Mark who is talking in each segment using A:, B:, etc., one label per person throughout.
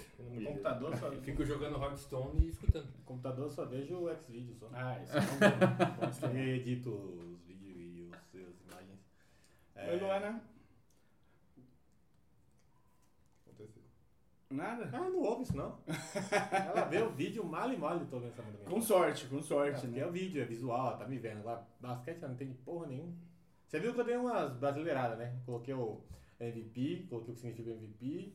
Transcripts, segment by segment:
A: vídeo.
B: Computador só,
C: Eu fico jogando Hearthstone e escutando.
B: computador só vejo o X-Video só.
A: Ah, isso
B: Eu edito os vídeos e os, as imagens. É,
A: Oi, Luana.
B: Aconteceu.
A: Nada?
B: Ah, não ouve isso não. Ela vê o vídeo mal e mal eu tô vendo essa mensagem.
A: Com sorte, com sorte,
B: É, porque
A: né?
B: é o vídeo, é visual, ela tá me vendo. Agora, basquete ela não entende porra nenhuma. Você viu que eu dei umas brasileiradas, né? Coloquei o MVP, coloquei o que significa MVP.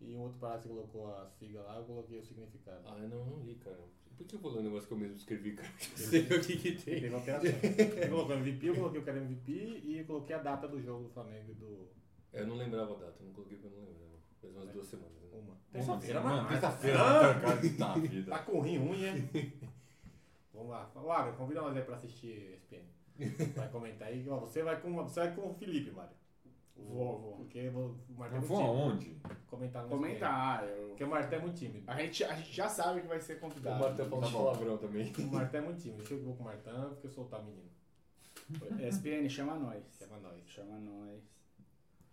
B: E um outro parágrafo que colocou a sigla lá, eu coloquei o significado.
C: Ah, eu não, não li, cara. Por que eu vou ler um negócio que eu mesmo escrevi, cara? Eu sei o que que
B: Ele
C: tem.
B: teve alteração. Ele colocou MVP, eu coloquei um o cara MVP e eu coloquei a data do jogo do Flamengo e do
C: Eu não lembrava a data, eu não coloquei porque eu não lembrava. Faz umas duas semanas. Né?
B: Uma.
A: mano,
B: terça-feira,
C: Ah, cara, tá,
B: Tá
C: vida.
B: com ruim, ruim, hein? Vamos lá. Laga, convida nós aí pra assistir SPN. Vai comentar aí. Ó, você, vai com, você vai com o Felipe, Mário.
A: Vou, vou.
B: Porque eu vou- o Martão é muito
D: Eu vou
B: tímido.
D: aonde?
B: Comentar no SPN.
A: Comentar. Eu...
B: Porque o Martão é muito tímido.
A: A, gente, a gente já sabe que vai ser
C: O
A: convidado.
C: Martão falou
D: Tá
C: um
D: bom.
C: palavrão também.
B: O Martão é muito tímido. Deixa eu vou com o Martão porque eu soltar o menino.
A: SPN, chama nós.
B: Chama nós.
A: Chama nós.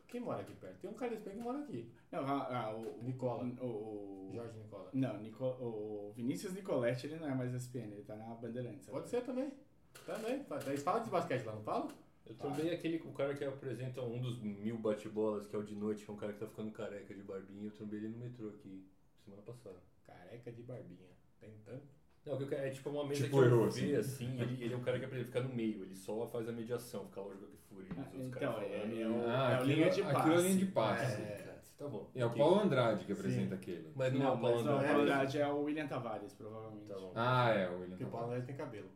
B: Quem mora aqui perto? Tem um cara do SPN que mora aqui.
A: Não, ah, ah, o,
B: Nicola.
A: O, o-
B: Jorge Nicola.
A: Não, Nico, o Vinícius Nicoletti ele não é mais SPN, ele tá na Bandeirantes.
B: Pode ser também. Também. Daí fala de basquete lá, não fala?
C: Eu também aquele o cara que apresenta um dos mil bate-bolas, que é o de noite, que é um cara que tá ficando careca de barbinha. Eu trombei ele no metrô aqui, semana passada.
B: Careca de barbinha. Tem tanto.
C: Não, que eu quero- é tipo uma mesa
D: Tipo
C: que
D: eu,
C: eu vi, assim, ele, ele é o cara que apresenta, fica no meio, ele só faz a mediação, fica lá o jogo que fúria, os
A: Ah,
C: outros caras né?
A: então,
C: falando.
A: é,
C: e-
A: é o,
D: Ah,
A: é o linha de
D: aquilo-
A: passe.
D: aquilo é linha de passe.
A: É,
C: Cara, tá bom.
D: É o
C: Ok.
D: Paulo Andrade que apresenta aquele.
C: Mas não, é
A: Não,
C: o Paulo
A: mas na
C: Andrade.
A: verdade é o William Tavares, provavelmente.
C: Tá bom.
D: Ah, é, o William
B: Porque o Paulo Neves
D: Tavares.
B: tem cabelo.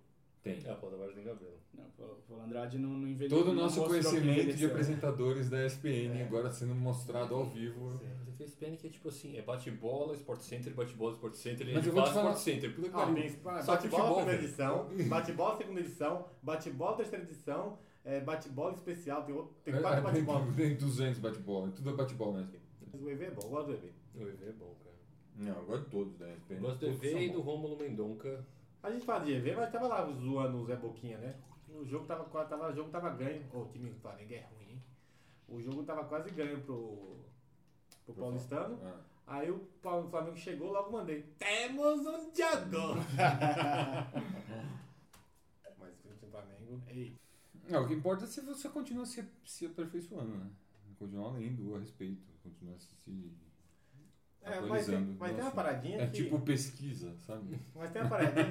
D: Tem.
C: É, o Paulo Tavares tem cabelo.
A: Não, o Paulo Andrade não, não envelheceu.
D: Todo o
A: não
D: nosso
A: mostrou que
D: conhecimento de
A: envelheceu.
D: apresentadores da SPN agora sendo mostrado ao vivo.
B: Sim.
C: Mas aqui o SPN que é tipo assim, é bate-bola, Sport Center, bate-bola, Sport Center,
D: Mas
C: ele
D: eu vou te
C: faz
D: falar- assim,
C: Sport Center, puta que
B: Ah,
C: pariu.
B: tem
C: Só
B: bate-bola
C: futebol,
B: primeira
C: velho.
B: edição, bate-bola segunda edição, bate-bola terceira edição, é, bate-bola especial, tem, outro, tem quatro bate-bolas.
D: Tem 200 bate-bola, tudo é bate-bola na SPN.
B: Mas o EV é bom, eu gosto do EV.
C: O EV é bom, cara.
D: Não, eu gosto de todos da SPN.
C: Eu gosto do
D: Todos são
C: EV e do
D: bons.
C: Rômulo Mendonca.
B: A gente fala de EV, mas tava lá zoando o Zé Boquinha, né? O jogo tava, quase- tava, o jogo tava ganho. Ô, o time do Flamengo é ruim, hein? O jogo tava quase ganho pro, pro paulistano.
D: Ah.
B: Aí o Paulo- o Flamengo chegou, logo mandei. Temos um Diago! mas o time um do Flamengo... Ei,
D: Não, o que importa é se você continua se, se aperfeiçoando, né? Continuar lendo a respeito, continuar se- se
B: é, mas, tem-
D: atualizando.
B: mas
D: do
B: tem uma
D: assunto.
B: paradinha
D: Tá É
B: que...
D: tipo pesquisa, sabe?
B: Mas tem uma parada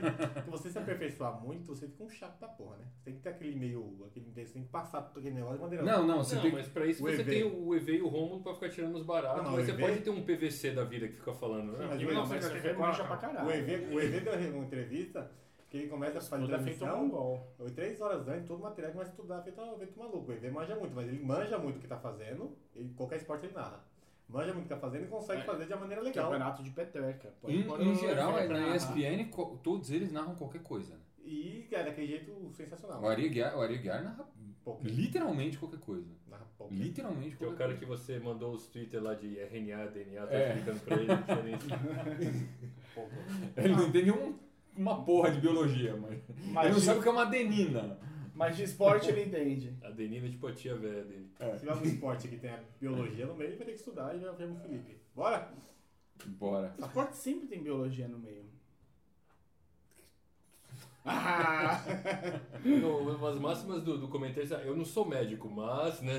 B: que você se aperfeiçoar muito, você fica um chato da porra, né? Você tem que ter aquele meio. Aquele, você tem que passar por aquele negócio de maneira.
D: Não, não, você
C: não,
D: tem que.
C: mas pra isso
B: o
C: você
B: EV.
C: tem o EV e o Rômulo pra ficar tirando os baratos,
B: Não,
C: mas
B: o
C: você
B: EV
C: pode ter um PVC da vida que fica falando.
B: Sim,
C: né?
B: mas
C: Em
B: o EV
A: Não, mas
C: 1984,
A: você manja pra caralho.
B: O EV, o EV deu uma entrevista que ele começa a fazer
A: Tudo é feito um
B: transmissão.
A: gol.
B: ou Três horas antes, todo o material começa a estudar, feito, um- feito um maluco. O EV manja muito, mas ele manja muito o que tá fazendo, e qualquer esporte ele narra. Manja muito o que tá fazendo e consegue
A: É.
B: fazer de uma maneira legal.
A: Campeonato de peteca. Pode
D: Em,
A: pôr
D: em
A: o
D: geral,
A: EV
D: é,
A: pra
D: na
A: narrar.
D: ESPN, co- todos eles narram qualquer coisa. Né?
B: E é daquele jeito sensacional.
D: O Ari Aguiar, o Ari Aguiar narra
B: Pouco.
D: literalmente qualquer coisa.
B: Narra pouco.
D: Literalmente
C: Que é o
A: um
D: qualquer
C: cara que
D: coisa.
C: você mandou os Twitter lá de RNA, DNA, tá
D: É.
C: explicando pra ele a diferença.
B: pouco.
D: Ele não tem nenhum, uma porra de biologia, mas. Ele não
A: Mas,
D: sabe o que é uma adenina.
A: mas de esporte ele entende.
C: A Denina é tipo a tia velha dele.
B: Se tiver algum esporte que tenha biologia no meio, ele vai ter que estudar e vai ver o Felipe. Bora!
D: Bora.
A: Esporte sempre tem biologia no meio. Ah!
C: Não, as máximas do, do comentário, sabe? eu não sou médico, mas, né?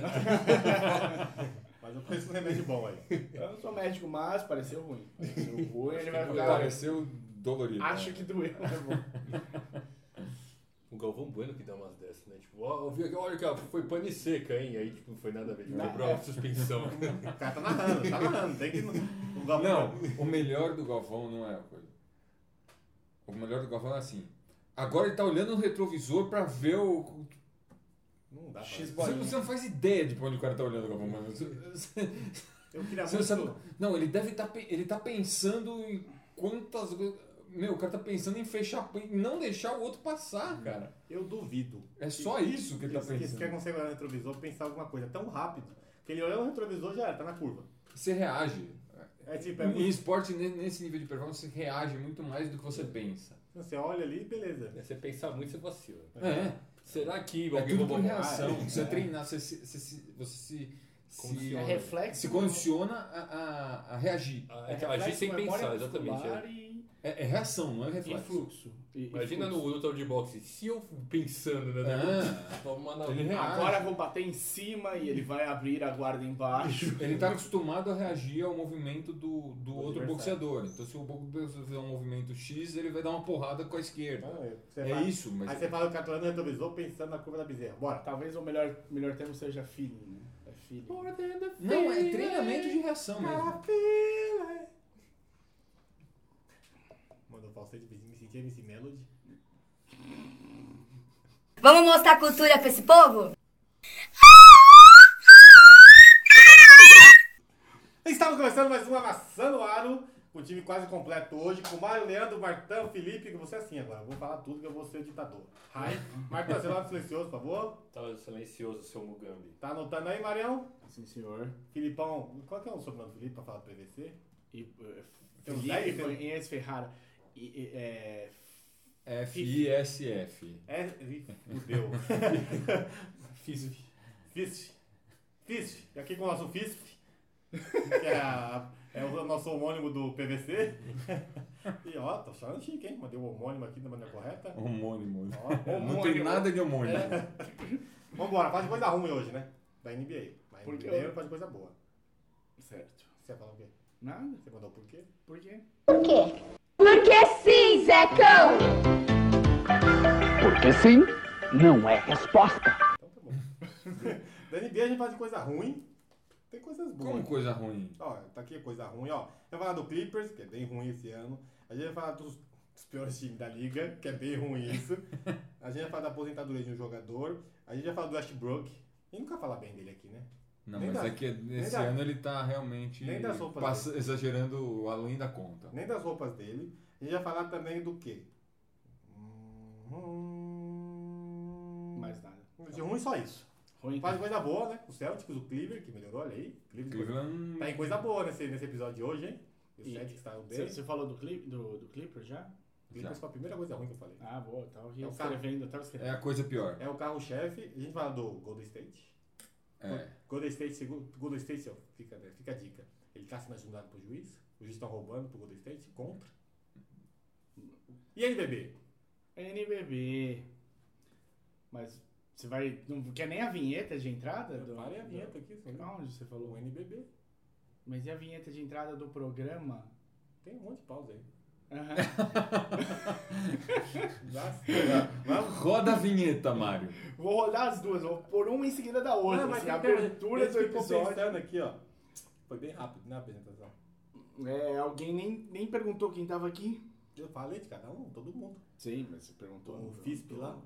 B: Mas eu conheço um remédio bom aí.
A: Eu não sou médico, mas pareceu ruim. Pareceu ruim, ele vai
C: que
A: ficar.
D: Pareceu dolorido.
A: Acho que doeu.
D: É
C: O Galvão Bueno que dá umas dessas, né? Tipo, ó, eu vi aqui, olha, cara, foi pane seca, hein? Aí, tipo, não foi nada a ver. Tipo,
A: Não,
C: quebrou
A: é.
C: a suspensão.
B: O cara tá narrando, tá narrando. Tem que. O Galvão-
D: Não, o melhor do Galvão não é a coisa. O melhor do Galvão é assim. Agora ele tá olhando no retrovisor pra ver o.
B: Não dá pra.
A: X
D: Você,
A: bolinha.
D: você não faz ideia de pra onde o cara tá olhando o Galvão. Bueno. Você- você-
B: Eu queria
D: você não, sabe-
B: muito.
D: não, ele deve tá, pe- ele tá pensando em quantas. coisas- Meu, o cara tá pensando em fechar. em não deixar o outro passar, cara.
B: Eu duvido.
D: É só isso que ele tá
B: Esse esse cara
D: pensando.
B: consegue olhar no retrovisor pensar alguma coisa tão rápido que ele olhou no retrovisor já era, tá na curva.
D: Você reage.
B: É tipo, é
D: Em
B: muito.
D: esporte, ne- nesse nível de performance, você reage muito mais do que você pensa.
B: Você olha ali e beleza.
C: Né? Você pensar muito, você vacila. né?
D: É.
C: Será que
D: É
C: alguém
D: tudo por
C: roubou?
D: reação.
A: é.
D: Você treinar, você, se- você, se- você se, se,
C: Condiciona.
D: é
C: É
A: reflexo.
D: se condiciona a, a- a reagir.
C: Ah, é que agir sem pensar, exatamente. é.
D: É, é reação, não é
A: E
D: reflexo.
A: fluxo. E- e
C: Imagina no
A: fluxo.
C: luta de boxe, se eu fui pensando, né?
D: Ah.
C: né, Toma na
D: Ele
C: luta.
D: reage.
A: Agora eu vou bater em cima e ele vai abrir a guarda embaixo.
D: Ele está acostumado a reagir ao movimento do, do outro
B: adversário.
D: boxeador. Então, se o boxeador fizer um movimento X, ele vai dar uma porrada com a esquerda.
B: Não, Então, você
D: É
B: fala-
D: isso, mas.
B: Aí você fala que o Catalano retrovisou pensando na curva da bezerra. Bora.
A: Talvez o melhor, melhor termo seja feeling, né? É feeling.
D: Não, é treinamento de reação mesmo.
B: Capila. Mano, o falsete me sentia MC Melody.
E: Vamos mostrar cultura pra esse povo?
B: Estamos começando mais uma Maçã no Aro, com o time quase completo hoje, com Mário, Leandro, Martão, Felipe, que você é assim agora. Eu Vou falar tudo que eu vou ser o ditador. Hi. Martão, você lá silencioso, por favor.
C: Tá silencioso, seu Mugambi.
B: Tá anotando aí, Marião?
A: Sim, senhor.
B: Filipão, qual que é o sobrenome do Felipe pra falar do PVC?
A: E, eh,
B: Tem uns dez,
A: Felipe
B: né?
A: Inês Ferrara. E, e, é,
D: FISF.
B: É. Ih, Fudeu.
A: Fiz
B: Fisp. Fisp. E aqui com o nosso Fisp, que é, a- é o nosso homônimo do PVC. E ó, tô achando chique, hein? Mandei o homônimo aqui da maneira correta.
D: Homônimo.
B: Ó,
D: Não tem nada de homônimo.
B: É. Vambora, faz coisa ruim hoje, né? Da NBA. Mas
A: Por quê?
B: NBA eu... faz coisa boa.
A: Certo.
B: Você ia falar o quê?
A: Nada?
B: Você mandou por quê?
A: Por quê?
F: Porque sim, Zecão!
G: Porque sim, não é resposta.
B: Então tá bom. da NBA a gente faz coisa ruim. Tem coisas boas.
D: Como coisa ruim?
B: Ó, tá aqui coisa ruim, ó. Eu vou falar do Clippers, que é bem ruim esse ano. A gente vai falar dos, dos piores times da liga, que é bem ruim isso. A gente vai falar da aposentadoria de um jogador. A gente vai falar do Westbrook. E nunca fala bem dele aqui, né?
D: Não,
B: Nem
D: mas
B: dá-
D: é que nesse
B: dá-
D: ano ele tá realmente
B: nem dá sopa
D: passa- exagerando além da conta.
B: Nem das roupas dele. A gente vai falar também do quê? Hum,
A: Mais nada.
B: De ruim só isso.
A: Ruim.
B: Faz coisa boa, né? O Celtics, o Cleaver, que melhorou, olha aí. Cleaver,
D: Cleveland
B: Tá em coisa boa nesse, nesse episódio de hoje, hein? E o
A: E-
B: Celtics tá
A: Você,
B: bem.
A: você falou do, clip, do, do Clipper já?
B: Clippers foi a primeira coisa ruim que eu falei.
A: Ah, boa. Tava aqui
B: É o cara.
A: escrevendo, tava
D: é
A: escrevendo.
D: a coisa pior.
B: É o carro-chefe. A gente fala do Golden State.
D: É.
B: Golden State, segundo, Golden State, ó, fica, né, fica a dica. Ele tá sendo ajudado pro juiz, o juiz tá roubando pro Golden State, contra. E aí, bebê?
A: NBB. Mas você vai. Não quer nem a vinheta de entrada? do-
B: Parem a
A: do-
B: vinheta aqui, senão
A: Aonde você
B: o
A: falou?
B: NBB.
A: Mas e a vinheta de entrada do programa?
B: Tem um monte de pausa aí.
A: Aham.
B: Já sei, já. Vamos.
D: Roda a vinheta, Mário.
A: Vou rodar as duas, vou pôr uma em seguida da outra.
B: Ah,
A: assim,
B: tem
A: a
B: que ter-
A: abertura
B: esse
A: do
B: ficou
A: episódio.
B: pensando aqui, ó. Foi bem rápido na apresentação.
A: É, alguém nem, nem perguntou quem tava aqui.
B: Eu falei de cada um, todo mundo.
A: Sim, mas você perguntou.
B: O FISP lá.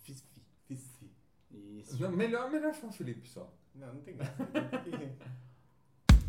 A: Fiz.
B: FISP.
A: Isso.
D: Não, melhor, melhor foi o Felipe só.
B: Não, não tem graça. né? Tem que-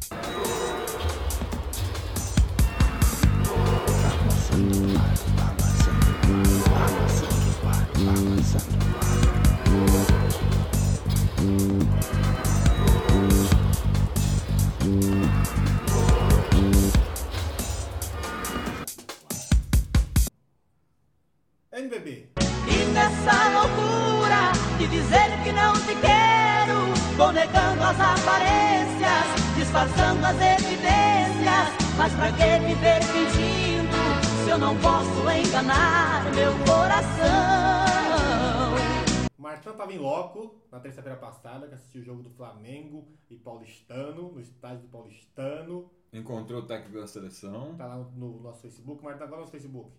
B: NBB.
H: E nessa loucura de dizer que não te quero, vou negando as aparências, disfarçando as evidências. Mas pra que viver fingindo se eu não posso enganar meu coração?
B: Martão tava em loco na terça-feira passada, que assistiu o jogo do Flamengo e Paulistano, no estádio do Paulistano.
D: Encontrou o técnico da seleção.
B: Tá lá no, no nosso Facebook. Martão, qual é o nosso Facebook?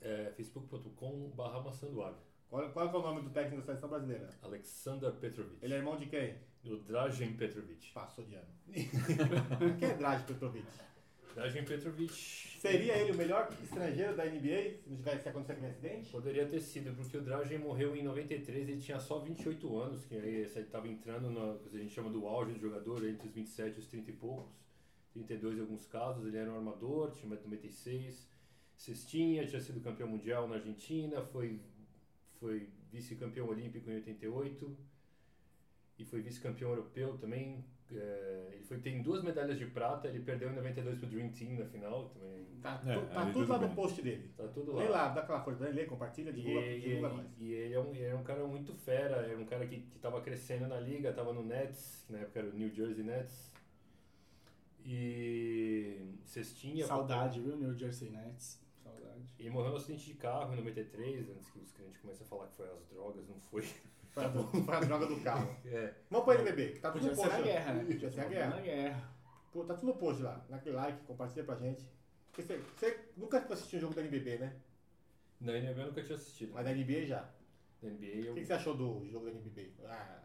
C: É facebook.com.br maçandoab.
B: Qual, qual é que é o nome do técnico da seleção brasileira?
C: Alexander Petrovic.
B: Ele é irmão de quem?
C: Do Dražen Petrovic.
B: Passou de ano. quem é Dragic Petrovic?
C: Dražen Petrovic
B: Seria ele o melhor estrangeiro da NBA se não tivesse se acontecesse aquele acidente?
C: Poderia ter sido, porque o Dragen morreu em 93, ele tinha só 28 anos, que aí ele estava entrando na que a gente chama do auge do jogador, entre os 27 e os 30 e poucos, 32 em alguns casos, ele era um armador, tinha 1,96m, cestinha, tinha sido campeão mundial na Argentina, foi, foi vice-campeão olímpico em 88 e foi vice-campeão europeu também, é, ele foi, tem duas medalhas de prata, ele perdeu em 92 pro Dream Team na final também.
B: Tá,
I: É,
B: tu- tá
I: ali
B: tudo
I: tudo
B: lá no
I: bem.
B: post dele.
C: Tá tudo lá.
B: Lê lá, dá aquela força, lê, compartilha,
C: E,
B: divulga,
C: e-
B: divulga nós.
C: e ele, é um, ele é um cara muito fera, era um cara que, que tava crescendo na liga, tava no Nets, que na época era o New Jersey Nets. E cestinha.
A: Saudade, viu, New Jersey Nets? Saudade.
C: Ele morreu no acidente de carro em 93, antes que os clientes comecem a falar que foi as drogas, não foi.
B: Foi a, foi a droga do carro.
C: É,
B: Vamos pro NBB, que tá tudo
A: Podia
B: no
A: ser
B: post.
A: na
B: lá.
A: guerra, né?
B: Podia ser a guerra.
A: Na guerra.
B: Pô, tá tudo no post lá. Naquele like, compartilha pra gente. Porque Você, você nunca assistiu um jogo da NBB, né?
C: na NBA eu nunca tinha assistido. né?
B: Mas da NBA já.
C: Na NBA eu.
B: O que, que você achou do jogo da NBB? Ah,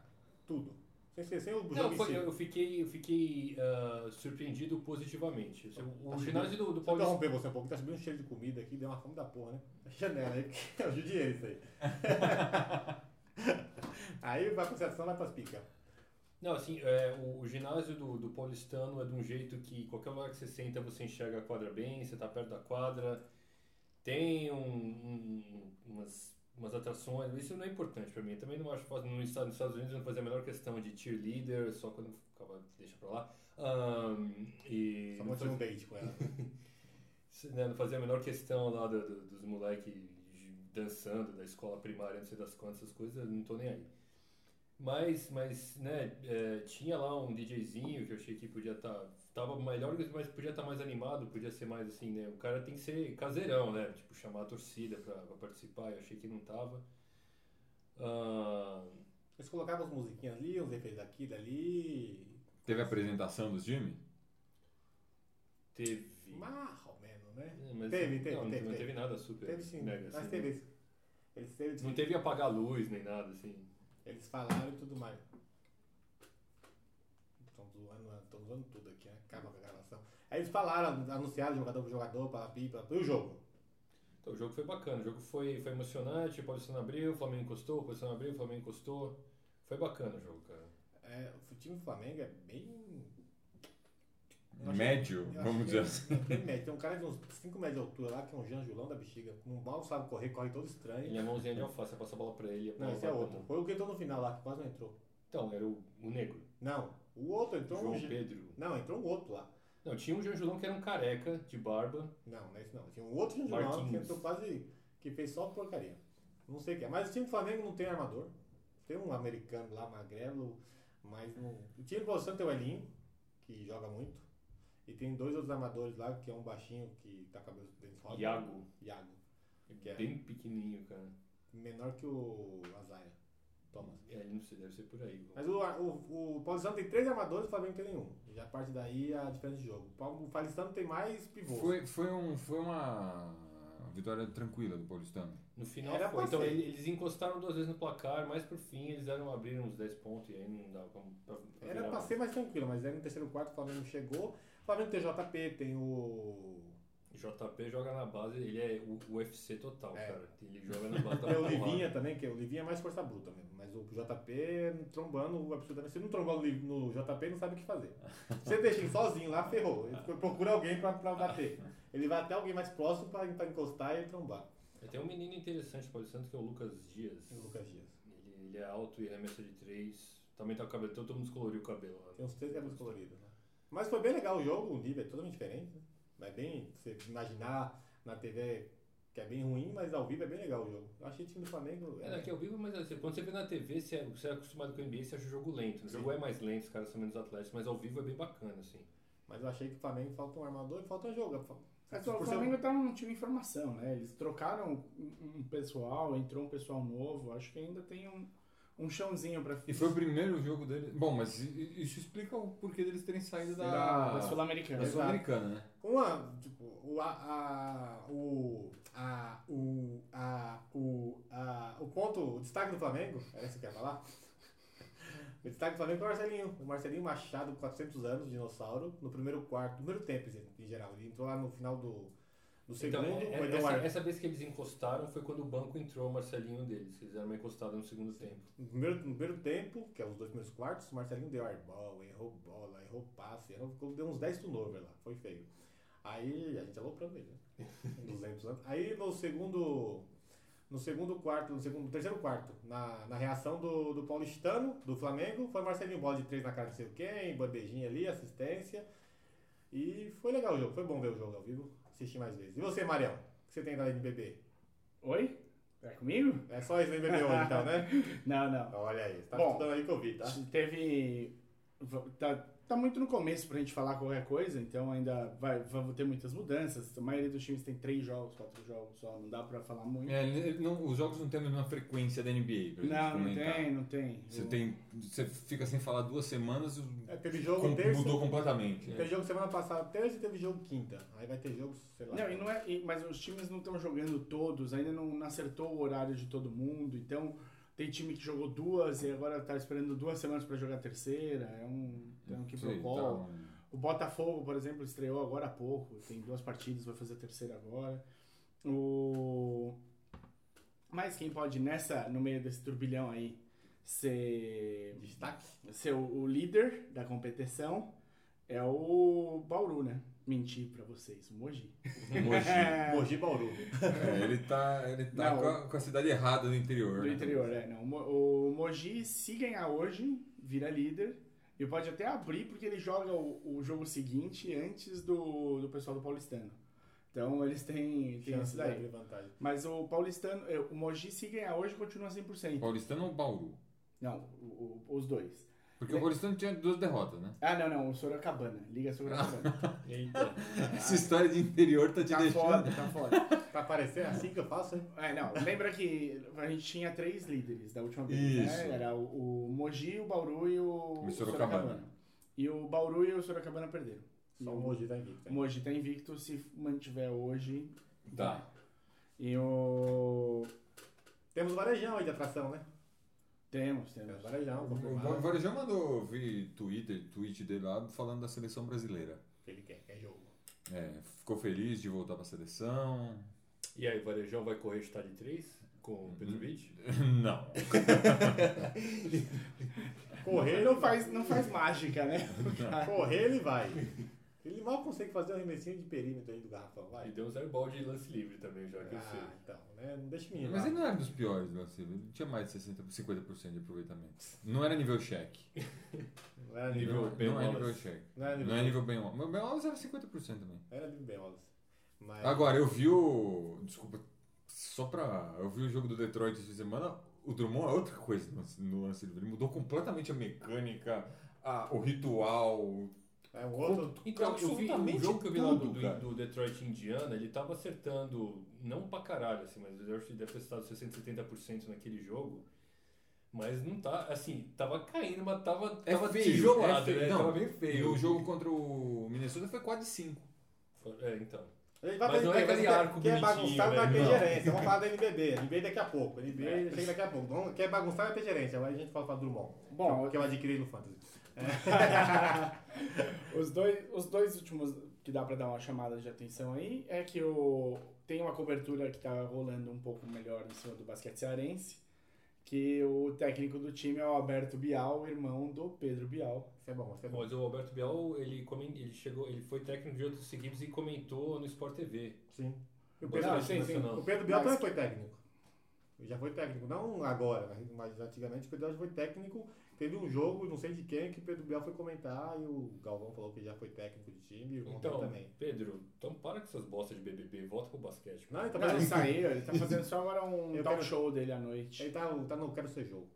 B: tudo. Sem, ser- sem o jogo
C: Não,
B: em
C: foi-
B: si.
C: eu fiquei, eu fiquei ah, surpreendido positivamente. Assim, O, o
B: Acho
C: ginásio do, do
B: Vou
C: Paulista.
B: interromper você um pouco, tá subindo um cheiro de comida aqui, deu uma fome da porra, né? A Janela aí, porque eu judiei isso aí. aí vai pra seleção, vai pras picas.
C: Não, assim, é, o, o ginásio do, do paulistano é de um jeito que qualquer lugar que você senta você enxerga a quadra bem, você tá perto da quadra. Tem um- um- umas, umas atrações, isso não é importante pra mim. Eu também não acho fácil. No estado- Nos Estados Unidos eu não fazia a menor questão de cheerleader, só quando ficava, deixa pra lá. Ahn, e
B: Só
C: não
B: mantive
C: fazia-
B: um date com ela.
C: Se, né, não fazia a menor questão lá do- do- dos moleques dançando da escola primária, não sei das quantas, essas coisas, eu não tô nem aí. Mas, mas né, é, tinha lá um DJzinho que eu achei que podia estar. tava melhor, mas podia estar mais animado, podia ser mais assim, né? O cara tem que ser caseirão, né? Tipo, chamar a torcida pra, pra participar, eu achei que não tava. Ah,
B: Eles colocavam as musiquinhas ali, uns efeitos daqui, dali.
D: Teve a apresentação dos times?
C: teve.
B: Mais ou menos, né?
C: É, mas-
B: teve, teve,
C: não,
B: teve,
C: não
B: teve.
C: nada super.
B: Teve sim,
C: mega,
B: mas
C: assim,
B: teve
C: né?
B: isso. Eles, teve,
C: Não teve apagar a luz nem nada, assim.
B: eles falaram e tudo mais. Estão zoando, estão zoando tudo aqui, né? acaba com a gravação. Aí eles falaram, anunciaram jogador pro jogador, para pipa, e o jogo.
C: Então, o jogo foi bacana, o jogo foi, foi emocionante, o Paulistano abriu, o Flamengo encostou, o Paulistano abriu, o Flamengo encostou. Foi bacana o jogo, cara.
B: É, o time do Flamengo é bem Eu achei-
D: Médio,
B: Eu
D: vamos
A: é.
B: achei-
D: dizer assim.
B: eu achei médio. Tem um cara de uns 5 metros de altura lá, que é um Janjulão da bexiga. Não mal sabe correr, corre todo estranho.
C: Ele é mãozinha de alface, você passa a bola pra ele. a
B: Não,
C: bola
B: esse é
C: vai pra
B: outro.
C: mão.
B: Foi o que entrou no final lá, que quase não entrou.
C: Então, era o, o negro,
B: Não, o outro entrou um.
C: João
B: ge-
C: Pedro.
B: Não, entrou um outro lá.
C: Não, tinha um João Julão que era um careca, de barba.
B: Não, não é esse não. Tinha um outro Janjulão que
C: Marquinhos.
B: entrou quase. que fez só porcaria. Não sei o que é. Mas o time do Flamengo não tem armador. Tem um americano lá, magrelo, mas não. O time do Bolsonaro tem o Elinho, que joga muito. E tem dois outros armadores lá, que é um baixinho que tá com a cabeça dentro de roda.
C: Iago.
B: Iago. Que é-
C: Bem pequenininho, cara.
B: Menor que o Azaia. Thomas.
C: É, ele não sei, deve ser por aí.
B: Mas o, o, o Paulistano tem três armadores, o Flamengo tem nenhum. Já parte daí a diferença de jogo. O Paulo- O Paulistano tem mais pivôs.
D: Foi, foi, um, foi uma vitória tranquila do Paulistano.
C: No final
B: Era
C: foi.
B: pra
C: Então,
B: ser.
C: ele- eles encostaram duas vezes no placar, mas pro fim eles deram, abriram uns 10 pontos e aí não dava pra, pra, pra
B: Era
C: virar
B: pra
C: mais.
B: ser mais tranquilo, mas aí no terceiro quarto o Flamengo chegou. O Flamengo tem JP, tem o.
C: JP joga na base, ele é o o UFC total,
B: É.
C: cara. Ele joga na base da
B: Tem o
C: porrada.
B: Livinha também, que o Livinha é mais força bruta mesmo. Mas o JP trombando absolutamente. Se não trombar no Liv- no JP, não sabe o que fazer. Você deixa ele sozinho lá, ferrou. Ele procura alguém pra, pra bater. Ele vai até alguém mais próximo pra, pra encostar e trombar.
C: Tem um menino interessante paulistano que é o Lucas Dias.
B: O Lucas Dias.
C: Ele, ele é alto e arremessa de três. Também tá com o cabelo, todo mundo descoloriu o cabelo. lá.
B: Tem uns três cabelos coloridos. Né? Mas foi bem legal o jogo, o nível é totalmente diferente. Né? Mas bem, você imaginar na TV que é bem ruim, mas ao vivo é bem legal o jogo. Eu achei o time do Flamengo.
C: É daqui ao vivo, mas assim, quando você vê na TV, você é, você é acostumado com o NBA, você acha o jogo lento. O jogo é mais lento, os caras são menos atléticos, mas ao vivo é bem bacana, assim.
B: Mas eu achei que o Flamengo falta um armador e falta um jogo.
A: É que o
B: Por ser-
A: Flamengo tá num time em formação, né? Eles trocaram um um pessoal, entrou um pessoal novo. Acho que ainda tem um, um chãozinho pra
D: E foi o primeiro jogo deles. Bom, mas i- i- isso explica o porquê deles terem saído
A: da,
D: da,
A: da Sul-Americana.
D: da Sul-Americana, né?
B: Uma, tipo, o a, a, o a, o a, o a, o ponto, o destaque do Flamengo, era isso que eu ia falar? O destaque do Flamengo é o Marcelinho. O Marcelinho Machado, 400 anos, dinossauro, no primeiro quarto, no primeiro tempo gente, em geral. Ele entrou lá no final do, do segundo, um
C: então, é- é-
B: o
C: essa,
B: Eduardo.
C: essa vez que eles encostaram foi quando o banco entrou o Marcelinho deles. Eles deram uma encostada no segundo tempo.
B: No, primeiro, no primeiro tempo, que é os dois primeiros quartos, o Marcelinho deu airball, errou bola, errou passe, errou, ficou- deu uns 10 turnover lá, foi feio. Aí a gente aloprando ele, né? 200 anos. Aí no segundo, No segundo quarto, no segundo, terceiro quarto, na, na reação do, do paulistano, do Flamengo, foi Marcelinho bola de três na cara de sei quem, bandejinha ali, assistência. E foi legal o jogo, foi bom ver o jogo ao vivo, assistir mais vezes. E você, Marião, o que você tem da NBB?
A: Oi? É comigo?
B: É só isso da NBB hoje então, né?
A: Não, não.
B: Olha aí, você tá
A: Bom,
B: estudando aí que eu vi, tá?
A: Teve. v- Tá, tá muito no começo pra gente falar qualquer coisa, então ainda vai, vão ter muitas mudanças. A maioria dos times tem três jogos, quatro jogos só, não dá pra falar muito.
D: É, ele- ele não- os jogos não têm a mesma frequência da NBA. pra gente
A: não, não
D: comentar.
A: tem, não tem.
D: Você,
A: Eu-
D: tem, você fica sem falar duas semanas e o-
B: É, teve jogo
D: com-
B: terça.
D: mudou completamente. né?
B: Teve jogo semana passada, terça e teve jogo quinta. Aí vai ter jogo, sei lá.
A: Não, e não é, e- mas os times não estão jogando todos, ainda não, não acertou o horário de todo mundo, então tem time que jogou duas e agora tá esperando duas semanas pra jogar a terceira, é um, tem um que
D: Sei,
A: protocolo.
D: tá, né?
A: O Botafogo, por exemplo, estreou agora há pouco. Tem duas partidas, vai fazer a terceira agora. O... Mas quem pode, nessa, no meio desse turbilhão aí, ser,
B: Destaque?
A: ser o, o líder da competição é o Bauru, né? Menti pra vocês, o Mogi.
D: Mogi.
B: Mogi Bauru.
D: É, ele tá, ele tá
A: Não,
D: com, a, com a cidade errada do interior.
A: Do
D: né?
A: interior, é. Não. O Mo- O Mogi, se ganhar hoje, vira líder. E pode até abrir, porque ele joga o, o jogo seguinte antes do, do pessoal do Paulistano. Então eles têm, têm
B: Chance
A: isso
B: de
A: daí.
B: abrir vantagem.
A: Mas o paulistano, eh, o Mogi se ganhar hoje continua 100%.
D: Paulistano ou Bauru?
A: Não, o- o- os dois.
D: Porque o Paulistano tinha duas derrotas, né?
A: Ah, não, não, o Sorocabana. Liga
B: Ah,
A: Sorocabana.
C: Eita.
D: Essa história de interior tá te
A: tá
D: deixando.
A: foda, tá foda.
B: Pra aparecer assim que eu faço, hein?
A: É, não, lembra que a gente tinha três líderes da última vez,
D: Isso.
A: né? Era o, o Mogi, o Bauru e o,
D: E Sorocabana.
A: E o Bauru e o Sorocabana perderam. E
B: Só o
A: o-
B: Mogi tá
D: É.
B: invicto.
A: O
B: hein?
A: Mogi tá invicto, se mantiver hoje...
D: Tá.
A: E o...
B: Temos o Varejão aí de atração, né?
A: Temos,
B: É, o
A: temos.
B: Varejão,
D: O
B: confirmado.
D: Va- Varejão mandou eu vi Twitter, tweet dele lá falando da seleção brasileira.
B: Ele quer, quer jogo.
D: É, ficou feliz de voltar pra seleção.
C: E aí, Varejão vai correr chutar de três com o Petrovic?
D: Não.
B: Correr,
A: Não faz, não faz mágica, né?
B: correr ele vai. Ele mal consegue fazer um arremessinho de perímetro aí do garrafão,
C: E
B: vai.
C: deu um airball de lance livre também, já que eu sei.
B: Ah, então, né? Não deixa menino.
D: Mas
B: lá.
D: ele não era dos piores do Brasil. Ele tinha mais de 60, 50% de aproveitamento. Não era nível cheque.
B: Não era nível.
C: Nível
D: Não,
C: Ben
D: não é nível
C: Wallace.
D: cheque.
B: Não era nível.
D: Não é nível bem Meu Ben Wallace era 50% também.
B: um. Era nível bem, Wallace. Mas.
D: Agora, eu vi o. Desculpa, só pra. Eu vi o jogo do Detroit essa semana. O Drummond é outra coisa no lance- no lance livre. Ele mudou completamente a mecânica, a- o ritual.
B: É um outro.
C: Então, eu vi o
D: Absolutamente
C: jogo que eu vi lá do,
D: tudo, cara.
C: do, do Detroit Indiana, ele tava acertando, não pra caralho, assim, mas eu acho que deve ter acertado 60, 70% naquele jogo. Mas não tá, assim, tava caindo, mas tava,
D: É
C: tava
D: feio,
C: tijolado,
D: é feio.
C: né?
D: Não,
C: tava bem feio.
D: E o jogo contra o Minnesota foi quase 5.
C: É, então.
B: Ele vai
C: Mas
B: pra
C: não é
B: NBB,
C: aquele
B: mas
C: arco
B: Quer
C: bonitinho,
B: bagunçar, vai
C: né?
B: ter
C: Não.
B: gerência. Vamos falar da NBB. NBB daqui a pouco. NBB chega daqui a pouco. Vamos- Quer bagunçar, vai ter gerência. Agora a gente fala pra Drummond.
A: Bom,
B: que eu adquiri no Fantasy.
A: Os dois, os dois últimos que dá pra dar uma chamada de atenção aí é que o, tem uma cobertura que tá rolando um pouco melhor em cima do basquete cearense, que o técnico do time é o Alberto Bial, irmão do Pedro Bial.
B: Isso é bom, isso é bom.
C: Mas o Alberto Bial, ele, comen- ele chegou, ele foi técnico de outros equipes e comentou no Sport TV.
B: Sim. E o
C: Mas
B: Pedro,
C: não,
A: Não, sim, sim.
C: nacional.
B: o Pedro Biel
A: Mas-
B: também foi técnico. Ele já foi técnico, não agora, mas- mas antigamente o Pedro Biel já foi técnico. Teve um jogo, não sei de quem, que o Pedro Biel foi comentar e o Galvão falou que já foi técnico de time e o Monteiro
C: Então,
B: também.
C: Pedro, então para com essas bostas de BBB, volta pro basquete.
B: Não, ele
D: então-
B: tá,
A: Mas ele saiu, ele tá fazendo só agora um
B: Eu
A: talk
B: quero-
A: show dele à noite.
B: ele tá, tá no Quero Ser Jogo.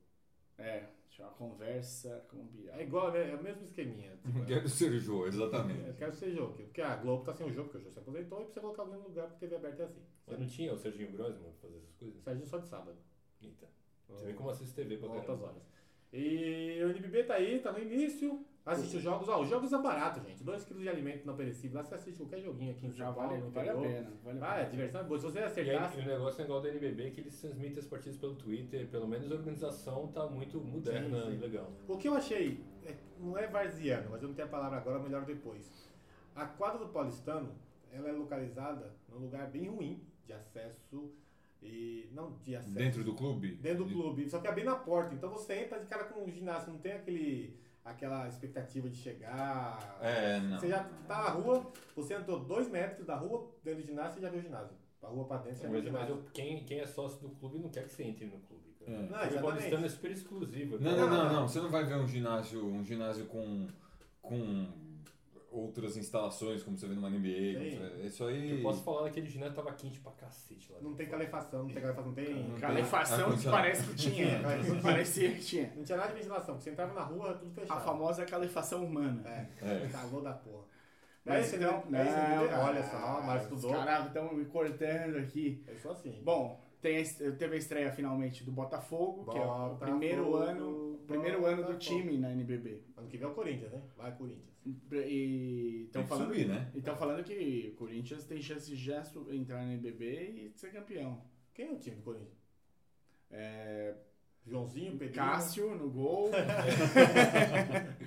A: É, tinha uma conversa com o Bial.
B: É igual, é, é o mesmo esqueminha. tipo, é-
D: Quero ser jogo,
B: Eu
D: exatamente.
B: quero ser jogo, porque a Globo tá sem o jogo, porque o jogo se aposentou e precisa colocar alguém no lugar porque TV aberta é assim.
C: Mas não tinha o Serginho Grossman pra fazer essas coisas? Então.
B: Serginho só de sábado.
C: Eita. Você vê como assiste TV pra
B: Altas
C: caramba.
B: horas. E o NBB tá aí, tá no início. Assiste os jogos. Ó, os jogos é barato, gente. 2kg de alimento não perecível. Lá você assiste qualquer joguinho aqui em
A: Já
B: São Paulo,
A: vale,
B: no
A: vale a
B: interior.
A: pena, vale a
B: Vai, a
A: pena.
B: diversão é boa. Se você
C: E aí,
B: acertasse,
C: o negócio legal da NBB é que eles transmitem as partidas pelo Twitter, pelo menos a organização tá muito moderna
B: Sim, sim.
C: e legal. né?
B: o que eu achei, é- não é varziano, mas eu não tenho a palavra agora, melhor depois. A quadra do Paulistano, ela é localizada num lugar bem ruim de acesso e não de acesso.
D: Dentro do clube?
B: Dentro do
D: De-
B: clube, só que é bem na porta. Então você entra de cara com o ginásio, não tem aquele, aquela expectativa de chegar.
D: É, não.
B: Você já tá na rua, você entrou dois metros da rua dentro do ginásio e já viu o ginásio. Pra rua pra dentro, você
C: Mas,
B: não
C: mas
B: mais.
C: eu- quem, quem é sócio do clube não quer que você entre no clube, cara.
D: É.
B: Não,
C: Porque o paulistano é
B: Ah, exatamente.
C: super exclusivo. né?
D: Não,
C: cara.
D: não, não, não. Você não vai ver um ginásio, um ginásio com, com outras instalações, como você vê numa NBA. como
B: Sim.
D: você vê- Isso aí.
C: Eu posso falar daquele ginásio que tava quente pra cacete lá.
B: Não
C: dentro.
B: tem calefação, não tem calefação, não tem.
D: Não.
A: Calefação que
D: Ar-condicionado.
A: parece que tinha.
B: Calefação.
A: Parecia que tinha.
B: Não tinha nada de ventilação, porque você entrava na rua, tudo fechado.
A: A famosa calefação humana.
B: É,
D: É.
B: calor da porra.
A: Mas
B: Mas, é,
A: então,
B: não, é isso, entendeu?
A: não,
B: olha só, mas estudou.
A: Caralho, estão me cortando aqui.
B: Eu sou assim.
A: Bom, tem a est- teve a estreia finalmente do Botafogo, que é o
B: Botafogo,
A: primeiro ano, primeiro ano do
B: Botafogo.
A: time na NBB.
B: Ano que vem é o Corinthians, né? Vai, Corinthians.
A: E
D: Tem
A: estão
D: que
A: falando,
D: subir, né?
A: e tão falando que o Corinthians tem chance de já su- entrar na NBB e ser campeão.
B: Quem é o time do Corinthians?
A: É,
B: Joãozinho, Pedrinho.
A: Cássio no gol.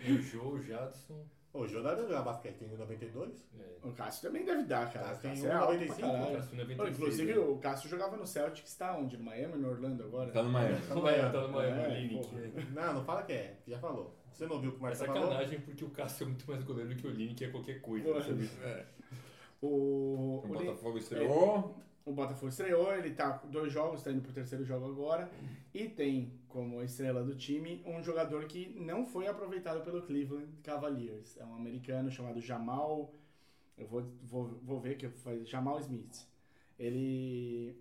C: E o Jô, o Jadson.
B: Ô, O Jordão jogar basquete tem 92?
C: É,
A: o Cássio também deve dar, cara.
B: Cássio tem
A: Cássio é alto pra
B: 1,95,
A: caralho.
C: Cássio tem 96,
A: Inclusive,
C: né?
A: o Cássio jogava no Celtics, tá onde? No Miami, no Orlando agora?
D: Tá no Miami.
B: Tá no
C: Miami,
B: Miami.
C: tá no Miami,
A: É,
C: o Linick,
A: porra.
C: né?
B: Não, não fala que é, que já falou. Você não ouviu o que o
C: É
B: Marcelo falou?
C: sacanagem porque o Cássio é muito mais goleiro que o Linick é qualquer coisa.
A: Porra.
C: sabe?
A: O,
D: O
B: um
A: o, Le-
D: Botafogo estreou.
A: o Botafogo estreou, ele tá com dois jogos, tá indo pro terceiro jogo agora. E tem como estrela do time um jogador que não foi aproveitado pelo Cleveland Cavaliers. É um americano chamado Jamal. Eu vou, vou, vou ver que faz. Jamal Smith. Ele.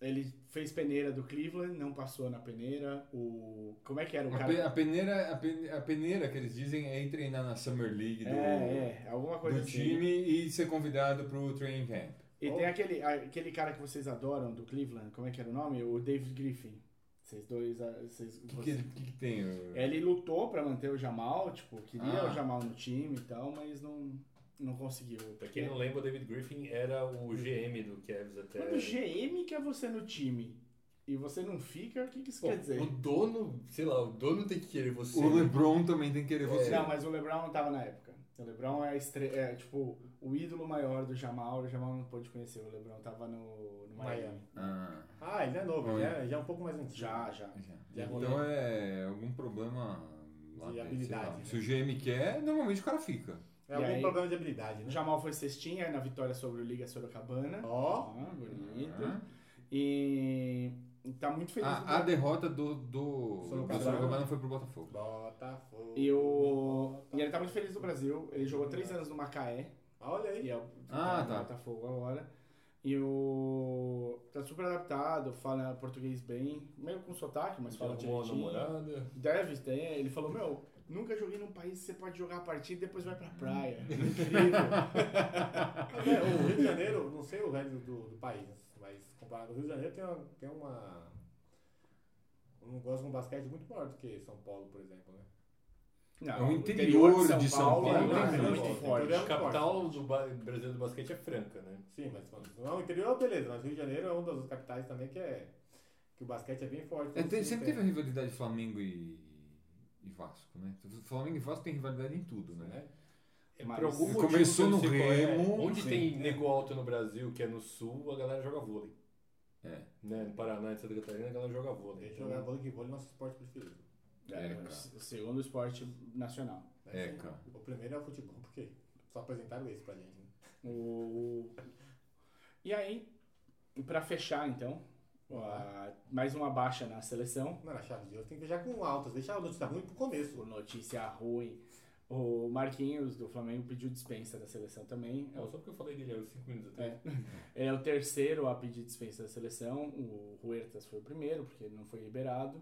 A: Ele fez peneira do Cleveland, não passou na peneira. O. Como é que era o
D: A,
A: cara?
D: pe- a peneira, a, pe- a peneira que eles dizem é ir treinar na Summer League do,
A: É, é, alguma coisa
D: do
A: assim.
D: time e ser convidado pro training camp.
A: E tem aquele, aquele cara que vocês adoram do Cleveland, como é que era o nome? O David Griffin. Vocês dois. ah, Vocês,
D: O que,
A: vocês-
D: que, que, que tem? o-
A: Ele lutou pra manter o Jamal, tipo, queria
D: Ah.
A: o Jamal no time e tal, mas não, não conseguiu.
C: Pra quem não lembra, o David Griffin era o GM do Cavs até.
A: Quando o GM quer é você no time e você não fica, o que, que isso
C: Pô,
A: quer dizer?
C: O dono, sei lá, o dono tem que querer você. né?
D: O LeBron também tem que querer você.
A: Não, mas o Lebron não tava na época. O Lebron é, estre... é, tipo, o ídolo maior do Jamal, o Jamal não pôde conhecer, o Lebron tava no, no Miami.
B: Miami.
D: Ah,
B: Ah, ele é novo,
D: Hum.
B: ele é, já é um pouco mais antigo.
A: Já, já.
D: já.
B: Já
D: Então
B: rolou.
D: é algum problema lá
B: De
D: dentro,
B: habilidade,
D: sei lá.
B: né?
D: Se o GM quer, normalmente o cara fica.
B: É
A: E
B: algum
A: aí?
B: problema de habilidade,
A: O
B: né?
A: Jamal foi cestinha na vitória sobre o Liga Sorocabana.
B: Ó,
A: Ah, bonito.
D: Ah.
A: E tá muito feliz.
D: A, a
A: do-
D: derrota do, do,
B: Sorocabana.
D: do Sorocabana foi pro Botafogo.
B: Botafogo.
A: E, o... e ele tá muito feliz do Brasil. Ele jogou três anos no Macaé,
B: Olha aí.
A: que é o
D: Ah,
A: tá no
D: tá.
A: Botafogo agora. E o. Tá super adaptado, fala português bem, meio com sotaque, mas fala
C: Arrumou a
A: direitinho.
C: namorada.
A: Deve ter. Ele falou: Meu, nunca joguei num país que você pode jogar a partida e depois vai pra praia. Incrível.
B: É, o Rio de Janeiro, não sei o resto do, do país, mas comparado ao Rio de Janeiro, tem uma, tem uma- um negócio com basquete muito maior do que São Paulo, por exemplo, né?
A: Não,
D: É o
A: o
D: interior de São Paulo,
A: é
B: né?
A: muito
B: Tem
A: forte.
B: toda-
C: A capital do ba- brasileiro do basquete é Franca, né?
B: Sim, mas quando- não, o interior, beleza, mas o Rio de Janeiro é uma das capitais também que é que o basquete é bem forte.
D: É, tem- sempre
B: Tem-
D: teve a rivalidade Flamengo e, e Vasco, né? Flamengo e Vasco tem rivalidade em tudo, né?
B: né?
C: É,
A: Mas
C: por algum motivo,
D: começou
C: eu não
D: no
C: sei qual é.
D: Remo,
C: Onde
D: sim.
C: tem nego alto no Brasil, que é no sul, a galera joga vôlei.
D: É.
C: Né? No Paraná e Santa Catarina, a galera joga vôlei.
B: Tem que jogar vôlei que vôlei é nosso esporte preferido.
A: É,
D: É,
A: o
D: cara.
A: segundo esporte nacional.
B: né?
D: É, cara.
B: O primeiro é o futebol, porque só apresentaram esse pra gente. Né?
A: O... E aí, pra fechar então, a- mais uma baixa na seleção.
B: Não, na chave de ouro tem que fechar com altas, deixar a notícia ruim pro começo.
A: Por notícia ruim. O Marquinhos do Flamengo pediu dispensa da seleção também. É
C: Não,
A: o-
C: só porque eu falei dele há 5 minutos atrás.
A: É. Ele é o terceiro a pedir dispensa da seleção. O Huertas foi o primeiro, porque ele não foi liberado.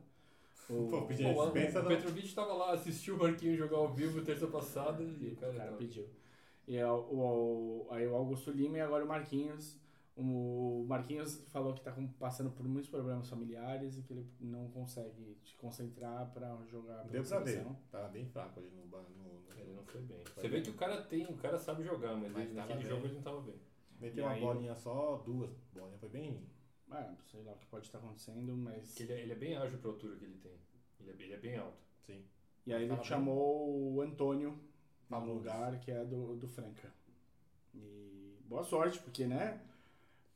A: O,
B: Pô, pedi
C: Pô, o
B: dispensa,
C: o
B: não.
C: Petrovic tava lá, assistiu o Marquinhos jogar ao vivo terça passada e o cara,
A: O cara
C: tava-
A: pediu. E é o, o- aí o Augusto Lima e agora o Marquinhos. O Marquinhos falou que tá com- passando por muitos problemas familiares e que ele não consegue se concentrar pra jogar pela
B: Deu pra ver.
A: seleção.
B: Tava bem fraco ali no, ba- no, no
C: Ele não foi bem. Você
B: Foi
C: vê
B: bem.
C: que o cara tem, o cara sabe jogar, mas,
B: Mas
C: ele,
B: tava
C: naquele
B: bem.
C: jogo ele não tava bem.
B: Meteu
A: E
B: uma
A: aí-
B: bolinha só, duas bolinhas, foi bem.
A: Ah, sei lá o que pode estar acontecendo, mas.
C: Porque Ele é, ele é bem ágil pra altura que ele tem. Ele é, bem- ele é bem alto.
B: Sim.
A: E aí ele
B: Tava
A: chamou o Antônio no
B: Famoso.
A: lugar que é do, do Franca. E boa sorte, porque, né?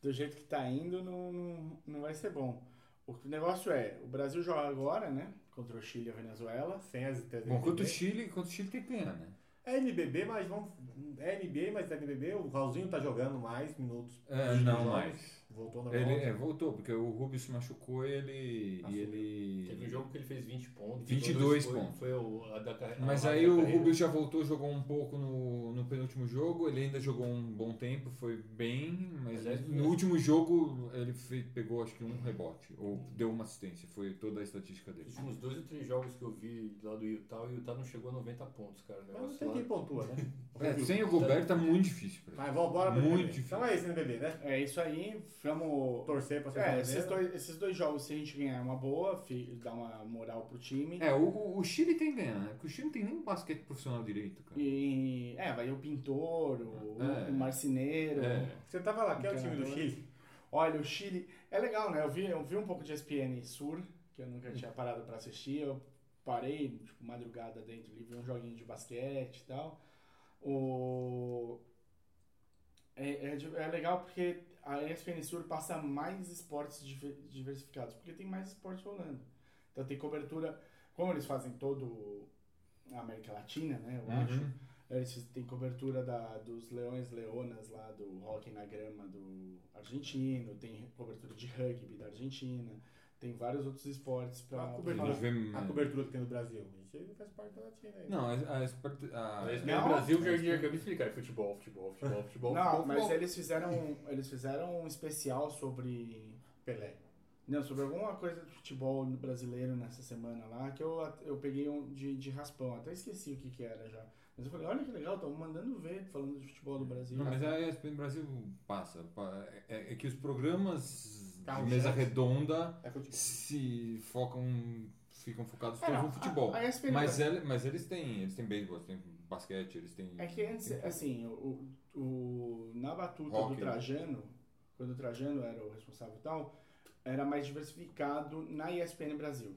A: Do jeito que tá indo, não, não, não vai ser bom. O negócio é, o Brasil joga agora, né? Contra o Chile e a Venezuela.
B: Sem as três
D: Bom, quanto o
B: NBB.
D: Chile, quanto o Chile tem que ganhar, né?
B: É NBB, mas vamos. É NBB, mas é NBB, o Raulzinho tá jogando mais minutos.
D: É,
B: de
D: não
B: jogos.
D: mais.
B: Voltou ao normal. né?
D: Ele é, voltou, porque o Rubio se machucou e ele. E
C: Assumiu. Teve um
D: ele...
C: jogo que ele fez 20 pontos.
D: 22
C: foi,
D: pontos.
C: Foi o, a da carreira.
D: Mas aí o Rubio já voltou, jogou um pouco no, no penúltimo jogo, ele ainda jogou um bom tempo, foi bem, mas
C: Aliás, é.
D: no
C: foi-
D: último jogo ele fe- pegou acho que um rebote, ou deu uma assistência, foi toda a estatística
C: Os
D: dele.
C: últimos dois ou três jogos que eu vi lá do Utah, o Utah não chegou a 90 pontos, cara. O
B: Mas não
C: negócio
B: tem
C: lá-
B: quem pontua, né?
D: É, sem o Gobert tá muito difícil
C: Ah,
D: pra ele.
B: Mas vamos bora pro
D: Muito
B: NBB.
D: difícil.
B: Então é isso, NBB, né?
A: É isso aí, vamos.
B: Torcer pra ser
A: É,
B: brasileiro.
A: esses dois, esses dois jogos, se a gente ganhar é uma boa, fi- dá uma moral pro time.
D: É, o, o Chile tem que ganhar, né? Porque o Chile não tem nem basquete profissional direito, cara.
A: E é, vai o pintor, o,
D: É.
A: o marceneiro.
D: É.
B: Você tava lá, que é o time do
A: Encanador.
B: Chile?
A: Olha, o Chile é legal, né? Eu vi, eu vi um pouco de ESPN Sur, que eu nunca tinha parado pra assistir. Eu parei, tipo, madrugada dentro ali, vi um joguinho de basquete e tal. O... É, é, de- é legal porque a ESPN Sur passa mais esportes diver- diversificados, porque tem mais esporte rolando. Então tem cobertura, como eles fazem todo a América Latina, né? Eu acho.
D: Uhum.
A: Eles têm cobertura da, dos leões leonas lá do hockey na grama do argentino, tem cobertura de rugby da Argentina, tem vários outros esportes
B: A
A: pra.
B: cobertura-
D: A gente vê-
B: A cobertura que tem no Brasil. A gente não faz parte da Latina aí.
D: É. Não, a, a, esport-
B: Ah,
D: a-
B: é
C: Mas
A: Não.
C: no Brasil, o Jardim acabou de explicar. é Futebol, futebol, futebol, futebol.
A: Não,
C: futebol,
A: mas
B: é
C: futebol.
A: eles fizeram, eles fizeram um especial sobre.
B: Pelé.
A: Não, sobre alguma coisa de futebol brasileiro nessa semana lá, que eu, eu peguei um de, de raspão, até esqueci o que, que era já. Mas eu falei, olha que legal, estão mandando ver falando de futebol do Brasil.
D: É. Não, mas a ESPN Brasil passa. pa- É, é que os programas
B: Carro
D: de mesa
B: Jets.
D: redonda
B: É futebol.
D: se focam, ficam focados
A: É,
D: todos
A: não,
D: no um futebol.
A: a- a ESPN
D: mas, ele- mas eles têm, eles têm beisebol, eles têm basquete, eles têm.
A: É que antes,
D: têm tudo.
A: assim, o, o, na batuta
D: Rock,
A: do
D: né?
A: Trajano, quando o Trajano era o responsável e tal, era mais diversificado na ESPN Brasil.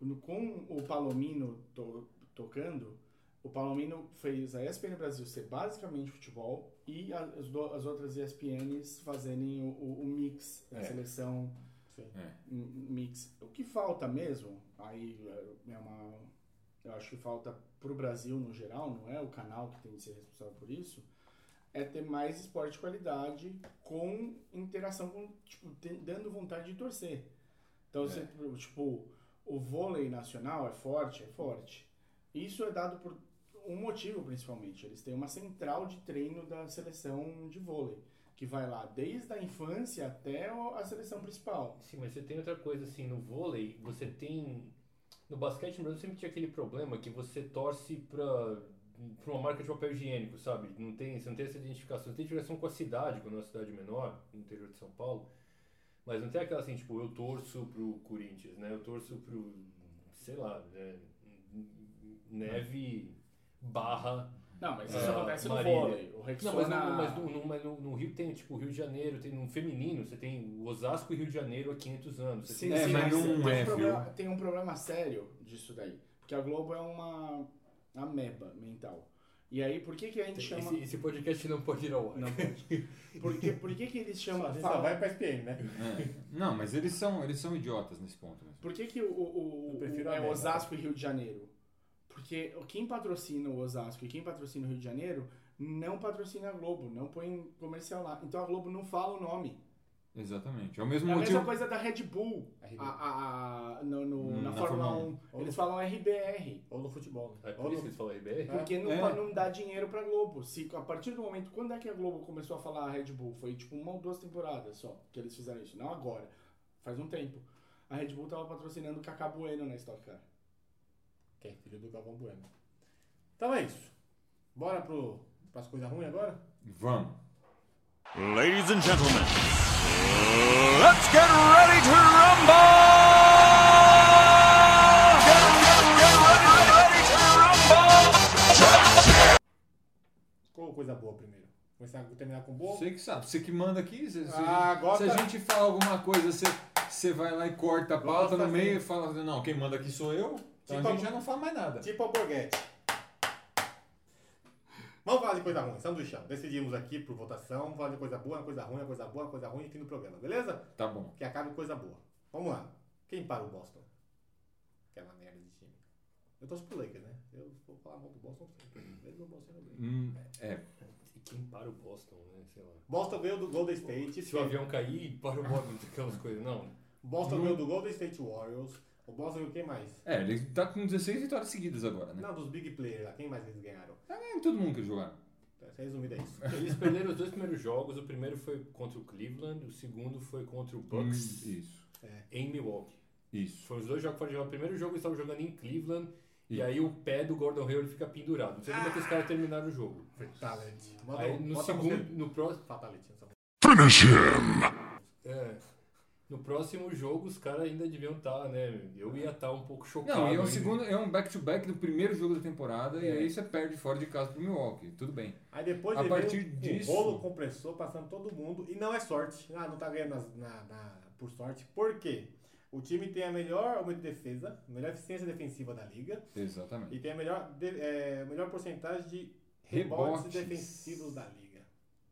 A: No- Com o Palomino to- tocando, o Palomino fez a ESPN Brasil ser basicamente futebol e a- as, do- as outras ESPNs fazerem o, o- o mix, a
D: É.
A: seleção
B: Sim.
A: m- mix. O que falta mesmo, aí é é uma. Eu acho que falta pro Brasil no geral, não é o canal que tem que ser responsável por isso, é ter mais esporte de qualidade com interação, com, tipo, te- dando vontade de torcer. Então, você, tipo, o vôlei nacional é forte, é forte. Isso é dado por um motivo, principalmente. Eles têm uma central de treino da seleção de vôlei, que vai lá desde a infância até o- a seleção principal.
C: Sim, mas você tem outra coisa, assim, no vôlei, você tem... No basquete, no Brasil, sempre tinha aquele problema que você torce pra, pra uma marca de papel higiênico, sabe? Não tem, você não tem essa identificação. Você tem identificação com a cidade, quando é uma cidade menor, no interior de São Paulo. Mas não tem aquela assim, tipo, eu torço pro Corinthians, né? Eu torço pro, sei lá, né? Neve barra...
A: Não, mas
C: É,
A: isso acontece
C: Marília.
A: no vôlei. O
C: Não,
A: Rexona...
C: mas, no, mas no- no- mas no- no Rio tem, tipo, o Rio de Janeiro, tem no feminino, você tem o Osasco e Rio de Janeiro há 500 anos. Você
A: Sim,
D: É,
A: sim,
D: mas não
A: tem,
D: é,
A: um problema, tem um problema sério disso daí. Porque a Globo é uma ameba mental. E aí, por que que a gente
C: Esse,
A: chama...
C: esse podcast não pode ir ao ar.
A: Não pode. Por que, por que que eles
B: Só,
A: chamam...
B: a gente só
A: fala-
B: vai pra SPN, né?
D: É. Não, mas eles são, eles são idiotas nesse ponto. Mesmo.
A: Por que que o, o,
B: Eu
A: o,
B: prefiro
A: o-
B: a
A: é
B: ameba.
A: Osasco e Rio de Janeiro? Porque quem patrocina o Osasco e quem patrocina o Rio de Janeiro não patrocina a Globo, não põe comercial lá. Então a Globo não fala o nome.
D: Exatamente. É o
A: É
D: mesmo
A: a
D: motivo.
A: mesma coisa da Red Bull.
B: RB.
A: A-
C: Ah,
A: a- a- no- no-
D: Hum,
A: na,
D: na
A: Fórmula
D: Fórmula
A: 1. Eles falam RBR.
B: Ou no futebol, né?
C: É
B: Ou
C: por isso que
B: no...
C: eles falam RBR?
A: Porque não,
D: É.
A: não dá dinheiro pra Globo. Se, a partir do momento. Quando é que a Globo começou a falar a Red Bull? Foi tipo uma ou duas temporadas só que eles fizeram isso. Não agora. Faz um tempo. A Red Bull tava patrocinando o Cacá Bueno na Stock Car.
B: Que é filho do Galvão Bueno. Então é isso. Bora pro... pras coisas ruins agora?
D: Vamos.
I: Ladies and gentlemen, let's get ready to rumble! Get, get, get ready, ready to rumble!
B: Qual coisa boa primeiro? Começar, terminar com boa?
D: Você que sabe, você que manda aqui. Você, você-
B: Ah, agora
D: se a
B: tá.
D: gente fala alguma coisa, você, você vai lá e corta a pauta
B: Gosta
D: no meio
B: sim.
D: e fala: Não, quem manda aqui sou eu. Então
B: Tipo
D: a gente
B: a-
D: já não fala mais nada.
B: Tipo a Borghetti. Vamos falar de coisa ruim, sanduichão. Decidimos aqui por votação, vamos falar de coisa boa, coisa ruim, coisa boa, coisa ruim, e fim do programa, beleza?
D: Tá bom.
B: Que acabe coisa boa. Vamos lá. Quem para o Boston? Aquela merda de time. Eu torço pro Lakers, né? Eu vou falar mal do Boston sempre. Mesmo o Boston não ganha.
D: Hum, é,
C: Quem para o Boston, né? Sei lá.
B: Boston ganhou do Golden State.
C: Se o avião cair, para o Boston, aquelas coisas. Não.
B: Boston ganhou do Golden State Warriors. O Boston ganhou quem mais?
D: É, ele tá com 16 vitórias seguidas agora, né?
B: Não, dos big players lá. Quem mais eles ganharam?
D: É, todo mundo que jogaram.
B: Tá, Resumido é isso.
C: Eles perderam os dois primeiros jogos. O primeiro foi contra o Cleveland, o segundo foi contra o Bucks
D: Hum, Isso.
C: em Milwaukee.
D: Isso.
C: Foram os dois jogos fora de jogo. O primeiro jogo eles estavam jogando em Cleveland e aí o pé do Gordon Hayward fica pendurado. Não sei como é que os caras terminaram o jogo.
B: Fatality. Bota-
C: Aí no
B: bota a
C: segundo,
B: música.
C: no próximo,
B: Fatality. essa música.
C: É. No próximo jogo, os caras ainda deviam estar, né? Eu ia estar um pouco chocado.
D: Não, e é um
C: ainda.
D: segundo, é um back-to-back do primeiro jogo da temporada e aí você perde fora de casa pro Milwaukee. Tudo bem.
B: Aí depois
D: A
B: ele veio
D: partir
B: um
D: disso-
B: rolo compressor passando todo mundo. E não é sorte. Ah, não tá ganhando nas- na, na- por sorte. Por quê? O time tem a melhor aumento de defesa, a melhor eficiência defensiva da liga
D: Exatamente.
B: e tem a melhor, de- é, melhor porcentagem de rebotes,
D: Rebotes.
B: defensivos da liga.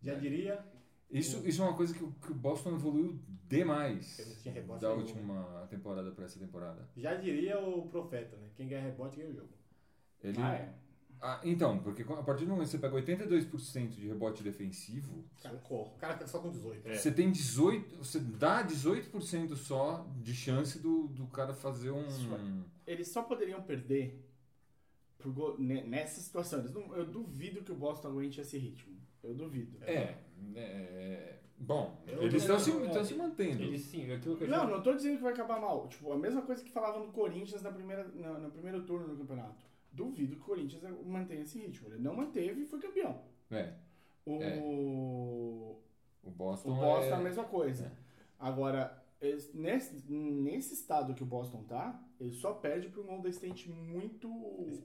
B: Já diria,
D: Isso, isso é uma coisa que, o- que o Boston evoluiu demais
B: Eu não tinha rebote
D: da
B: nenhum,
D: última temporada pra essa temporada.
B: já diria o profeta, né? Quem ganha rebote ganha o jogo.
D: Ele,
A: Ah, é.
D: Ah, então, porque a partir do momento que você pega 82% de rebote defensivo,
B: O cara fica só com 18.
C: É.
D: você tem 18, você dá 18% só de chance do, do cara fazer um
A: Eles só poderiam perder pro Go- ne- nessa situação. Eles não- eu duvido que o Boston aguente esse ritmo. Eu duvido.
D: é, é, bom,
B: Eu
D: eles
B: não-
D: estão se,
C: é,
D: estão se mantendo.
C: Eles sim, é aquilo que a gente.
A: Não, não tô dizendo que vai acabar mal. Tipo, a mesma coisa que falavam do Corinthians na primeira, na, no primeiro turno do campeonato. Duvido que o Corinthians mantenha esse ritmo. Ele não manteve e foi campeão.
D: É,
A: O,
D: É.
A: o
D: o Boston,
A: Boston é...
D: é,
A: a mesma coisa. Agora, eles- nesse, nesse estado que o Boston tá, ele só perde pro Golden State muito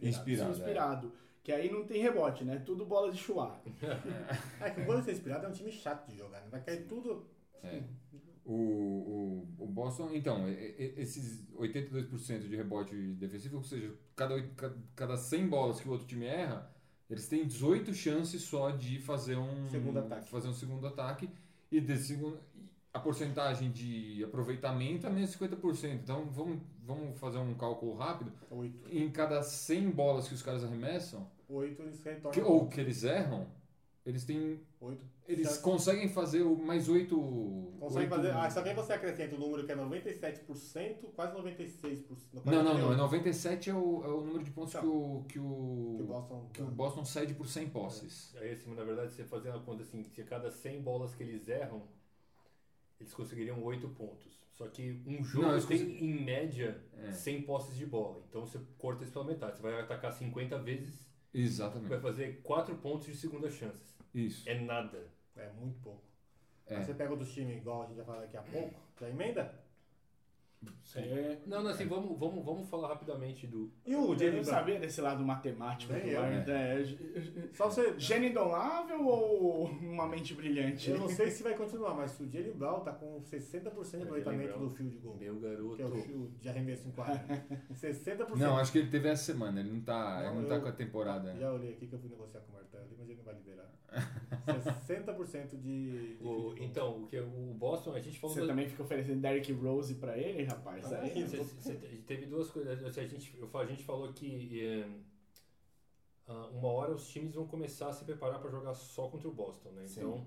D: Inspirado,
A: inspirado. Que aí não tem rebote, né? Tudo bola de chuá.
B: É que o Golden State Inspirado é um time chato de jogar, né? Vai cair tudo.
D: O, o, o Boston, então, e- e- esses 82% de rebote defensivo, ou seja, cada, oito- ca- cada 100 bolas que o outro time erra, eles têm 18 chances só de fazer um
B: Segundo ataque.
D: Fazer um segundo ataque e desse segundo, e a porcentagem de aproveitamento é menos 50%. Então, vamos, vamos fazer um cálculo rápido.
B: 8.
D: Em cada 100 bolas que os caras arremessam,
B: 8 eles
D: que-
B: retornam.
D: ou que eles erram, eles têm
B: Oito.
D: eles
B: Certo.
D: conseguem fazer o mais 8
B: Consegue fazer. Ah, só que aí você acrescenta o número que é 97%, quase 96%. quase
D: Não, não,
B: 98%.
D: não. é 97 é o, é o número de pontos
B: Tá.
D: que o, que
B: Que o
D: o,
B: Boston.
D: que o Boston cede por 100 posses.
C: Aí, assim, na verdade, você fazendo a conta assim, se a cada 100 bolas que eles erram, eles conseguiriam 8 pontos. Só que um jogo
D: Não, eles
C: tem,
D: consegui-
C: em média, 100 posses de bola. Então você corta isso pela metade. Você vai atacar 50 vezes, vai
D: É. Exatamente.
C: fazer 4 pontos de segunda chances.
D: Isso.
C: É nada.
B: É muito pouco.
D: É.
B: Aí Você pega o do time igual a gente vai falar daqui a pouco, já emenda?
A: É,
C: Não, não, assim, vamos, vamos, vamos falar rapidamente do.
B: E o
A: eu
B: Jalen
A: não
B: Brown?
A: sabia desse lado matemático
B: Nem
A: do
B: eu,
A: Barnes, é,
B: Só você.
A: Gênio indomável ou uma mente brilhante?
B: Eu não sei se vai continuar, mas o Jalen Brown tá com 60% de aproveitamento
C: Brown.
B: do field goal.
C: Meu
B: Que é o
C: garoto.
B: chute de arremesso em quadra. 60%.
D: É. Não, acho que ele teve essa semana. Ele não tá,
B: Não,
D: ele não tá
B: eu-
D: com a temporada.
B: Já olhei aqui que eu fui negociar com o Martão ali, mas ele não vai liberar. 60% de. de
C: O-
B: field goal.
C: então, o que o Boston, a gente falou
A: Você
C: da-
A: também fica oferecendo Derrick Rose pra ele, rapaz?
B: Tá
A: Aí,
B: bom.
C: Cê- cê- te- teve duas coisas. Assim, A gente, eu falo- a gente falou que eh, ah, uma hora os times vão começar a se preparar para jogar só contra o Boston, né? Então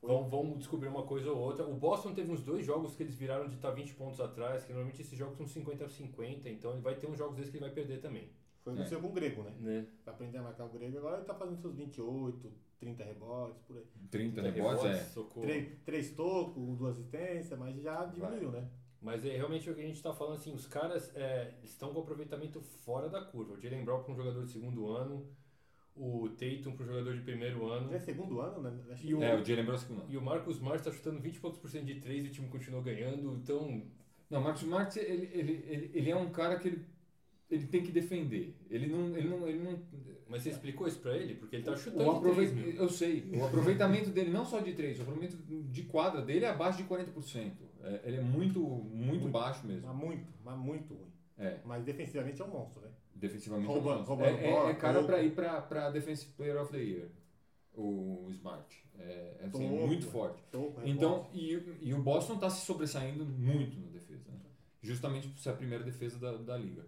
C: vão, vão descobrir uma coisa ou outra. O Boston teve uns dois jogos que eles viraram de estar 20 pontos atrás, que normalmente esses jogos são 50 a 50, então ele vai ter uns jogos desses que ele vai perder também,
B: Foi o que aconteceu com o Grego, né?
C: né?
B: Pra aprender a marcar o Grego, agora ele tá fazendo seus 28, 30 rebotes, por aí.
D: 30 rebotes, é.
C: socorro.
B: Três, três tocos, duas assistências, mas já diminuiu, né?
C: Mas é realmente o que a gente está falando, assim, os caras é, estão com aproveitamento fora da curva. O Jalen Brown para um jogador de segundo ano, o Tatum para um jogador de primeiro ano.
B: Já é segundo ano, né? Acho
C: E o-
D: É, o Jalen Brown segundo.
C: E o Marcos Smart está chutando 20 e poucos por cento de 3 e o time continuou ganhando, então.
D: Não, o Marcos Smart, ele, ele, ele, ele é um cara que ele, ele tem que defender. Ele não. Ele não, ele não
C: Mas você
A: É.
C: explicou isso pra ele? Porque ele
A: Um
C: tá
D: o
C: chutando de
D: aprove...
C: 3, meu.
D: Eu sei. O aproveitamento dele, não só de 3, o aproveitamento de quadra dele é abaixo de 40%. É, ele é muito, muito baixo mesmo.
B: mas muito, mas muito ruim.
D: É.
B: Mas defensivamente é um monstro, né?
D: Defensivamente
B: Rouba-
D: é um monstro.
B: rouba
D: é, é-
B: bola,
D: é cara
B: rouba.
D: pra ir pra, pra Defensive Player of the Year, o Smart. É, é, assim,
B: Toco,
D: muito forte.
B: Toco, rebote.
D: Então, e, e o Boston tá se sobressaindo muito na defesa, né? justamente por ser a primeira defesa da, da liga.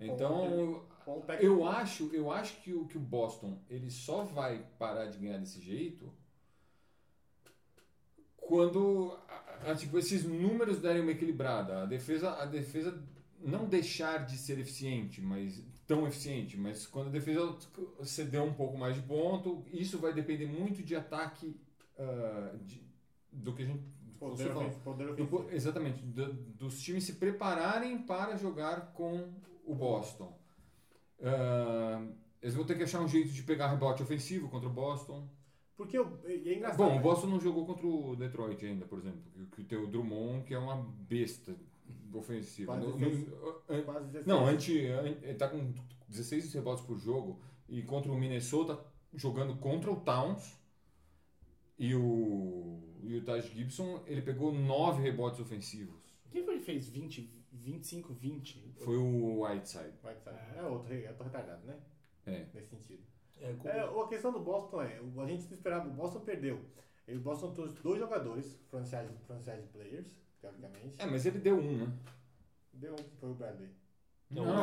D: Então,
B: Com o técnico.
D: Eu acho, eu acho que o, que o Boston ele só vai parar de ganhar desse jeito quando a- a- tipo, esses números derem uma equilibrada. A defesa, a defesa não deixar de ser eficiente, mas tão eficiente, mas quando a defesa ceder um pouco mais de ponto, isso vai depender muito de ataque ah, de- do que a gente do que você
B: Poder,
D: falou.
B: ofen- poder
D: Do po-
B: ofensivo.
D: exatamente, do- dos times se prepararem para jogar com o Boston. Ah, eles vão ter que achar um jeito de pegar rebote ofensivo contra o Boston.
B: Porque eu, e é engraçado.
D: Bom, o
B: né?
D: Boston não jogou contra o Detroit ainda, por exemplo. Que, que tem o Drummond, que é uma besta ofensiva.
B: Quase
D: No-
B: dezesseis.
D: no- an-
B: Quase 16.
D: não, anti, an- ele tá com 16 rebotes por jogo e contra o Minnesota jogando contra o Towns e o, e o Taj Gibson, ele pegou 9 rebotes ofensivos.
A: Quem foi que fez 20, 25, 20?
D: Foi o Whiteside.
B: Vai que sai. É outro, eu tô retardado, né?
D: É.
B: Nesse sentido.
C: É, como-
B: É, a questão do Boston é, o- a gente esperava, o Boston perdeu. E o Boston trouxe dois jogadores, franchise, franchise players, teoricamente.
D: É, mas ele deu um, né?
B: Deu um que foi o Bradley.
A: um
C: Não, é um-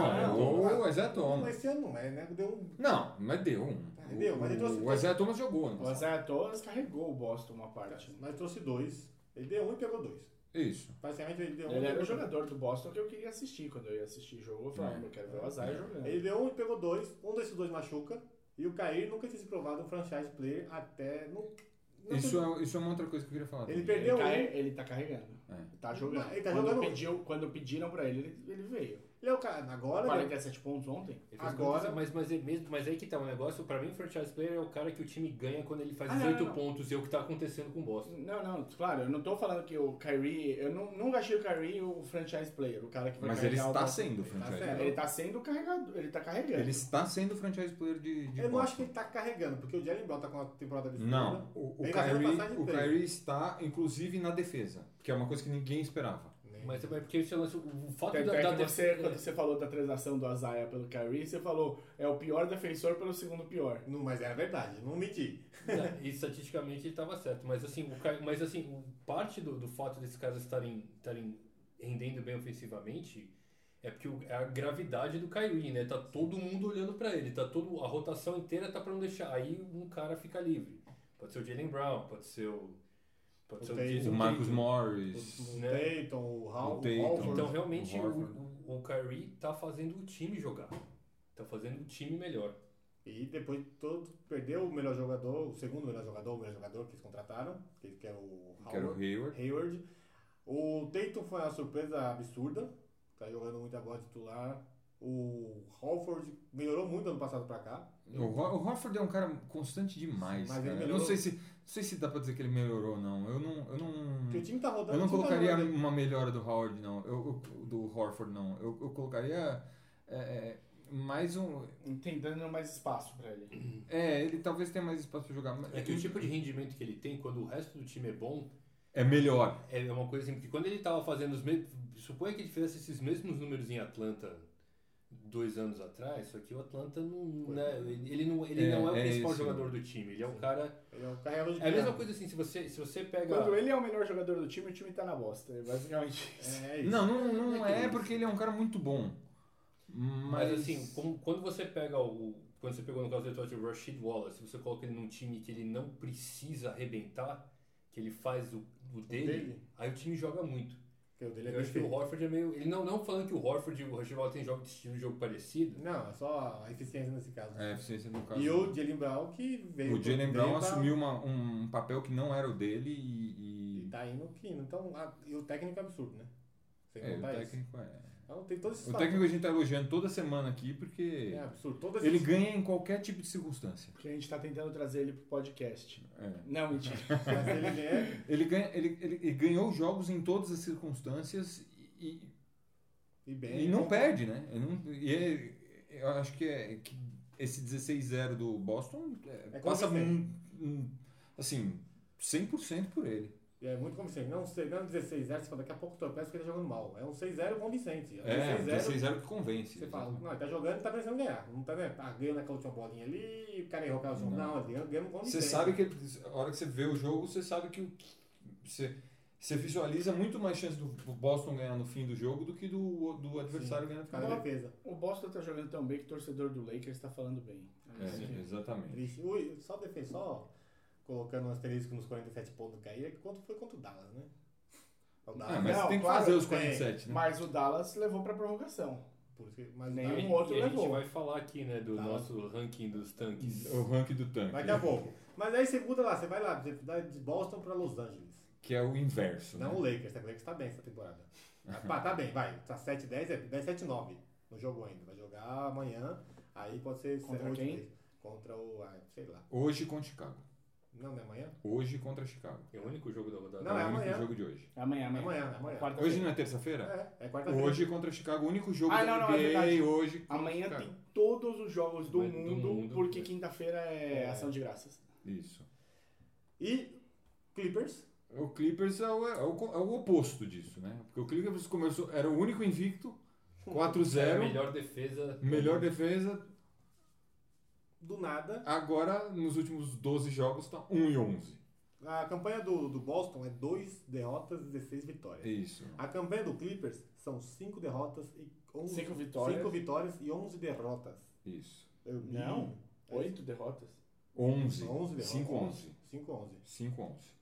D: não, é
B: não.
D: o Isaiah Thomas.
B: Mas esse ano não é, né? Deu um.
D: Não, mas deu um.
B: Ah, deu, mas ele trouxe-
D: o Isaiah Thomas jogou,
A: O
D: né?
A: Isaiah Thomas carregou o Boston uma parte. né?
B: Mas trouxe dois. Ele deu um e pegou dois.
D: Isso.
B: Basicamente ele deu um.
A: Ele
B: e
A: era o
B: pegou
A: jogador do Boston que eu queria assistir quando eu ia assistir jogo. Eu falava, "Ah, eu quero ver o Isaiah jogando.
B: dois. É. Ele deu um e pegou dois. Um desses dois machuca. E o Cair nunca tinha se provado um franchise player até. No, não
D: Isso é, isso é uma outra coisa que eu queria falar.
B: Ele
D: também.
A: Ele,
B: perdeu um.
A: carre- ele tá carregando.
D: É.
A: Tá jogando.
B: Mas ele tá
A: quando,
B: jogando.
A: pediu- quando pediram pra ele, ele, ele veio.
B: Ele é o cara. Agora. ele-
A: 47 pontos ontem.
C: Ele fez
B: Agora-
C: coisa, mas, mas, é mesmo, mas aí que tá o negócio. Pra mim, o franchise player é o cara que o time ganha quando ele faz
A: Ah, não,
C: 18
A: não, não.
C: pontos. E é o que tá acontecendo com o Boston.
A: Não, não, claro, eu não tô falando que o Kyrie. Eu nu- nunca achei o Kyrie o franchise player, o cara que vai
D: Mas ele
A: carregar o
D: está
A: Boston.
D: sendo
B: Tá
D: franchise
B: certo.
D: player.
A: Ele tá sendo carregado, ele tá carregando.
D: Ele está sendo franchise player de, de
B: Eu não
D: Boston.
B: acho que ele tá carregando, porque o Jalen Brown tá com uma temporada absurda.
D: Não, o, o,
B: Ele tá sendo
D: Kyrie,
B: passagem
D: o
B: dele.
D: Kyrie está, inclusive, na defesa, que é uma coisa que ninguém esperava.
B: Né?
C: Mas é porque esse lance, o fato
A: Tanto
C: da,
A: é
C: da
A: que
C: def-
A: você, quando você falou da transação do Azaia pelo Kyrie, você falou é o pior defensor pelo segundo pior.
B: Não, mas é a verdade, não menti.
C: Não, e estatisticamente ele estava certo. Mas assim, o, Ca- mas, assim o- parte do, do fato desses caras estarem, estarem rendendo bem ofensivamente é porque o- é a gravidade do Kyrie, né? Tá todo mundo olhando para ele, tá todo, a rotação inteira tá para não deixar. Aí um cara fica livre. Pode ser o Jalen Brown, pode ser o. Pode
B: O
C: ser o
B: Tatum.
C: Jason
D: O Marcus
C: Tatum,
D: Morris.
B: O
C: né?
B: Dayton, o Hall,
D: O
B: o
D: Tatum.
B: Hall
C: Então realmente
D: O
C: o,
D: Horford.
C: o, o Kyrie tá fazendo o time jogar. Tá fazendo o time melhor.
B: E depois todo, perdeu o melhor jogador, o segundo melhor jogador, o melhor jogador que eles contrataram, que, que é o
D: Que era o
B: Howard,
D: Hayward.
B: Hayward. O Tatum foi uma surpresa absurda, tá jogando muita bola titular. O Hallford melhorou muito ano passado pra cá.
D: O, Ho- o Horford é um cara constante demais.
B: Mas ele
D: cara. Eu
B: melhorou.
D: não sei se, não sei se dá pra dizer que ele melhorou, não. Eu não. Eu não,
B: Porque o time tá rodando.
D: eu não
B: o time tá
D: colocaria
B: jogando bem.
D: uma melhora do Howard, não. Eu, eu- do Horford, não. Eu, eu colocaria. é, é, mais um.
A: Não tem dando mais espaço pra ele.
D: É, ele talvez tenha mais espaço pra jogar. mas-
C: É que o tipo de rendimento que ele tem quando o resto do time é bom,
D: É melhor.
C: É uma coisa assim, porque quando ele tava fazendo os mesmos. Suponha que ele fizesse esses mesmos números em Atlanta dois anos atrás, só que o Atlanta não.
B: Foi.
C: né, ele ele não, ele
D: É,
C: não é o
D: é
C: principal
D: isso.
C: jogador do time, ele é o cara.
B: Ele é o carregador de
C: É a mesma
B: piano.
C: coisa assim, se você, se você pega.
A: Quando ele é o melhor jogador do time, o time tá na bosta. É basicamente isso.
B: É isso.
D: Não, não, não
C: É que-
D: é porque ele é um cara muito bom.
C: Mas,
D: Mas,
C: assim, como- quando você pega o. Quando você pegou no caso do Detroit o Rashid Wallace, se você coloca ele num time que ele não precisa arrebentar, que ele faz o, o dele,
B: dele?
C: aí o time joga muito.
B: Porque o dele é
C: Eu acho que o
B: perfeito.
C: Horford é meio. Ele não, não falando que o Horford e o Rashid Wallace tem jogo de estilo de jogo parecido.
B: Não, é só a eficiência nesse caso.
D: É, a eficiência no caso.
B: E o Jalen Brown que veio.
D: O Jalen
B: veio
D: Brown
B: pra-
D: assumiu uma- um papel que não era o dele
B: E
D: e. e-
B: tá indo que indo. Então, a- e o técnico é absurdo, né? Sem
D: É, o
B: contar isso.
D: técnico é.
B: Então tem todos esses
D: O
B: fatores.
D: técnico a gente tá elogiando toda semana aqui porque
B: É absurdo. Todos
D: ele
B: esses...
D: ganha em qualquer tipo de circunstância.
A: Porque a gente tá tentando trazer ele pro podcast.
D: É.
A: Não, mentira.
B: Mas ele ganha
D: Ele, ganha, ele, ele, ele ganhou jogos em todas as circunstâncias e,
B: e bem.
D: e não
B: Então,
D: perde, né? E, não- e é- eu acho que, é, que esse 16-0 do Boston é,
B: É
D: passa
B: convincente.
D: um- um- assim 100% por ele.
B: e É muito convincente. Não, sei- não é um 16-0, você fala, daqui a pouco tropeça que ele tá jogando mal. É um 6-0 convincente. É um
D: É,
B: 16-0.
D: 16-0 que convence.
B: Você fala, não, ele tá jogando e tá pensando em ganhar. Não tá, né? Tá ganhando aquela última bolinha ali, o cara errou aquela última.
D: Não.
B: Não, ele ganha, ganha um
D: Você
B: convincente.
D: sabe que ele- a hora que você vê o jogo, você sabe que o- você, Você visualiza muito mais chance do Boston ganhar no fim do jogo do que do, do adversário ganhar no
B: Cadê
D: final.
B: a é defesa?
A: O Boston tá jogando tão bem que o torcedor do Lakers tá falando bem. É isso
D: É,
A: que-
D: exatamente.
B: Triste. Ui, só defesa, só colocando um asterisco nos 47 pontos do Caíra, que quanto foi contra o Dallas, né? O Dallas. é
D: Ah, mas
A: Não,
D: tem que
A: claro,
D: fazer os
B: tem.
D: 47, né?
A: Mas o Dallas levou pra prorrogação.
B: Por isso que, mas
A: Nenhum
B: o Dallas-
A: outro.
C: e a gente
A: levou.
C: vai falar aqui, né, do
B: Tá.
C: nosso ranking dos tanques. É
D: O ranking do tanque, né?
B: Daqui a pouco. Mas aí você muda lá, você vai lá, você vai de Boston pra Los Angeles.
D: que é o inverso.
B: Não o
D: né?
B: Lakers, tá? o Lakers tá bem essa temporada. Mas, pá, tá bem, vai. Tá 7-10, é 10-7-9 no jogo ainda. Vai jogar amanhã, aí pode ser
A: Contra
B: 8-10.
A: quem?
B: Contra o. Ah, sei lá.
D: Hoje contra Chicago.
B: Não, não é amanhã?
D: Hoje contra Chicago.
C: É o único jogo da rodada.
B: Não,
D: é
B: é
D: o único
B: amanhã.
D: jogo de hoje.
A: Amanhã, É Tá amanhã.
B: Amanhã, né? amanhã.
A: Quarta-
D: Hoje não é terça-feira?
B: É, é quarta-feira.
D: Hoje contra Chicago, o único jogo
A: Ah,
D: da
A: não, não, é
D: NBA
A: verdade.
D: hoje. contra
A: Amanhã
D: Chicago.
A: tem todos os jogos do,
C: Mas do
A: mundo,
C: mundo,
A: porque
C: né?
A: quinta-feira é, ação de graças.
D: Isso.
B: E Clippers.
D: O Clippers é o, é o, co- é o oposto disso, né? Porque o Clippers começou, era o único invicto, 4-0,
C: É a
D: melhor,
C: melhor defesa.
D: defesa.
B: Do nada,
D: Agora, nos últimos 12 jogos, tá 1 e 11.
B: a campanha do, do Boston é 2 derrotas e 16 vitórias.
D: Isso.
B: A campanha do Clippers são 5 derrotas e 11
A: Cinco vitórias.
B: cinco vitórias e 11 derrotas.
D: Isso.
B: Eu,
A: Não.
B: É
A: Oito derrotas.
D: 11.
B: 11 derrotas.
D: 5-11.
B: 5-11.
D: 5-11.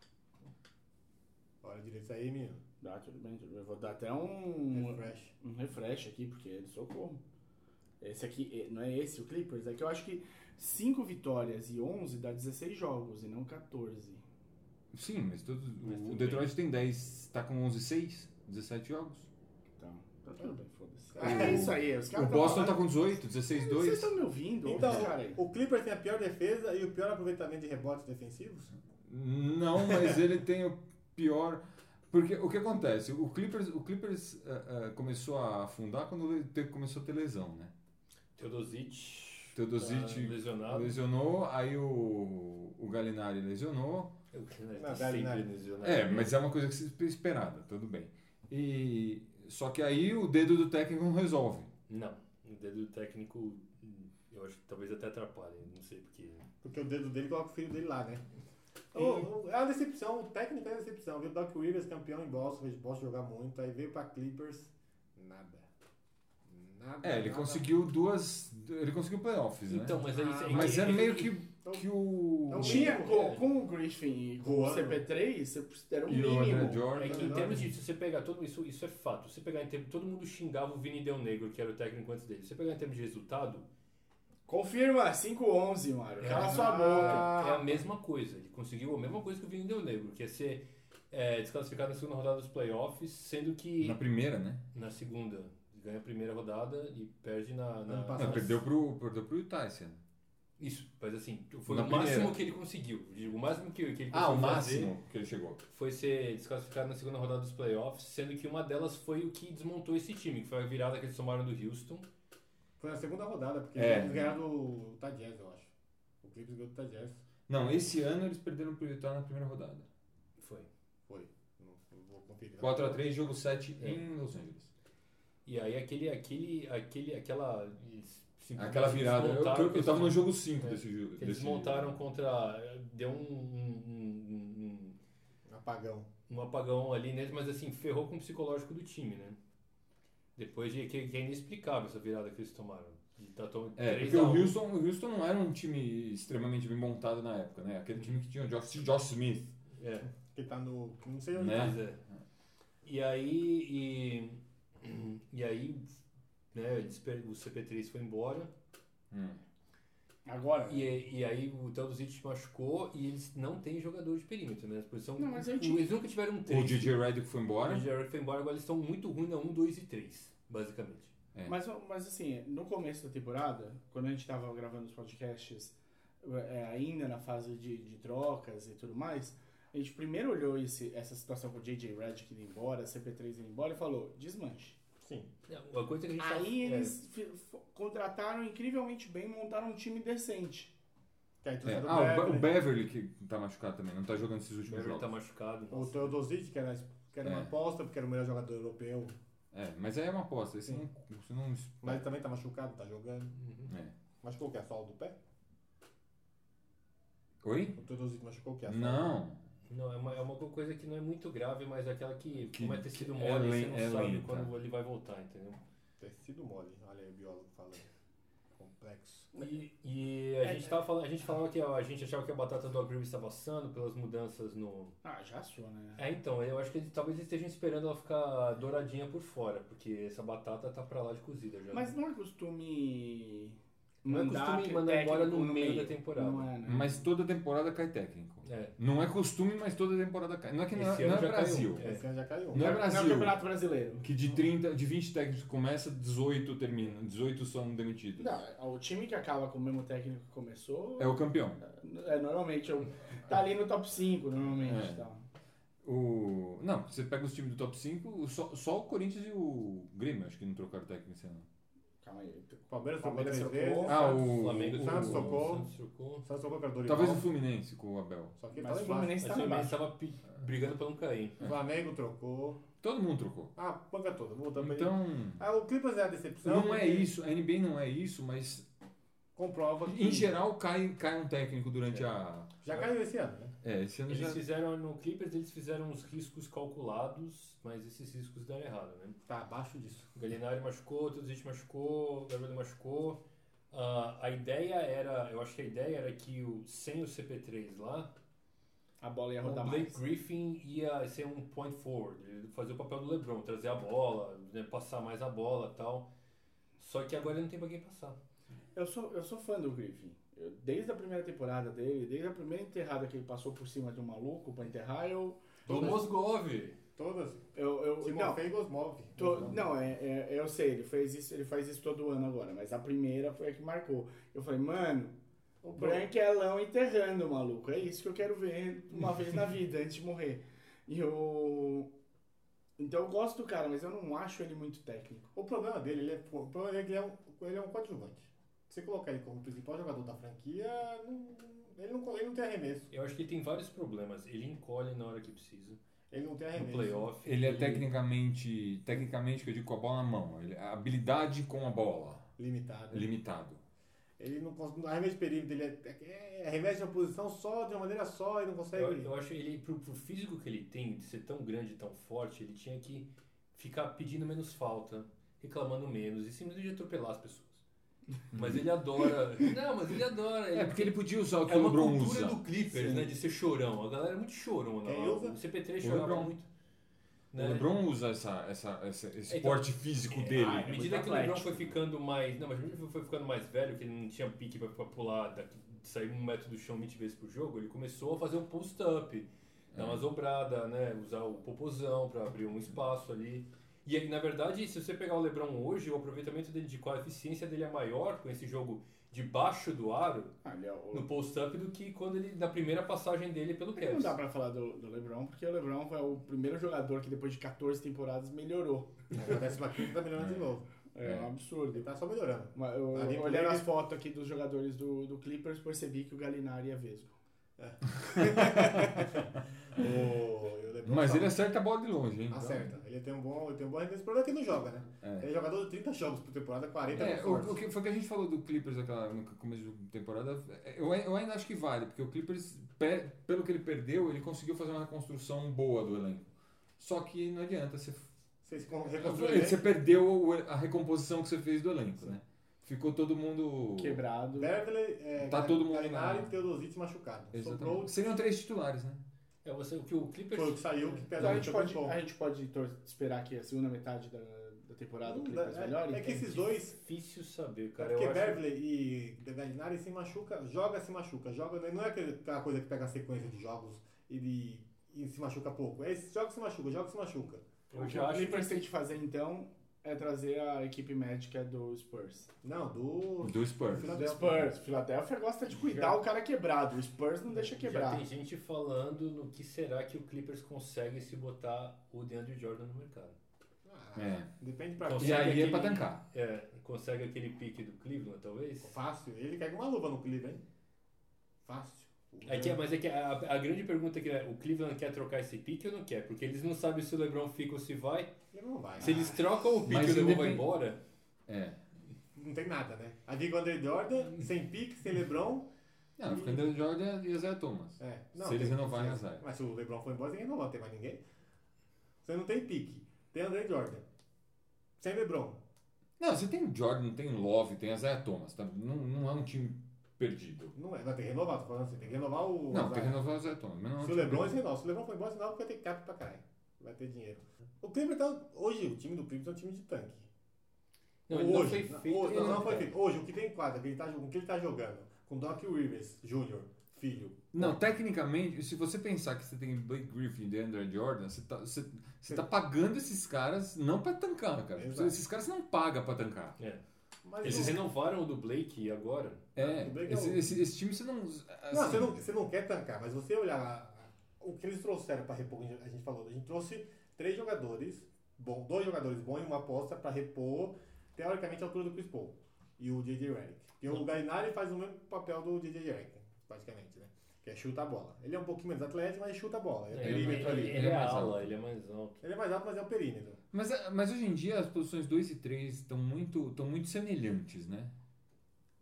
B: Olha direito isso aí, menino.
A: Dá, tudo bem, tudo bem. Eu vou dar até um
B: Refresh.
A: um refresh aqui, porque é de socorro. Esse aqui, é- não é esse o Clippers? É que eu acho que 5 vitórias e 11 dá 16 jogos e não 14.
D: Sim, mas, tudo,
C: Mas
D: o
C: tudo
D: Detroit tem 10, tá com 11-6, 17 jogos.
A: Então, tá tudo bem, foda-se. É isso aí, os
D: o
A: caras tão
D: Boston
A: falando-
D: tá com 18,
A: Vocês
D: 16-2.
A: estão me ouvindo? Ouve
B: Então,
A: esse cara aí.
B: o Clippers tem a pior defesa e o pior aproveitamento de rebotes defensivos?
D: Não, mas ele tem o pior. Porque o que acontece? O Clippers, o Clippers eh, eh, começou a afundar quando ele te- começou a ter lesão, né?
C: Teodosic.
D: Teodosic
C: tá lesionado.
D: Lesionou, aí o, o Galinari lesionou.
C: Eu- né,
B: Não,
C: sempre
B: Galinari.
C: lesionado.
D: É, mas é uma coisa que se esperada, tudo bem. E só que aí o dedo do técnico não resolve.
C: Não, o dedo do técnico eu acho que talvez até atrapalhe, não sei porque.
B: Porque o dedo dele coloca o filho dele lá, né? Ô, ô, É uma decepção, o técnico é uma decepção. Viu o Doc Rivers campeão em Boston, fez Boston jogar muito, aí veio pra Clippers, nada. Nada.
D: É, ele
B: nada.
D: conseguiu duas. Ele conseguiu playoffs, né?
C: Então, mas aí
B: Ah,
C: é
D: mas
C: que-
D: é
C: que-
D: meio que, que
C: É
D: o.
C: um
B: Então,
A: Tinha
B: mínimo,
A: com,
B: né?
A: com o Griffin e com o
B: Voando.
A: CP3, você era um
D: E o André
A: mínimo.
D: Jordan.
C: É que em
B: Melhor,
C: termos
B: né?
C: disso, você pegar todo isso, isso é fato. Você pegar em termos, todo mundo xingava o Vini Del Negro, que era o técnico antes dele. Você pegar em termos de resultado,
A: Confirma, 5-11, Mário. Cala
D: Ah,
C: É.
A: sua boca.
C: é
D: tá.
C: a mesma coisa. Ele conseguiu a mesma coisa que o Vini Del Negro, que é ser é, desclassificado na segunda rodada dos playoffs, sendo que
D: Na
C: na,
D: primeira, né?
C: segunda ganha a primeira rodada e perde na. na-
B: Ano passado.
D: Não, perdeu pro, perdeu pro Utah esse ano.
C: Isso, mas assim, foi
D: Na
C: o máximo
D: primeira.
C: que ele conseguiu. Digo, O máximo que, que ele conseguiu
D: Ah, o
C: fazer
D: máximo que ele chegou.
C: foi ser desclassificado na segunda rodada dos playoffs, sendo que uma delas foi o que desmontou esse time, que foi a virada que eles tomaram do Houston.
B: Foi na segunda rodada, porque
D: É.
B: eles ganharam do Tadjez, eu acho. O Clippers ganhou do Tadjez.
D: Não, esse ano eles perderam pro Utah na primeira rodada.
C: Foi.
B: Foi. Não, eu vou conferir.
D: 4x3, jogo 7
C: É.
D: em Los Angeles.
C: E aí aquele, aquele, aquele, aquela. Então, eles simplesmente
D: Aquela virada. Eu,
C: desmontaram
D: eu, eu tava no
C: aquele-
D: jogo 5
C: É,
D: desse jogo.
C: que Eles
D: desse-
C: montaram contra. Deu um, um- um-
B: É Apagão.
C: um- um apagão ali neles, mas assim, ferrou com o psicológico do time, né? Depois de que, que é inexplicável essa virada que eles tomaram. De tá tom-
D: É,
C: três
D: porque
C: a
D: o
C: um.
D: Houston, o Houston não era um time extremamente bem montado na época, né? Aquele time que tinha o Josh, Josh Smith.
C: É.
B: Que tá no. que Não sei onde
D: Né?
B: tá.
C: Pois é. E aí. E, e aí. Né, eles per- o CP3 foi embora.
D: Hum.
A: Agora. né?
C: E, e aí o Teodosic machucou e eles não têm jogador de perímetro, né? Eles, são,
A: Não, mas é o time.
C: eles nunca tiveram um
D: O
C: 3.
D: DJ Redick foi embora.
C: O Jared foi embora, agora eles estão muito ruins na 1, 2 e 3, basicamente.
D: É.
A: Mas, mas assim, no começo da temporada, quando a gente tava gravando os podcasts, é, ainda na fase de, de trocas e tudo mais, a gente primeiro olhou esse, essa situação com o J.J. Redick indo embora, CP3 indo embora e falou, desmanche.
B: Sim.
C: Não, A coisa que a gente
D: Ah,
C: tá-
A: É, Aí
C: é,
A: eles fi- fo- contrataram incrivelmente bem, montaram um time decente. Tá, então
B: Que aí
D: É.
B: trouxeram
D: Ah, o, Be-
B: Beverly.
D: o Beverly que tá machucado também, não tá jogando esses
C: O
D: últimos
C: Beverly tá
D: jogos.
C: machucado.
B: O
C: nossa.
B: Teodosic, que era, que era
D: É.
B: uma aposta, porque era o melhor jogador europeu,
D: É, mas aí é uma aposta. Esse não, você não.
B: mas ele também tá machucado, tá jogando.
D: É.
B: Machucou o que? A sola do pé?
D: Oi?
B: O Teodosic machucou o que? A sola?
D: Não.
C: Não, é uma, é uma co- coisa que não é muito grave, mas aquela que,
D: Que-
C: como é tecido
D: que
C: mole,
D: é
C: você
D: len-
C: não
D: é
C: sabe
D: lenta.
C: quando ele vai voltar, entendeu?
B: Tecido mole. Olha aí o biólogo falando. Complexo.
A: É.
C: E, e a, gente tava falando, a gente falava que a gente achava que a batata do abril estava assando pelas mudanças no.
A: Ah, já sou, né?
C: É, então, eu acho que eles- talvez eles estejam esperando ela ficar douradinha por fora, porque essa batata tá pra lá de cozida já.
A: Mas não é costume.
C: Não é
A: mandar
C: costume
A: aquele
C: mandar embora
A: técnico
C: no meio da temporada.
A: Não é, né?
D: Hum. Mas toda temporada cai técnico.
C: É.
D: Não é costume, mas toda temporada cai. Não é que não,
C: Esse
D: é- não
C: ano
D: é
C: já caiu.
D: Brasil.
C: É.
B: Esse ano já caiu.
D: Não é
A: Não é o
D: Brasil.
A: Campeonato Brasileiro.
D: Que de 30, de 20 técnicos começa, 18 termina. 18 são demitidos.
A: Não, o time que acaba com o mesmo técnico que começou.
D: É o campeão.
A: É, normalmente é o- tá ali no top 5, normalmente.
D: É.
A: Então.
D: O... Não, você pega os times do top 5, só, só o Corinthians e o Grêmio, acho que não trocaram técnico esse ano.
A: Calma aí.
B: Palmeiras trocou
A: Palmeiras
B: três
A: trocou.
B: vezes.
D: Ah,
B: Santos-
D: o-
C: Tá, Flamengo
D: o-
B: Santos trocou.
C: Santos trocou.
B: Santos trocou pelo Dorival.
D: Ah. Talvez o Fluminense com o Abel.
B: Só que ele tá lá
A: Mas o
B: embaixo.
C: Mas o
A: Fluminense tá lá
C: Flamengo
A: embaixo.
C: tava pi- brigando pra não cair.
B: Flamengo trocou.
D: Todo mundo trocou.
B: Ah, banca toda. Voltando pra ele.
D: Então,
B: Ah, o Clippers é a decepção.
D: não
B: porque
D: é isso. A NBA não é isso, mas
B: Comprova que
D: em geral cai, cai um técnico durante
C: É.
D: a.
B: já caiu esse ano, né?
D: É, esse ano
C: Eles
D: já.
C: fizeram, no Clippers, eles fizeram uns riscos calculados, mas esses riscos deram errado, né?
B: Tá abaixo disso.
C: O Galinari machucou, o Tudzic machucou, o Gabriel machucou. Ah, a ideia era, eu acho que a ideia era que o, sem o CP3 lá,
A: A bola ia
C: o
A: rodar
C: Blake
A: mais.
C: Griffin ia ser um point forward, ele fazer o papel do LeBron, trazer a bola, né, passar mais a bola tal. Só que agora não tem pra quem passar.
A: Eu sou, eu sou fã do Griffin. Eu- desde a primeira temporada dele, desde a primeira enterrada que ele passou por cima de um maluco pra enterrar, eu.
C: Do Mosgov!
B: Todas.
A: eu, eu não,
B: Timofey Gosmov.
A: tô- não é, é- eu sei, ele, fez isso, ele faz isso todo ano agora, mas a primeira foi a que marcou. Eu falei, mano, o Branquelão enterrando o maluco. É isso que eu quero ver uma vez na vida, antes de morrer. E eu. Então eu gosto do cara, mas eu não acho ele muito técnico.
B: O problema dele, ele é, o problema dele é que ele é um, ele é um coadjuvante. Se você colocar ele como principal jogador da franquia, não- ele, não, ele não tem arremesso.
C: Eu acho que ele tem vários problemas. Ele encolhe na hora que precisa,
B: Ele não tem
C: no
B: arremesso.
C: playoff.
D: Ele é tecnicamente. Tecnicamente, que eu digo com a bola na mão. Ele- a habilidade com a bola.
B: Limitado. né?
D: Limitado.
B: Ele não consegue. O arremesso de perímetro dele é, é, é arremesso de uma posição só, de uma maneira só, ele não
D: Tá
B: consegue.
C: Eu, eu acho ele, pro, pro físico que ele tem, de ser tão grande e tão forte, ele tinha que ficar pedindo menos falta, reclamando menos e simplesmente atropelar as pessoas. Mas ele adora. Não, mas ele adora. Ele,
D: É, porque ele podia usar o que
C: é
D: o
C: uma
D: LeBron
C: cultura
D: usa.
C: do Clippers, né? De ser chorão. A galera é muito chorona.
B: Quem
C: lá.
B: usa?
C: O CP3
D: O
C: chorava
D: LeBron.
C: muito.
D: O LeBron usa essa, essa, essa- esse
C: né? Então, ah, é
D: porte físico dele.
C: À medida
A: muito
C: que o LeBron
A: atlético.
C: foi ficando mais. Não, mas à medida que ele foi ficando mais velho, que ele não tinha pique pra, pra pular, daqui, sair um metro do chão 20 vezes por jogo, ele começou a fazer um post-up,
B: É.
C: dar uma zobrada, né? Usar o popozão pra abrir um espaço ali. E aí, na verdade, se você pegar o LeBron hoje, o aproveitamento dele de qual a eficiência dele é maior com esse jogo debaixo do aro,
A: Ah, ele é o-
C: no post-up, do que quando ele na primeira passagem dele pelo
A: É que Não
C: Cavs.
A: dá pra falar do, do LeBron, porque o LeBron foi o primeiro jogador que depois de 14 temporadas melhorou.
B: Acontece uma quinta tá melhorando de novo.
A: É, um absurdo.
B: Ele tá só melhorando.
A: Mas eu-
B: Ali pro
A: olhando
B: Lakers-
A: as fotos aqui dos jogadores do, do Clippers, percebi que o Galinari é vesgo.
B: O- e o LeBron
D: É. Mas
B: tá-
D: ele é assim, então. acerta a bola de longe,
C: Tá
D: hein?
B: Acerta. Ele tem um bom, ele tem um bom arremesso. O problema é que ele não joga, né? Ele é jogador de 30 jogos por temporada, 40
C: Então,
D: É,
B: por
D: o, o que, foi o que a gente falou do Clippers naquela, no começo da temporada. Eu, ai- eu ainda acho que vale, porque o Clippers, pe- pelo que ele perdeu, ele conseguiu fazer uma reconstrução boa do elenco. Só que não adianta, você,
B: Vocês con- né? reconstruem ele.
D: você perdeu o- a recomposição que você fez do elenco, né? Ficou todo mundo.
A: Quebrado.
B: Beverly, é,
D: Tá todo mundo
B: Galinari
D: na-
B: e Teodosic machucado. Sobrou
D: Exatamente. Seriam três titulares, né?
C: É você, o que o Clippers. é
B: foi o que saiu, que
A: Então
B: pesa
A: a
B: muito
A: gente,
B: foi muito
A: pode,
B: bom.
A: a gente pode tor- esperar que a segunda metade da, da temporada o
B: Não
A: Clippers
B: dá- é-
A: melhore?
B: é que esses dois
C: Difícil saber,
B: É
C: cara.
B: porque
C: eu acho...
B: Beverly e Gallinari se machuca, joga, se machuca, joga. Não é aquele- aquela coisa que pega a sequência de jogos e, de- e se machuca pouco. É esse joga, se machuca, joga, se machuca.
C: Eu
A: O que
C: já
A: o
C: acho que-
A: Clippers tem que fazer então é trazer a equipe médica do Spurs.
B: Não, do.
D: Do Spurs.
A: Do
B: Philadelphia.
A: Spurs. Filadélfia gosta de cuidar o cara quebrado. O Spurs não deixa
C: Já
A: quebrar.
C: tem gente falando no que será que o Clippers consegue se botar o DeAndre Jordan no mercado.
B: Ah,
D: É.
B: Depende pra
C: Então,
B: quem.
D: E aí é
C: aquele-
D: pra tancar.
C: É, consegue aquele pique do Cleveland, talvez?
B: Fácil. Ele quer uma luva no Cleveland, hein? Fácil.
C: É que, mas é que a, a grande pergunta é que é, o Cleveland quer trocar esse pique ou não quer? Porque eles não sabem se o LeBron fica ou se vai.
B: Ele não vai. Ah,
C: Se eles trocam o pique e
D: Mas
C: o LeBron vai
D: independ-
C: embora,
D: É.
C: Hum.
B: Não tem nada, né? A Diga André Jordan, sem pique, sem Lebron.
D: Não, fica Andrew Jordan e Isaiah Thomas.
B: É.
D: Se eles
B: tem-
D: renovarem as áreas.
B: Mas se o LeBron for embora, você não vai ter mais ninguém. Você não tem pique. Tem André Jordan. Sem LeBron.
D: Não, você tem Jordan, tem Love, tem Isaiah Thomas. Tá? Não, não é um time perdido.
B: Não é. Vai ter que renovar, tô falando assim. Tem que renovar o.
D: Não,
B: o
D: tem que
B: Zion.
D: renovar o Isaiah Thomas. Mas não é
B: Se
D: um
B: o
D: time
B: LeBron
D: perdido.
B: eles renovam. Se o LeBron for embora, senão vai ter cap pra caralho. Vai ter dinheiro. O Clippers tá. Hoje, o time do Clippers é um time de tanque.
C: Não, ele
B: hoje,
C: não foi feito né?
B: hoje, não,
C: ainda,
B: não foi
C: cara.
B: feito. Hoje, o que tem em quadra, que ele tá, o que ele tá jogando, com Doc Rivers Jr., filho,
D: Não, tecnicamente, se você pensar que você tem Blake Griffin e DeAndre Jordan, você tá, você, você tá pagando esses caras não pra tancar, cara.
B: Exato.
D: Esses caras não pagam pra tancar.
C: É.
B: mas
C: Eles
B: não-
C: renovaram o do Blake agora.
D: É,
B: Tudo bem que
D: esse,
B: eu-
D: esse, esse time você não.
B: Não,
D: assim,
B: você não, você não quer tancar, mas você olhar lá, o que eles trouxeram para repor, a gente falou, a gente trouxe três jogadores, bom, dois jogadores bons e uma aposta para repor, teoricamente, a altura do Chris Paul e o JJ Redick. Porque o Gainari faz o mesmo papel do JJ Redick, basicamente, né? Que é chuta a bola. Ele é um pouquinho menos atlético, mas chuta a bola. É
C: Ele,
B: perímetro
C: ele,
B: ali.
D: Ele
C: é,
D: é mais
C: ala,
D: alto.
C: ele é mais alto.
B: Ele é mais alto, mas é um perímetro.
D: Mas, mas hoje em dia as posições 2 e 3 estão muito, estão muito semelhantes, né?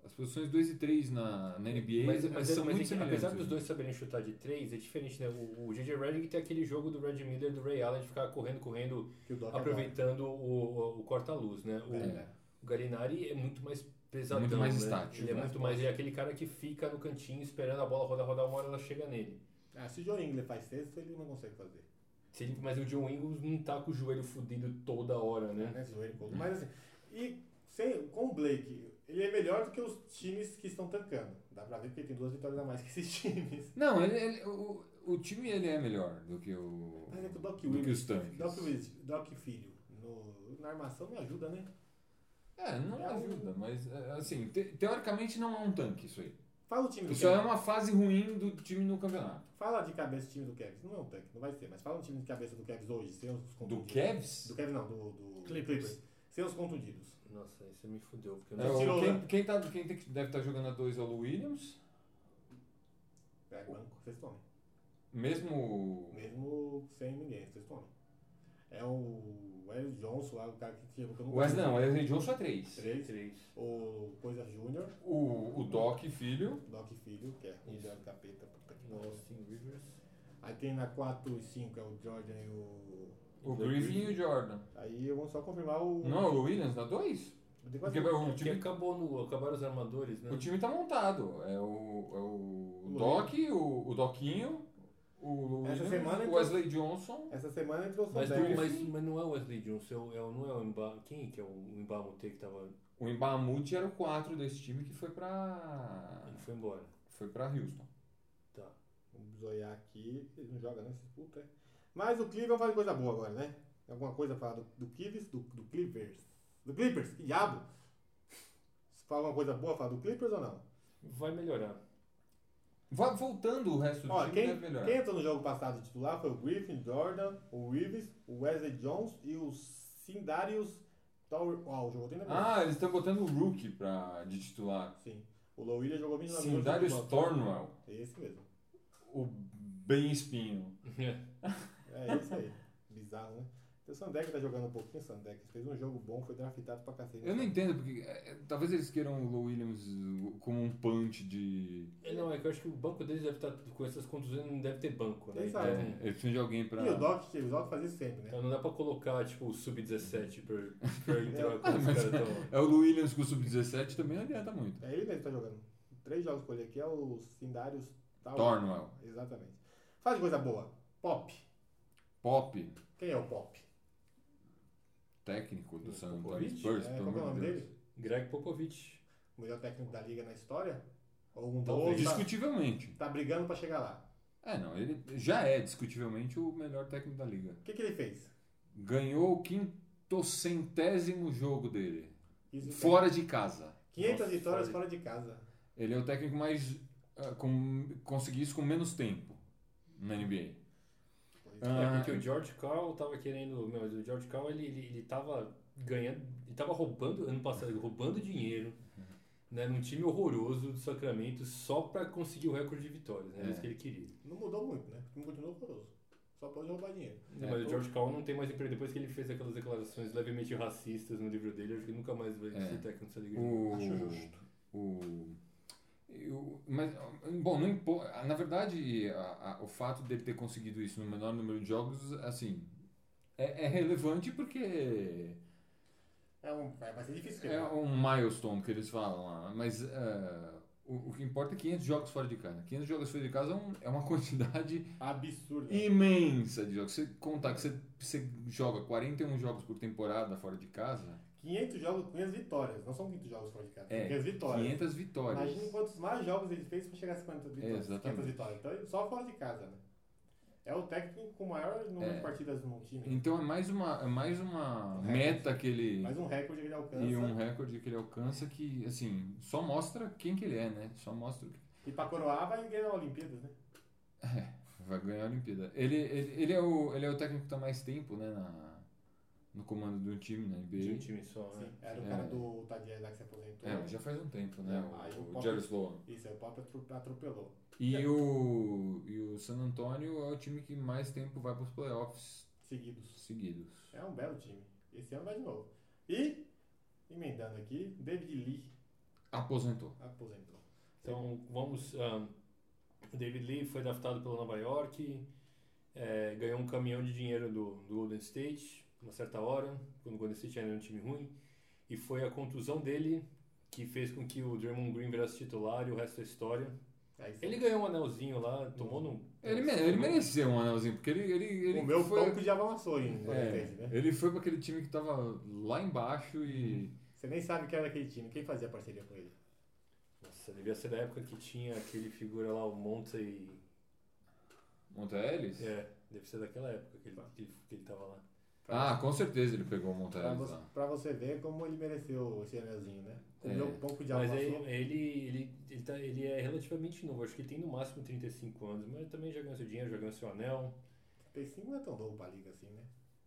D: As posições 2 e 3 na, na NBA
C: Mas,
D: elas
C: mas,
D: são
C: mas é
D: muito
C: que,
D: semelhantes.
C: apesar dos dois saberem chutar de três, é diferente, né? O, o J.J. Redick tem aquele jogo do Red Miller, do Ray Allen, de ficar correndo, correndo,
B: Que o Doc
C: aproveitando o, o- o corta-luz, né? O,
D: É.
C: o Galinari é muito mais pesadão,
D: Muito mais
C: né?
D: estático,
C: Ele é
D: mais
C: muito mais... Ele é aquele cara que fica no cantinho esperando a bola rodar, rodar, uma hora ela chega nele.
B: adora. Ah, se o Joe Ingler faz sexto, ele não consegue fazer.
C: Se ele- Mas o John Ingles não tá com o joelho fudido toda hora, né?
B: né? Zoeiro, coisa. Mas assim, e sem, com o Blake, ele é melhor do que os times que estão tancando. Dá pra ver que ele tem duas vitórias a mais que esses times.
D: Não, ele, ele- o, o time ele é melhor do que o.
B: Mas é que o Doc
D: do que
B: Williams.
D: os tanques.
B: Doc, Williams- Doc Filho, no, na armação não ajuda, né?
D: É, não
B: É um-
D: ajuda, mas é, assim, te- teoricamente não é um tanque isso aí.
B: Fala o time do
D: Isso é
B: Cavs.
D: uma fase ruim do time no campeonato.
B: Fala de cabeça o time do Kevs. Não é um tanque, não vai ser, mas fala o time de cabeça do Kevs hoje, sem os
D: Do
B: contundidos.
D: Cavs?
B: Do Cavs não, do, do
A: Clippers.
B: Sem os contundidos.
C: Nossa, aí você me fudeu, porque eu
D: É,
C: não
D: o-
B: Tirou,
D: quem
B: né?
D: quem, tá, quem tem que- deve estar jogando a 2 é o Williams,
B: É, banco, vocês tomem.
D: mesmo.
B: Mesmo sem ninguém, vocês tomem. É o Eric Johnson lá, o cara que chegou que eu não
D: Mas
B: gosto.
D: não, é o Johnson é 3.
B: Três.
C: Três.
B: O Coisa Júnior,
D: O, o Doc, filho.
B: Doc Filho, que é o
C: Isso.
B: Jordan Capeta. puta que pariu.
C: Austin Rivers.
B: Aí tem na 4 e 5 é o Jordan e Hum. o.
D: O Griffin e o Jordan.
B: Aí eu vou só confirmar o.
D: Não, é o Williams na 2?
B: Eu tenho quase-
D: Porque o
C: Porque
D: time,
C: acabou no, acabaram os armadores,
B: Hum.
C: né?
D: o time tá montado. É o, é o Doc, o, o Doquinho, o
B: Essa
D: Williams,
B: semana então-
D: o
B: entrou-
D: Wesley Johnson.
B: Essa semana entrou o
C: Mas,
B: Sandberg.
C: não, mas, mas não é o Wesley Johnson, é o- é o- não é o Mba, Quem que é o Mbamute que tava.
D: O Embamuti era o 4 desse time que foi pra.
C: Ele foi embora.
D: Foi pra Houston.
C: Tá.
B: Vamos olhar aqui. Ele não joga, né? Esse puto, é. Mas o Cleveland faz coisa boa agora, né? Alguma coisa a falar do, do Clippers? Do, do Clippers? Do Clippers? Que diabo! Se falar alguma coisa boa, fala do Clippers ou não?
C: Vai melhorar.
D: Va- voltando o resto do
B: Ó,
D: time né,
B: quem,
D: deve melhorar.
B: quem entrou no jogo passado titular foi o Griffin, Jordan, o Reeves, o Wesley Jones e o Sindarius Tower. Ó, o jogo tem
D: Ah, eles estão botando o Rookie pra, de titular.
B: Sim. O Lowilla jogou 29
D: Sim,
B: minutos.
D: Darius
B: no banco.
D: Thornwell,
B: Esse É mesmo.
D: o bem espinho.
B: É esse aí. Bizarro, né? Tem O Sandek tá jogando um pouquinho, o Sandek. Fez um jogo bom, foi draftado pra cacete.
D: Eu não entendo porque. é, talvez eles queiram o Lou Williams uh, como um punch de.
C: É, Não, é que eu acho que o banco deles deve estar. Com essas contusões não deve ter banco, né?
B: Exato.
D: É,
C: Então,
D: eles precisam de alguém pra.
B: E o Doc, o Doc fazia isso sempre, né?
C: então não dá pra colocar, tipo, o sub-17 pra, pra entrar com os
D: mas-
C: caras então, tão.
D: É o Lou Williams com o sub-17 também não adianta muito.
B: É ele mesmo que tá jogando. Três jogos com ele aqui é o Sindarius Tower.
D: Thornwell,
B: Exatamente. Faz coisa boa. Pop.
D: Pop,
B: Quem é o Pop?
D: técnico do San Antonio
C: Popovich?
D: Spurs,
B: É,
D: pelo
B: qual é o
D: amor de
B: nome
D: Deus.
C: Greg Popovich.
B: O melhor técnico da liga na história? Ou um
D: Talvez.
B: dois? Tá,
D: Discutivelmente.
B: tá brigando pra chegar lá.
D: É, não, ele já é discutivelmente o melhor técnico da liga.
B: O que, que ele fez?
D: Ganhou o quintocentésimo jogo dele.
B: Isso que-
D: Fora de casa.
B: 500
C: Nossa,
B: vitórias
C: fora
B: fora de casa.
D: Ele é o técnico mais. ah, com, conseguiu isso com menos tempo na NBA.
C: é
D: Ah,
C: porque o George Carl tava querendo. Meu, mas o George Carl ele, ele, ele tava ganhando. Ele tava roubando ano passado, roubando dinheiro. Né, num time horroroso do Sacramento só pra conseguir o recorde de vitórias, né?
D: É.
C: É. Isso que ele queria.
B: Não mudou muito, né? O time continua horroroso. Só pode roubar dinheiro.
D: É,
C: Não, mas o George Cowell não tem mais emprego. Depois que ele fez aquelas declarações levemente racistas no livro dele, eu acho que ele nunca mais vai
D: É.
C: ser técnico dessa liga.
D: o,
B: Acho justo.
D: o- Eu- mas, bom, não impo- ah, na verdade, a- a- o fato dele ter conseguido isso no menor número de jogos, assim, é, é relevante porque
B: É um, vai vai ser difícil.
D: é
B: pegar.
D: um milestone que eles falam lá. Mas é, o, o que importa é 500 jogos fora de casa. 500 jogos fora de casa é, um- é uma quantidade
B: Absurdo.
D: imensa de jogos. Você contar que você, você joga 41 jogos por temporada fora de casa,
B: 500 jogos, 500 vitórias. Não são 500 jogos fora de casa. são
D: é
B: 500 vitórias.
D: 500 vitórias.
B: Imagina quantos mais jogos ele fez pra chegar a 50 vitórias. 500
D: exatamente.
B: vitórias. Então, ele só fora de casa, né? É o técnico com o maior número de
D: É.
B: partidas num time.
D: Então é mais uma, é mais uma
B: É.
D: meta que ele...
B: Mais um recorde que ele alcança.
D: E
B: E,
D: um recorde que ele alcança que, assim, só mostra quem que ele é, né? Só mostra que
B: pra coroar, vai ganhar a Olimpíadas, né?
D: vai ganhar a Olimpíada. Ele, ele, ele, é, o, ele é o técnico que tá mais tempo, né? Na, no comando do time, na
C: De um
D: NBA.
C: time só, né?
B: Sim. Era o
D: É.
B: cara do Tadier lá que se aposentou.
D: É, mas já faz um tempo, né?
B: Aí o É.
D: O, o
B: Pop-
D: Jerry Sloan.
B: Isso, aí o Pop atro- atropelou.
D: E o, e o San Antonio é o time que mais tempo vai pros playoffs
B: Seguidos.
D: seguidos.
B: É um belo time. Esse ano vai de novo. E, emendando aqui, David Lee
D: Aposentou.
B: aposentou.
C: Então vamos. ahn, David Lee foi draftado pelo Nova York, eh, ganhou um caminhão de dinheiro do, do Golden State, uma certa hora, quando o Golden State ainda era um time ruim, e foi a contusão dele que fez com que o Draymond Green virasse titular e o resto é história.
B: Aí sim.
C: Ele ganhou um anelzinho lá, tomou num.
D: Ele, mere- ele mereceu um anelzinho, porque ele, ele, ele
B: É, o meu
D: foi...
B: banco já amassou em 2013, né?
D: É, ele foi pra aquele time que tava lá embaixo e...
B: Você nem sabe quem era aquele time. Quem fazia parceria com ele?
C: Nossa, devia ser da época que tinha aquele figura lá, o Monte e.
D: Montelis?
C: É, deve ser daquela época que ele,
B: Tá.
C: que, ele- que ele tava lá.
D: Ah, com certeza ele pegou o
B: Pra
D: Montelis
B: você,
D: lá.
B: pra você ver como ele mereceu esse anelzinho, né? O
D: É.
B: meu pouco de
C: Mas
B: amassou.
C: aí, ele, ele, ele, tá, ele é relativamente novo, acho que ele tem no máximo 35 anos, mas também já ganhou seu dinheiro, já ganhou seu anel.
B: 35 não é tão novo pra liga assim, né?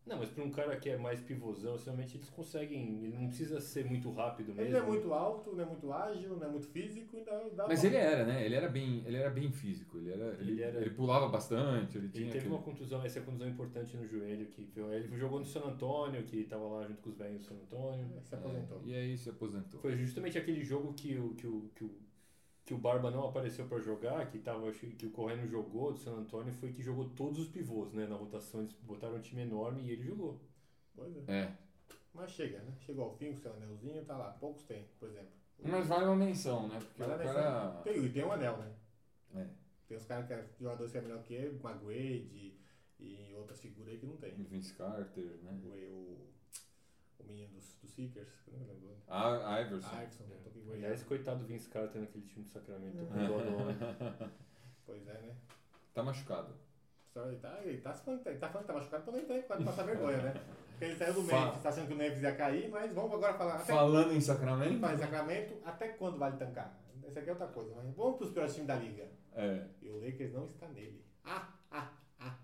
C: Não, mas para um cara que é mais pivôzão, realmente eles conseguem, ele não precisa ser muito rápido mesmo.
B: Ele não é muito alto, não é muito ágil, não é muito físico. Não, dá
D: Mas
B: pra-
D: ele era, né? Ele era bem, ele era bem físico. Ele, era, ele,
C: Ele era-
D: ele pulava bastante, ele
C: Ele
D: tinha.
C: teve
D: aquele-
C: uma contusão, essa é a contusão importante no joelho, que ele jogou no San Antônio, que tava lá junto com os velhos do San Antônio.
B: Se aposentou.
D: É, e aí se aposentou.
C: Foi justamente aquele jogo que o, que o, que o, que o Barba não apareceu para jogar, que, tava, acho que o Corrêa não jogou do San Antônio, foi que jogou todos os pivôs, né? Na rotação, eles botaram um time enorme e ele jogou.
B: Pois é.
D: É.
B: Mas chega, né? Chegou ao fim com seu anelzinho, tá lá. Poucos tem, por exemplo.
D: Mas vale uma menção, né? Porque
B: Mas
D: o
B: vai
D: cara.
B: nessa- Tem, e tem um anel, né?
D: É.
B: Tem os caras que é jogadores que é melhor que ele, Maguade e outras figuras aí que não tem.
D: o Vince Carter, né?
B: O, o, o menino dos, dos Seekers, que eu não lembro. Né?
D: A Iverson.
C: É,
B: Iverson, tô aqui com ele.
C: Então, Aliás, coitado do Vince Carter naquele time do
D: É.
C: Sacramento. com dó do homem.
B: Pois é, né?
D: tá machucado.
B: Só Ele tá, ele tá se falando, ele tá falando que tá machucado pra não entrar em quadro, passar vergonha, né? Porque ele saiu do
D: Fa-
B: Memphis, tá achando que o Memphis ia cair, mas vamos agora falar. Até
D: Falando em Sacramento?
B: Mas Sacramento, até quando vale tancar? Essa aqui é outra coisa, mas vamos pros piores times da liga.
D: É.
B: E o Lakers não está nele. Ah, ah, ah,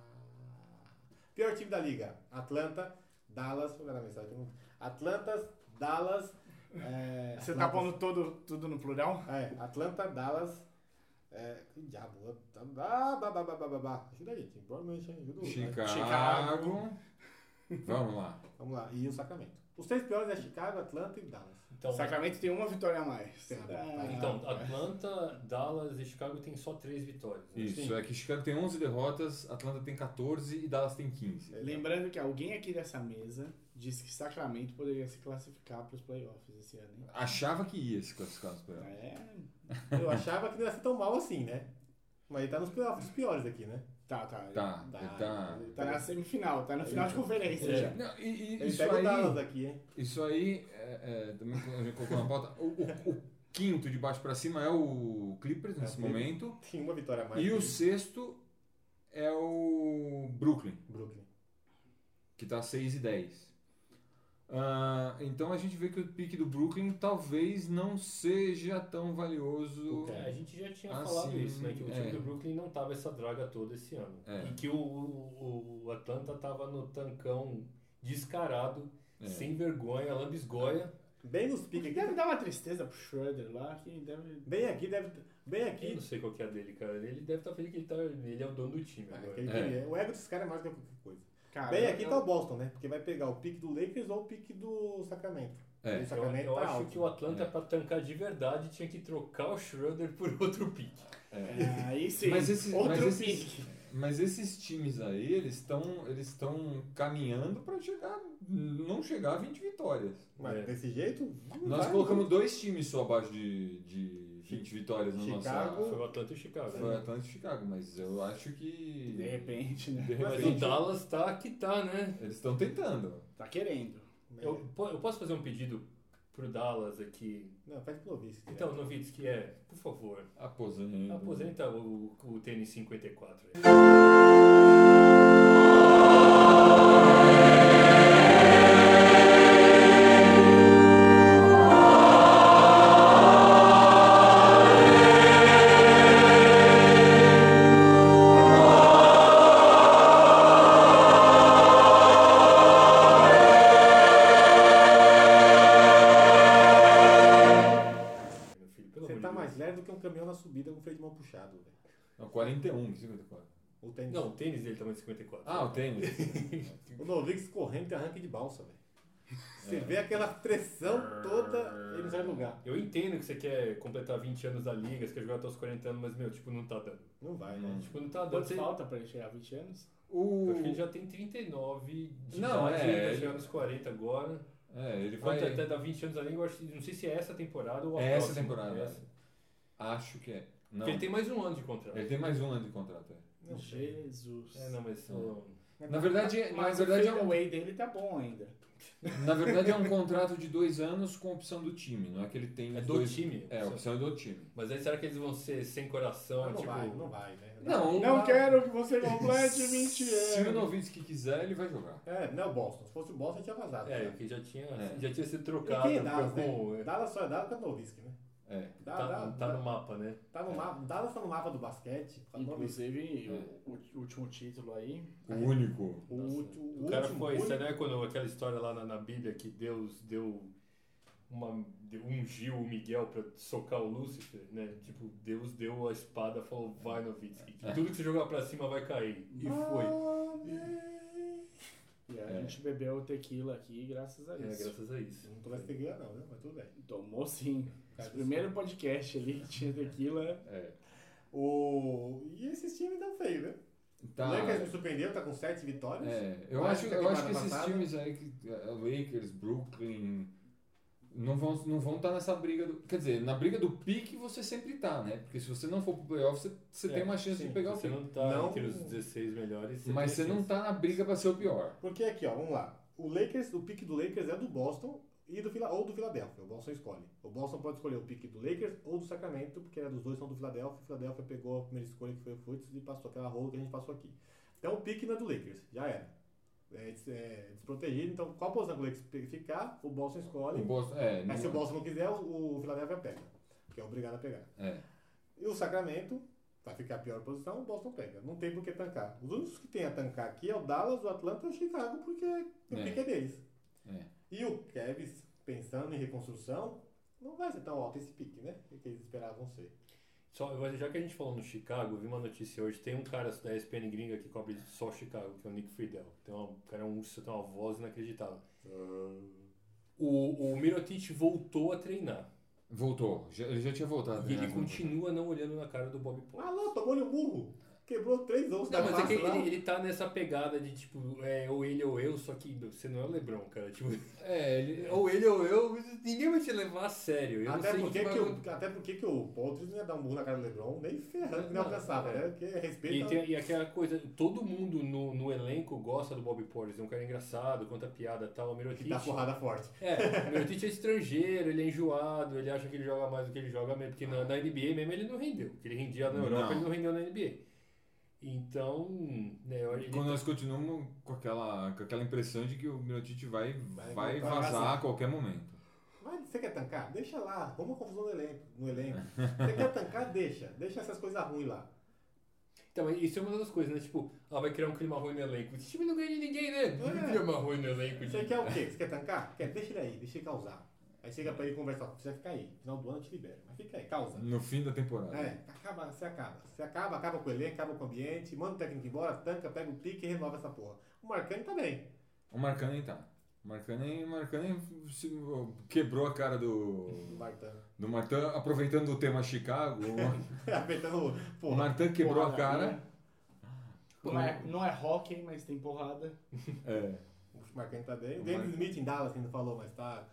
B: ah. Pior time da liga. Atlanta, Dallas. Vou mandar mensagem. todo mundo. Atlantas, Dallas. é,
A: Você tá
B: Atlanta-
A: pondo todo, tudo no plural?
B: É, Atlanta, Dallas. É, que diabo? Ah, bah, bah, bah, bah, bah, bah. Ajuda aí, Tim. Provavelmente ajuda o
D: Chicago.
A: Chicago.
D: Vamos lá.
B: Vamos lá. E o Sacramento. Os três piores é Chicago, Atlanta e Dallas.
C: Então,
A: Sacramento tem uma vitória a mais. É. tá.
B: Verdade.
C: então, Atlanta, Dallas e Chicago tem só três vitórias. né?
D: Isso,
B: Sim.
D: é que Chicago tem 11 derrotas, Atlanta tem 14 e Dallas tem 15.
A: Lembrando que alguém aqui dessa mesa disse que Sacramento poderia se classificar para os playoffs esse ano. hein?
D: Achava que ia se classificar nos playoffs.
A: É.
B: Eu achava que não ia ser tão mal assim, né? Mas ele tá nos playoffs dos piores aqui, né?
A: Tá, tá.
D: Tá,
B: Tá,
D: ele tá.
B: ele
A: Tá na semifinal, tá na final de
C: É.
A: conferência já.
D: Não, e- e
B: É. Ele
D: isso
B: pega
D: aí-
B: o né? Dallas aqui, hein?
D: Isso aí, é, é, também a gente colocou na pauta. O, o- o quinto de baixo pra cima é o Clippers
B: É o
D: nesse
B: Clippers.
D: momento.
B: Tem uma vitória a mais.
D: E
B: que
D: o sexto é o Brooklyn,
B: Brooklyn.
D: que tá 6 e 10. Ah, então a gente vê que o pique do Brooklyn talvez não seja tão valioso.
C: É, a gente já tinha
D: Ah,
C: falado
D: sim,
C: isso, né? Que o time
D: é.
C: do Brooklyn não tava essa draga toda esse ano.
D: É.
C: E que o, o, o Atlanta tava no tancão descarado,
D: É.
C: sem vergonha, lambisgoia.
B: Bem nos
A: Porque
B: piques
A: deve
B: aqui.
A: dar uma tristeza pro Schroeder lá, que deve.
B: Bem aqui, deve. Bem
C: Eu
B: aqui.
C: não sei qual que é a dele, cara. Ele deve estar feliz que ele, tá, ele é o dono do time
B: Ah,
C: agora.
B: aquele
D: É.
B: que- O ego desses caras é mais do que qualquer coisa.
A: Cara,
B: Bem aqui
A: eu-
B: tá o Boston, né? Porque vai pegar o pique do Lakers ou o pique do Sacramento.
D: É.
B: Esse
C: Eu,
B: Sacramento
C: eu
B: tá
C: acho
B: alto.
C: que o Atlanta, pra tancar de verdade, tinha que trocar o Schroeder por outro pique.
B: É.
A: É, Aí sim,
D: Mas esse-
A: outro
D: mas esse-
A: pique.
D: Mas esses times aí, eles estão eles estão caminhando para chegar não chegar a 20 vitórias.
B: Mas
C: É.
B: desse jeito. não
D: Nós
B: vai.
D: colocamos dois times só abaixo de, de 20 vitórias na
B: Chicago.
C: Foi o Atlanta e o Chicago.
D: nossa. Foi Atlanta e Chicago, mas eu acho que.
A: De repente, né?
D: de
C: Mas o
D: repente,
C: Dallas tá que tá, né?
D: eles estão tentando.
A: Tá querendo.
B: É.
C: Eu, po- eu posso fazer um pedido pro Dallas aqui?
B: Não, faz pro Lovis.
C: Então, Novitsky, é, por favor,
D: Aposentando.
C: aposenta o, o tênis 54 aí. Meu filho, pelo
B: Você
C: amor
B: tá
C: de
B: mais leve do que um caminhão na subida com freio de mão puxado, velho.
D: Não, 41, 54.
B: O tênis.
C: Deus. Não, o tênis dele tá mais 54.
D: Ah, o tênis.
B: O Novix correndo tem arranque de balsa, velho. Você vê aquela pressão toda, ele não sai do lugar.
C: Eu entendo que você quer completar 20 anos da liga, você quer jogar até os 40 anos, mas, meu, tipo, não tá dando.
B: Não vai, né?
C: Tipo, não tá dando.
A: Quanto
C: Você,
A: falta pra ele chegar a 20 anos?
D: o...
C: Acho que ele já tem 39 de
D: Não,
C: idade,
D: é,
C: ele vai
D: ele-
C: chegar nos 40 agora.
D: É, ele vai.
C: Quanto até dar 20 anos da liga, eu acho, que- não sei se é essa temporada ou a
D: É essa
C: próxima.
D: temporada.
C: Essa.
D: Acho que é. Não.
C: Porque ele tem mais um ano de contrato.
D: Ele tem mais um ano de contrato. é.
A: Jesus.
C: É, não, mas... ô,
D: Na verdade, é- na
A: Mas
D: verdade é
A: o
D: um
A: fadeaway dele tá bom ainda.
D: Na verdade, é um contrato de dois anos com opção do time, não é que ele tem.
C: É
D: os
C: do
D: dois...
C: time,
D: É, a opção é do time.
C: Mas aí será que eles vão ser sem coração?
B: Ah, Não
C: tipo,
B: vai, não vai, né?
D: Não,
A: Não é
D: mas-
A: quero que você complete 20
D: Se o
A: anos.
D: Novitsky quiser, ele vai jogar.
B: É, não é o Boston. Se fosse o Boston, tinha vazado.
C: É,
B: né?
C: que já tinha,
D: É.
C: já tinha sido
B: E
C: trocado.
B: quem é
C: ficou
B: Dallas,
C: com-
B: né? Dallas só é Dallas com o Novisky, né?
D: É.
B: Dá,
C: Tá,
B: dá-
C: tá
B: dá-
C: no mapa, né?
B: tá no mapa. Dallas tá no mapa do basquete. Tá no Novisky.
A: Inclusive,
D: É.
A: o, o último título aí.
D: O único.
B: O, último-
C: O cara
B: último-
C: foi,
B: único-
C: você né, quando aquela história lá na, na Bíblia que Deus deu uma deu- ungiu o Miguel pra socar o Lúcifer, né? Tipo, Deus deu a espada, falou, vai Novitsky,
D: É.
C: que tudo que você jogar pra cima vai cair. E foi.
A: E a
D: É.
A: gente bebeu tequila aqui, graças a
C: É,
A: isso.
C: graças a isso.
B: Não tô mais seguindo, não, né? Mas tudo bem.
A: Tomou sim.
B: Cara,
A: Esse primeiro podcast ali tinha tequila.
D: É.
B: O... E esses times tão feios, né?
D: Tá.
B: O Lakers me surpreendeu, tá com sete vitórias.
D: É, eu
B: Mais
D: acho,
B: que a
D: eu acho que
B: temporada
D: esses
B: passada.
D: times aí, que, eh, Lakers, Brooklyn, não vão estar não vão tá nessa briga. Do, quer dizer, na briga do pique você sempre tá, né? Porque se você não for pro playoff, você, você
C: É,
D: tem uma chance
B: sim,
D: de pegar o
C: Você
D: pique.
C: não tá
B: Não-
C: entre os 16 melhores.
D: Mas
C: tem
D: você não
C: chance.
D: tá na briga pra ser o pior.
B: Porque aqui, ó, vamos lá. O Lakers, o pique do Lakers é do Boston e do Fila- ou do Philadelphia. O Boston escolhe. O Boston pode escolher o pique do Lakers ou do Sacramento, porque era dos dois são do Philadelphia. O Philadelphia pegou a primeira escolha que foi o Foods e passou aquela rola que a gente passou aqui. Então o pique não é do Lakers, já era. É, des- é desprotegido, então qual posição que o Lakers pe- ficar, o Boston
D: O
B: escolhe.
D: Boston, é, não-
B: Mas se o Boston não quiser, o, o Philadelphia pega, que é obrigado a pegar.
D: é.
B: E o Sacramento vai ficar a pior posição, o Boston pega. Não tem por que tancar. Os únicos que tem a tancar aqui é o Dallas, o Atlanta e o Chicago, porque o
D: É.
B: pique é deles.
D: É.
B: E o Cavs, pensando em reconstrução, não vai ser tão alto esse pique, né? O que eles esperavam ser.
C: Só, mas já que a gente falou no Chicago, eu vi uma notícia hoje, tem um cara da ESPN gringa que cobre só Chicago, que é o Nick Friedel. Tem uma, o cara é um urso, tem uma voz inacreditável. O, o Mirotic voltou a treinar.
D: Voltou. Já- ele já tinha voltado.
C: e
D: né?
C: ele continua não olhando na cara do Bob Pop.
B: Alô, tomou-lhe um burro! Quebrou três ossos
C: Não,
B: da
C: mas é que
B: face Ah, lá.
C: ele, ele tá nessa pegada de tipo, é, ou ele ou eu, só que você não é o Lebron, cara. Tipo,
D: É, ele.
C: ou ele ou eu, ninguém vai te levar a sério. Eu
B: Até
C: não sei é
B: porque,
C: que vai
B: é que
C: acontecer.
B: o, até porque que o Poultry não ia dar um burro na cara do Lebron, nem ferrando que não
C: Não,
B: alcançava,
C: é.
B: né? Porque
C: E,
B: respeita...
C: tem, e aquela coisa, todo mundo no, no elenco gosta do Bob Porres, é um cara engraçado, conta piada e tal, o
B: Que
C: Mirotic.
B: dá porrada forte.
C: É, o Mirotic é estrangeiro, ele é enjoado, ele acha que ele joga mais do que ele joga mesmo, porque na, na NBA mesmo ele não rendeu. O que ele rendia na Europa,
D: Não.
C: ele não rendeu na NBA. Então, né, eu acho que
D: Quando nós continuamos com aquela, com aquela impressão de que o Mirotic vai,
B: Vai
D: vai,
B: voltar a
D: vazar
B: vazar.
D: a qualquer momento.
B: Mas você quer tancar? Deixa lá. Vamos confusão no elenco. No elenco. Você quer tancar? Deixa. Deixa essas coisas ruins lá.
C: Então, mas isso é uma das coisas, né? Tipo, ah, vai criar um clima ruim no elenco. Esse time não ganha de ninguém, né? Não
B: É.
C: cria clima ruim no elenco.
B: Você
C: De...
B: quer o quê? Você quer tancar? Quer? Deixa ele aí, deixa ele causar. Aí chega pra ele e conversa, ó, precisa ficar aí. Final do ano eu te libero. Mas fica aí, causa.
D: No fim da temporada.
B: É, acaba, você acaba. Você acaba, acaba com o elenco, acaba com o ambiente, manda o técnico embora, tanca, pega o pique e renova essa porra. O Marcani tá bem.
D: O Marcano tá. Marcanen, Marcanen se- oh, quebrou a cara do,
B: Martão.
D: do Martin, aproveitando o tema Chicago.
B: Apertando
D: O
B: porra.
D: Martin quebrou a
A: Porra,
D: cara.
A: né? Não é, não é hockey, mas tem porrada.
B: né?
D: É.
B: O Marcão tá bem. O
D: O
B: David
D: Mar-
B: Smith em Dallas ainda falou, mas tá.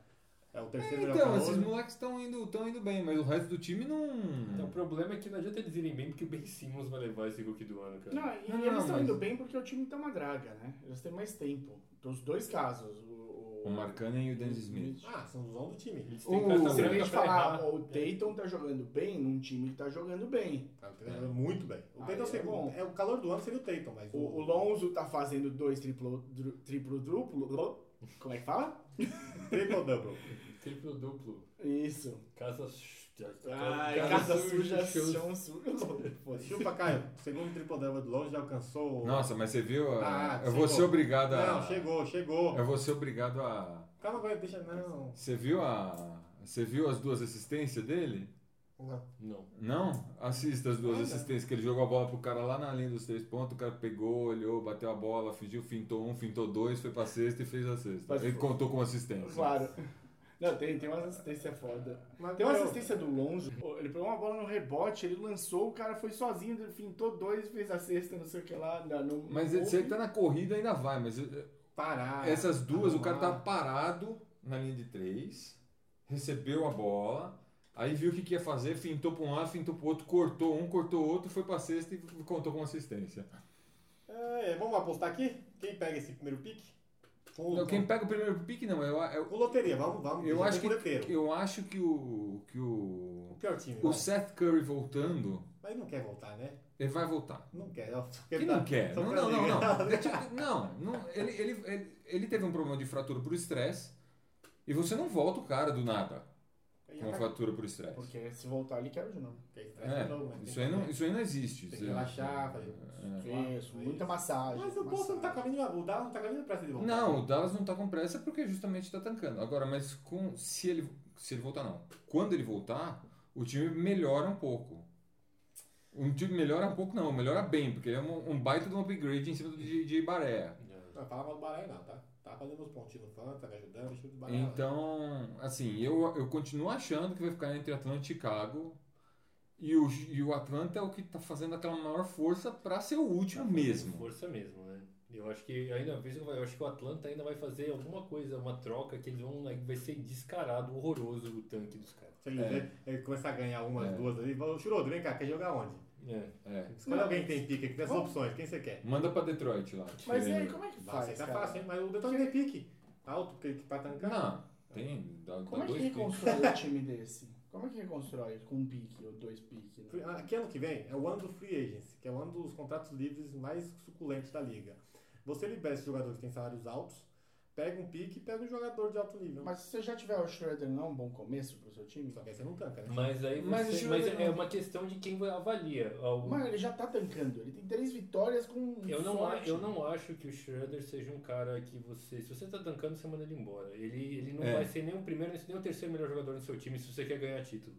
B: É o terceiro melhor
D: Então,
B: calor.
D: esses moleques estão indo, tão indo bem, mas o resto do time
C: Então, o
D: não.
C: problema é que não adianta eles irem bem, porque o Ben Simmons vai levar esse rookie do ano, cara.
A: Não, e
D: Não, não,
A: eles estão
D: mas-
A: indo bem porque o time tá uma draga, né? Eles têm mais tempo. Dos dois casos. O,
D: O Marcanen e o Dennis Smith.
B: Ah, são os homens do time.
C: Eles têm
D: O- tá
C: carta
A: Se a
C: branca
A: gente
C: pra
A: falar,
C: errar.
A: ó, o Tatum tá jogando bem num time que tá jogando bem.
B: Tá treinando muito bem. O
A: Ah,
B: Tatum
A: é
B: seria-
A: bom.
B: é o calor do ano seria o Tatum, mas
A: O, o Lonzo tá fazendo dois triplo, dru- triplo duplo. dru- Como é que fala?
B: Triple double.
C: Triplo duplo.
A: Isso.
C: Casa. ch-
A: Ai, casa, suja,
C: shows.
A: chão sujo.
B: Pô, chupa, Caio. O segundo triple double do Lonzo já alcançou. o-
D: Nossa, mas você viu?
B: Ah,
D: a- eu
B: chegou.
D: vou ser obrigado a.
B: Não, chegou, chegou.
D: Eu vou ser obrigado a.
B: Calma, vai, deixa. Não.
D: Você viu a. Você viu as duas assistências dele?
B: Não.
C: Não.
D: Não? Assista as duas assistências que ele jogou a bola pro cara lá na linha dos três pontos, o cara pegou, olhou, bateu a bola, fingiu, fintou um, fintou dois, foi pra sexta e fez a sexta.
A: Mas-
D: ele contou com assistência.
A: Claro. Não, tem, tem uma assistência foda.
B: Mas
A: Tem uma
B: eu-
A: assistência do Lonzo. pô, Ele pegou uma bola no rebote, ele lançou, o cara foi sozinho, ele fintou dois, fez a sexta, não sei o que lá. Não, não,
D: Mas ele- se ele tá na corrida ainda vai, mas eh,
A: Ah,
B: Parar.
D: essas duas, o cara tá
B: arrumar.
D: parado na linha de três, recebeu a bola, aí viu o que, que ia fazer, fintou pra um lado, fintou pro outro, cortou um, cortou outro, foi pra sexta e contou com assistência.
B: É, vamos apostar aqui? Quem pega esse primeiro pique? Com,
D: Não, quem pega o primeiro pique não, eu, eu,
B: com loteria, vamos, vamos.
D: eu,
B: já
D: acho
B: tem
D: que,
B: roleteiro.
D: eu acho que o. que o.
B: O pior time.
D: O
B: vai.
D: Seth Curry voltando,
B: Mas ele não quer voltar, né?
D: ele vai voltar.
B: Não quer. ó, só
D: Ele
B: tá-
D: não quer.
B: só
D: Não,
B: pra
D: não, não,
B: ligar.
D: não. É tipo- não, não, ele, ele, ele, ele teve um problema de fratura por estresse. E você não volta o cara do nada
B: Ele
D: com
B: já tá-
D: uma fratura por estresse.
A: Porque se voltar, ele quebra de novo.
B: Tem que trazer
D: É,
B: de novo, né? Tem
D: isso
B: que
D: aí não,
B: fazer.
D: isso aí não existe.
B: Tem
D: É. Você-
B: que relaxar, fazer. é
A: Isso, muita massagem.
B: Mas o Boston não tá com a mínima. O Dallas não tá com a mínima pressa de voltar.
D: Não, o Dallas não tá com pressa porque justamente tá tancando. Agora, mas com, se, ele, se ele voltar, não. Quando ele voltar, o time melhora um pouco. Um time melhora um pouco, não. Melhora bem, porque ele é um, um baita de um upgrade em cima do DJ Baré.
B: Não fala mal do Baralho, não, tá? Tá fazendo uns pontinhos no fã, tá me ajudando, deixa eu do Baralho.
D: Então, assim, eu, eu continuo achando que vai ficar entre Atlanta e Chicago. E o, e o Atlanta é o que tá fazendo aquela maior força pra ser o último mesmo.
C: Força mesmo, né? Eu acho que ainda vez eu acho que o Atlanta ainda vai fazer alguma coisa, uma troca que eles vão vai ser descarado, horroroso o tanque dos caras.
B: Se ele, ver, ele começar a ganhar umas, duas ali, fala, Chirodo, vem cá, quer jogar onde?
C: É.
D: É.
B: Escolhe alguém que tem pique aqui, tem essas opções, quem você quer?
D: Manda pra Detroit lá.
A: Mas e
D: Querendo-
A: aí, como é que
B: Nossa, aí
A: faz?
B: tá
A: cara?
B: fácil, hein? Mas o Detroit tem pique. Tá alto, porque ele tá tancando.
D: Não, tem. Dá, dá
A: é Como é que
D: dois picks.
A: reconstrói um time desse? Como é que reconstrói com um pique ou dois piques? né?
B: Free- Aqui ano que vem é o ano do free agency, que é o ano dos contratos livres mais suculentos da liga. Você libera esses jogadores que têm salários altos, pega um pique e pega um jogador de alto nível.
A: Mas se você já tiver o Schroeder, não é um bom começo pro seu time?
B: Só que aí você não tanca, né?
C: Mas aí você,
D: Mas
C: mas,
D: o time vai-
C: é uma questão de quem vai- avalia. O-
A: Mano, ele já tá tancando. Ele tem três vitórias com
C: Eu não, a-
A: sorte.
C: eu não acho que o Schroeder seja um cara que você. Se você tá tancando, você manda ele embora. Ele, ele não
D: É.
C: vai ser nem o primeiro, nem o terceiro melhor jogador no seu time se você quer ganhar título.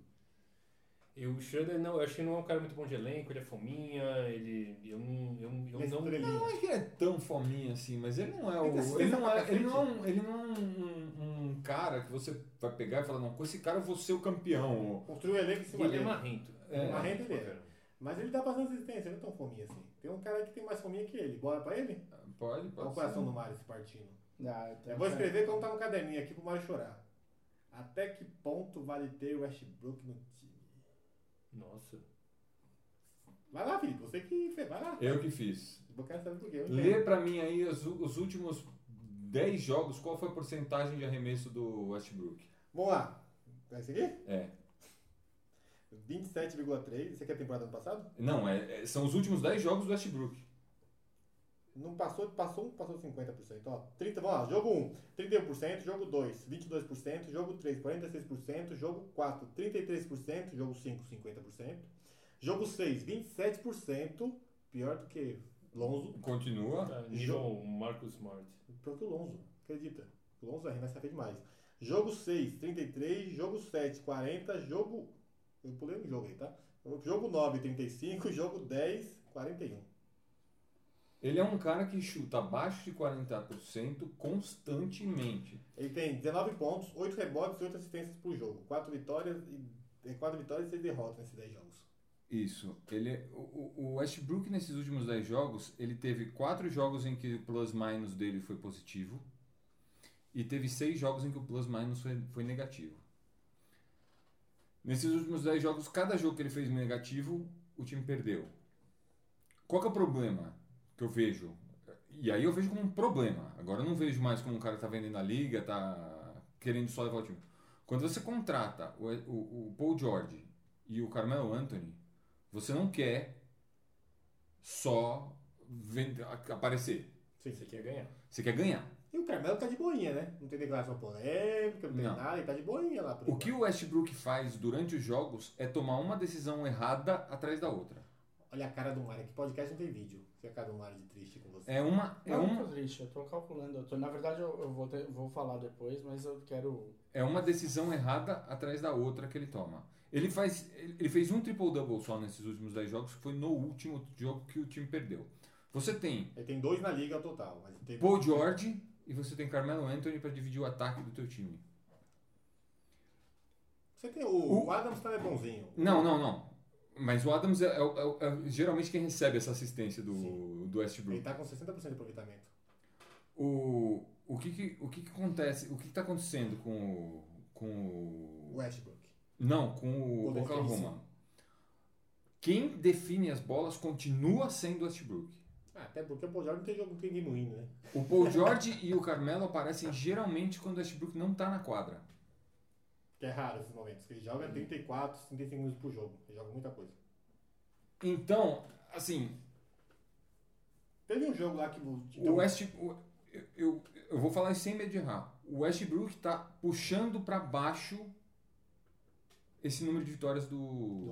C: E o Schroeder, não, eu acho que não é um cara muito bom de elenco, ele é fominha, ele. Eu não. Eu, eu
B: Mas
C: não
B: por ele-
D: Não é que ele é tão fominha assim, mas ele não é
B: Ele tá se
D: o. Ele não é,
B: destacando
D: ele
B: pra
D: não é, um, ele não é um- um, um cara que você vai pegar e falar, não, com esse cara eu vou ser o campeão.
B: Construiu o elenco em cima
C: ele é
B: dele.
C: marrento.
D: É.
B: Marrento ele é.
C: pra caramba.
B: Mas ele dá bastante assistência, não é tão fominha assim. Tem um cara que tem mais fominha que ele. Bora pra ele?
D: Pode,
B: Olha o
D: pode.
B: coração
D: ser.
B: do Mário se partindo.
A: Ah, tá-
B: Eu vou escrever como tá no caderninho aqui pro Mário chorar. Até que ponto vale ter o Westbrook no time?
C: Nossa.
B: Vai lá, Felipe, você que fez, vai lá.
D: Eu que fiz.
B: Eu quero saber por quê. eu não entendo.
D: Lê pra mim aí os, os últimos 10 jogos, qual foi a porcentagem de arremesso do Westbrook?
B: Vamos lá. É esse aqui?
D: É.
B: 27,3. Isso aqui é a temporada do ano passado?
D: Não, é, é- são os últimos 10 jogos do Westbrook.
B: Não passou, passou um, passou 50%. Ó, 30, vamos lá, jogo 1, 31%, jogo 2, 22%, jogo 3, 46%, jogo 4, 33%, jogo 5, 50%, jogo 6, 27%, pior do que Lonzo,
D: Continua.
C: Tá, Nível Marcus Smart.
B: pior que o Lonzo, acredita? O Lonzo arremessa feio demais. Jogo 6, 33, jogo 7, 40, jogo... Eu pulei um jogo aí, tá? Jogo 9, 35, jogo 10, 41.
D: Ele é um cara que chuta abaixo de 40% constantemente.
B: Ele tem 19 pontos, 8 rebotes e 8 assistências por jogo. 4 vitórias e 4 vitórias e 6 derrotas nesses 10 jogos.
D: Isso. Ele, o, o- o Westbrook, nesses últimos 10 jogos, ele teve 4 jogos em que o plus-minus dele foi positivo e teve 6 jogos em que o plus-minus foi, foi negativo. Nesses últimos 10 jogos, cada jogo que ele fez negativo, o time perdeu. Qual que é o problema que eu vejo? E aí eu vejo como um problema. Agora eu não vejo mais como um cara que tá vendendo a liga, tá querendo só levar o time. Quando você contrata o, o, o Paul George e o Carmelo Anthony, você não quer só vender, aparecer.
C: Você quer ganhar.
D: Você quer ganhar.
B: E o Carmelo tá de boinha, né? Não tem declaração polêmica, não tem
D: Não.
B: nada, ele tá de boinha lá. por
D: O que
B: enquanto.
D: o Westbrook faz durante os jogos é tomar uma decisão errada atrás da outra.
B: Olha a cara do Mário, que podcast não tem vídeo. Você é a cara do Mário de triste com você.
D: É uma, é
A: Não, não
D: uma,
A: tô triste, eu tô calculando. Eu tô, na verdade, eu, eu vou, ter- vou falar depois, mas eu quero.
D: é uma decisão errada atrás da outra que ele toma. Ele, faz, ele ele fez um triple-double só nesses últimos 10 jogos, que foi no último jogo que o time perdeu. Você tem
B: Ele tem dois na liga ao total, mas tem.
D: Paul George e você tem Carmelo Anthony para dividir o ataque do teu time.
B: Você tem o,
D: O-
B: o Adams também é bonzinho.
D: Não, não, não. Mas o Adams é, é- é- é geralmente quem recebe essa assistência do, do
B: Ele
D: Westbrook.
B: tá com 60% de aproveitamento.
D: O, o, que, que, o que, que acontece? O que está acontecendo com o. Com
B: O
D: o
B: Westbrook.
D: não, com o,
B: Golden
D: Oklahoma. Quem define as bolas continua sendo o Westbrook.
B: Ah, até porque o Paul George não tem jogo, não tem game win, né?
D: O Paul George e o Carmelo aparecem geralmente quando o Westbrook não está na quadra.
B: Que é raro esses momentos. que Ele
D: Uhum.
B: joga 34, 35 minutos por jogo. Ele joga muita coisa.
D: Então, assim,
B: Teve um jogo lá que o.
A: Então-
D: O West, o- eu, eu, eu vou falar isso sem medo de errar. O Westbrook tá puxando pra baixo esse número de vitórias do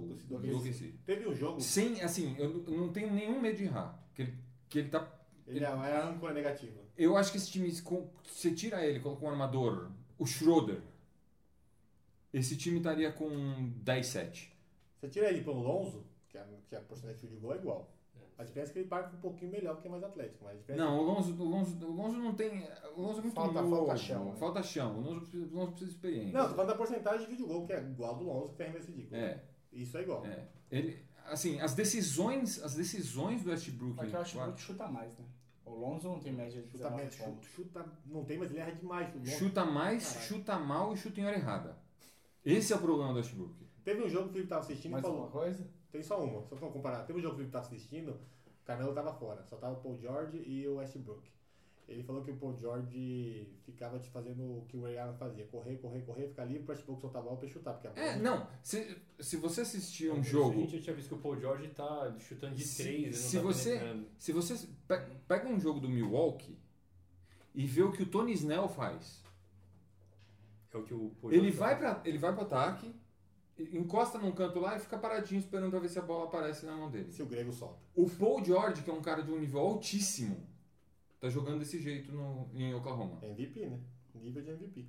B: Do-
D: do
B: do-
D: OKC.
B: Teve um jogo.
D: Sem, assim, eu n- não tenho nenhum medo de errar. Que ele, que ele tá,
B: Ele é é a âncora negativa.
D: eu acho que esse time, se com- você tira ele, coloca um armador, o Schroeder, esse time estaria com 10-7.
B: Você tira ele para o Lonzo, que a, que a porcentagem de field goal é igual. A diferença é que ele parte um pouquinho melhor porque é mais atlético. Mas a diferença
D: Não, o Lonzo, o Lonzo, o Lonzo não tem. O Lonzo é muito
A: Falta-
D: novo,
A: falta chão, né?
D: Falta chão. O Lonzo, precisa- o Lonzo precisa de experiência.
B: Não, tô falando da porcentagem de field goal, que é igual ao do Lonzo, que tem arremesso de gol.
D: É.
B: Isso é igual.
D: É. Ele, assim, as decisões, as decisões do Westbrook.
A: Mas
D: em
A: é que eu acho que o
D: quadra-
A: Brook chuta mais, né? O Lonzo não tem média de
B: Chuta,
A: 19
B: bem,
A: pontos.
B: chuta, chuta, não tem, mas ele erra demais. o Lonzo.
D: chuta mais,
B: Caralho.
D: chuta mal e chuta em hora errada. Esse é o problema do Westbrook.
B: Teve um jogo que o Felipe tava assistindo
A: Mais
B: e falou.
A: alguma coisa?
B: Tem só uma, só pra comparar. Teve um jogo que o Felipe tava assistindo, o Canelo tava fora. Só tava o Paul George e o Westbrook. Ele falou que o Paul George ficava te fazendo o que o Ray Allen fazia. Correr, correr, correr, ficar livre pro Westbrook soltar a bola pra ele chutar. Porque a bola
D: É, não. Se, se você assistir um
C: A
D: jogo.
C: gente já tinha visto que o Paul George tá chutando de
D: Se-
C: 3, ele não
D: se
C: tá
D: você-
C: penetrando.
D: Se você pe- pega um jogo do Milwaukee e vê o que o Tony Snell faz.
C: É o que o Paul
D: Ele
C: George
D: vai,
C: faz.
D: pra, ele vai pro ataque, encosta num canto lá e fica paradinho esperando pra ver se a bola aparece na mão dele.
B: Se o Grego solta.
D: O Paul George, que é um cara de um nível altíssimo, tá jogando desse jeito no, em Oklahoma.
B: MVP, né? Nível de MVP.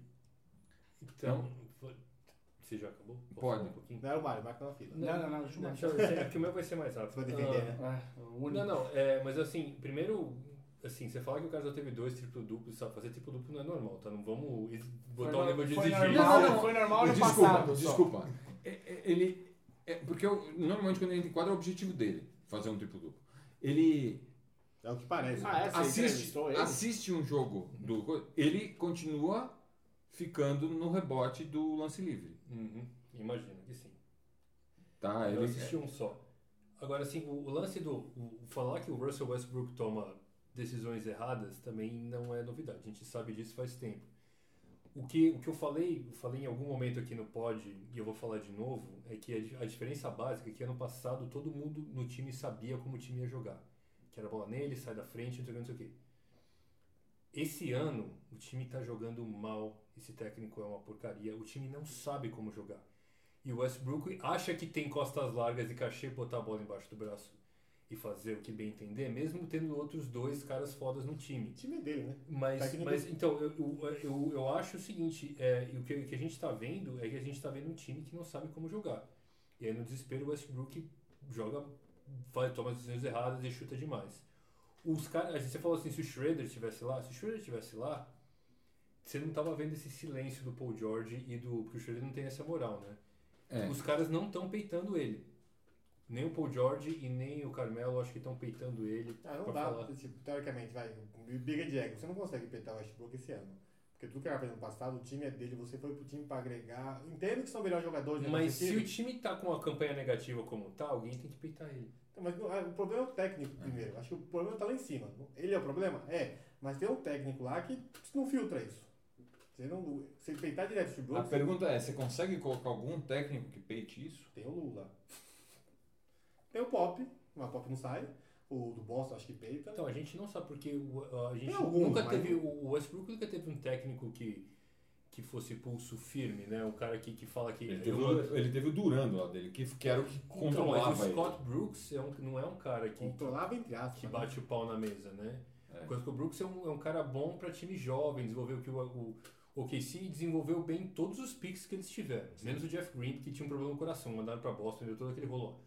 C: Então, foi- você já acabou? Posso
D: Então, Pode.
C: falar Um pouquinho?
B: Não era o Mário, marca na fila.
A: Não, não, não,
C: Não,
A: chuta.
C: deixa eu ver, é que o meu vai ser mais rápido.
B: Você vai defender, né?
A: É, o
C: Ah,
A: único.
C: Não, não, é, mas assim, primeiro, assim, você fala que o cara já teve dois triplo-duplo, sabe? Fazer triplo-duplo não é normal, tá? Não vamos ex-
A: Foi,
C: botar um
A: no-
C: nível de
A: foi
C: exigência.
A: normal,
D: Não, não,
A: foi normal no
D: desculpa,
A: passado. só.
D: desculpa. É, é, Ele. é, porque eu- normalmente quando ele entra em quadro é o objetivo dele, fazer um triplo duplo. Ele
B: É o que parece.
A: Ah, é? Você
D: assiste,
A: entrevistou ele?
D: assiste um jogo do. co- Ele continua ficando no rebote do lance livre.
C: Uhum, imagino que sim.
D: Tá?
C: Eu
D: Ele,
C: assisti um só. Agora, assim, o, o lance do. o- falar que o Russell Westbrook toma decisões erradas também não é novidade. A gente sabe disso faz tempo. O que, o que eu falei, eu falei em algum momento aqui no pod, e eu vou falar de novo, é que a, di- a diferença básica é que ano passado todo mundo no time sabia como o time ia jogar. Que era bola nele, sai da frente, não sei o que, não sei o que. Esse ano, o time tá jogando mal, esse técnico é uma porcaria, o time não sabe como jogar. E o Westbrook acha que tem costas largas e cachê botar a bola embaixo do braço e fazer o que bem entender, mesmo tendo outros dois caras fodas no time.
B: O time é dele, né?
C: Mas,
B: Técnico-
C: mas então, eu, eu, eu, eu acho o seguinte, é, e o, que, o que a gente está vendo é que a gente está vendo um time que não sabe como jogar. E aí no desespero o Westbrook joga, faz, toma as decisões erradas e chuta demais. Os caras, a gente você falou assim, se o Schroeder estivesse lá, se o Schroeder estivesse lá, você não tava vendo esse silêncio do Paul George e do. Porque o Schroeder não tem essa moral, né?
D: É.
C: Os caras não estão peitando ele. Nem o Paul George e nem o Carmelo acho que estão peitando ele.
B: Ah, não
C: pra
B: dá.
C: falar.
B: Tipo, teoricamente, vai. Briga de ego. Você não consegue peitar o Westbrook esse ano. Porque tudo que era fez no passado, o time é dele, você foi pro time pra agregar. Entendo que são melhores jogadores né,
C: Mas
B: desse
C: se
B: time.
C: o time tá com uma campanha negativa como tá, alguém tem que peitar ele.
B: Então, Mas não- ah, o problema é o técnico primeiro. Acho que o problema tá lá em cima. Ele é o problema? É. Mas tem um técnico lá que não filtra isso. Você não. Se ele peitar direto o
D: A
B: Westbrook,
D: pergunta é, você consegue colocar algum técnico que peite isso?
B: tem o Lula. Tem o Pop, mas o Pop não sai. O do Boston acho que peita.
C: Então, a gente não sabe porque o- a gente
B: Tem alguns,
C: nunca
B: mas-
C: teve. O Westbrook nunca teve um técnico que, que fosse pulso firme, né? O cara que, que fala que.
D: Ele teve,
C: eu-
D: o, ele teve o Duran do lado dele, que, que era o que
C: Então, mas
D: controlava
C: o
D: ele.
C: Scott Brooks é um- não é um cara que,
B: Controlava entre aspas.
C: que
B: né?
C: bate o pau na mesa, né?
D: É.
C: Coisa que o Brooks é um, é um cara bom pra time jovem, desenvolveu o que o, o OKC desenvolveu bem todos os picks que eles tiveram, menos o Jeff Green, que tinha um problema no coração, mandaram pra Boston, deu todo aquele rolo.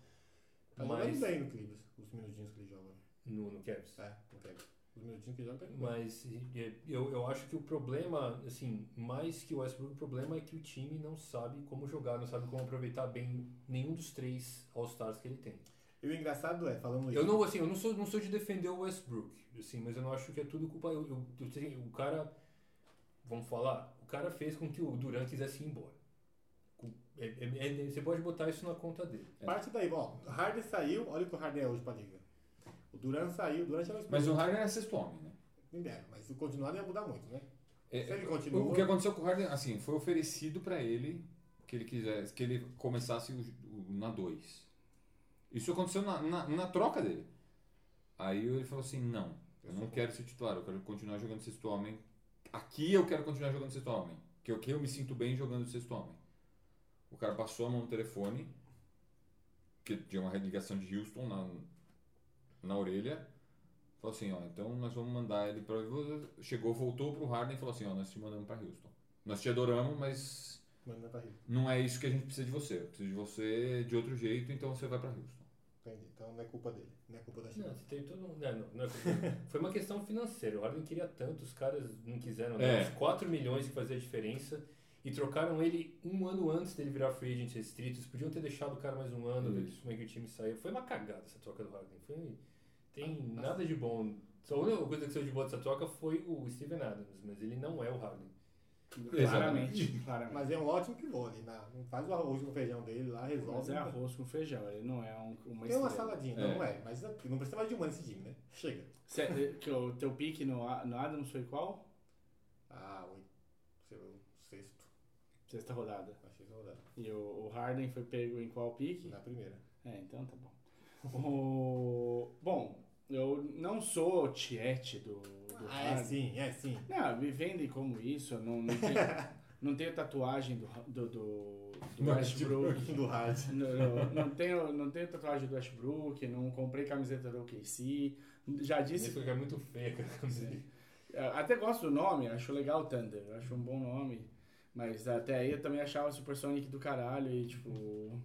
B: Tá
C: lá.
B: jogando
C: Mas
B: bem no Clippers, os minutinhos que ele joga.
C: no, no Cavs.
B: É, não pega. Os minutinhos que ele joga tá jogando bem.
C: Mas é, eu, eu acho que o problema, assim, mais que o Westbrook, o problema é que o time não sabe como jogar, não sabe como aproveitar bem nenhum dos três All-Stars que ele tem.
B: E o engraçado é, falando
C: Eu
B: isso.
C: não, assim, eu não sou, não sou de defender o Westbrook, assim, mas eu não acho que é tudo culpa. Eu, eu- eu sei, o cara, vamos falar, o cara fez com que o Durant quisesse ir embora. Com- é- é- é- você pode botar isso na conta dele.
B: é. Parte daí, ó. Harden saiu, olha o que o Harden é hoje pra liga. O Duran saiu, o Duran já não
D: Mas o Harden era sexto homem, né?
B: Nem dera, mas se continuar não ia mudar muito, né?
D: É,
B: Se ele continua-
D: O que aconteceu com o Harden, assim, foi oferecido pra ele que ele quisesse, que ele começasse o, o- na 2. Isso aconteceu na, na, na troca dele. Aí ele falou assim, não, eu não quero ser titular, eu quero continuar jogando sexto homem. Aqui eu quero continuar jogando sexto homem, que aqui eu me sinto bem jogando sexto homem. O cara passou a mão no telefone, que tinha uma ligação de Houston na, na orelha, Falou assim, ó, então nós vamos mandar ele pra. Chegou, voltou pro Harden e falou assim, ó, nós te mandamos pra Houston. Nós te adoramos, mas
B: Manda pra Rio.
D: não é isso que a gente precisa de você. Eu preciso de você de outro jeito, então você vai pra Houston.
B: Entendi. Então não é culpa dele. Não é culpa da
C: Não,
B: China.
C: você tem todo um- né, não, não é culpa. Foi uma questão financeira. O Harden queria tanto, os caras não quiseram dar
D: É.
C: os 4 milhões que fazia a diferença. E trocaram ele um ano antes dele virar free agent restrito. Eles podiam ter deixado o cara mais um ano, ver
D: Isso.
C: como é que o time saiu. Foi uma cagada essa troca do Harden. Foi, tem nada de bom. Só a única coisa que saiu de boa dessa troca foi o Steven Adams, mas ele não é o Harden.
A: Claramente, claramente.
B: Mas é um ótimo pivô ali. na- Faz o arroz com o feijão dele lá, resolve.
A: Mas é arroz com feijão, ele não é um, uma
B: Tem uma
A: estrela.
B: saladinha,
D: É.
B: não é? Mas não precisa mais de um ano esse time, né? Chega.
A: Cê, eh, que o teu pique no, A- no Adams foi qual?
B: Ah, oito. Sei lá, o sexto.
A: Sexta rodada.
B: Achei que rodada.
A: E o, o Harden foi pego em qual pique?
B: Na primeira.
A: É, então tá bom. O, bom, eu não sou o tiete do, do
B: Ah, é
A: Harden.
B: sim, é sim.
A: Não, me vendem como isso, eu não, não tenho, não tenho tatuagem do, do, do, do
D: Não, é
A: Westbrook.
B: Do rádio.
A: Não, não, não tenho, não tenho tatuagem do Westbrook, não comprei camiseta do OKC. Já
C: Isso
A: disse.
C: foi é muito feio.
D: assim.
C: cara.
A: Até gosto do nome, acho legal o Thunder, acho um bom nome. Mas até aí eu também achava Super Sonic do caralho e tipo.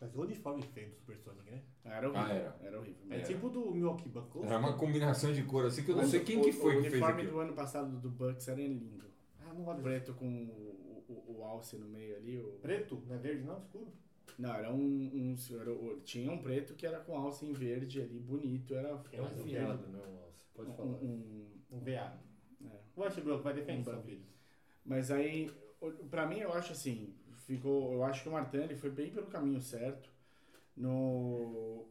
B: Mas o uniforme feio do Super Sonic, né?
A: Era horrível.
D: Ah, era.
A: horrível.
B: É,
A: Era.
B: tipo do Milwaukee Bucks.
D: Era É uma combinação de cor assim que eu não sei quem
A: O-
D: que foi
A: O
D: que fez
A: uniforme
D: aquilo.
A: do ano passado do Bucks era lindo.
B: Ah, não olha.
A: Preto com o, o, o alce no meio ali. o-
B: Preto? Não é verde, não? Escuro?
A: Não, era um. um era o- tinha um preto que era com alça em verde ali, bonito. Era
C: É um viado, não, Alce. Pode
A: Um,
C: falar.
A: um-
B: Um VA.
A: É.
B: O Westbrook vai
A: Um
B: defender seu
A: branco.
B: filho.
A: Mas aí, o- pra mim, eu acho assim, ficou, eu acho que o Martin ele foi bem pelo caminho certo. No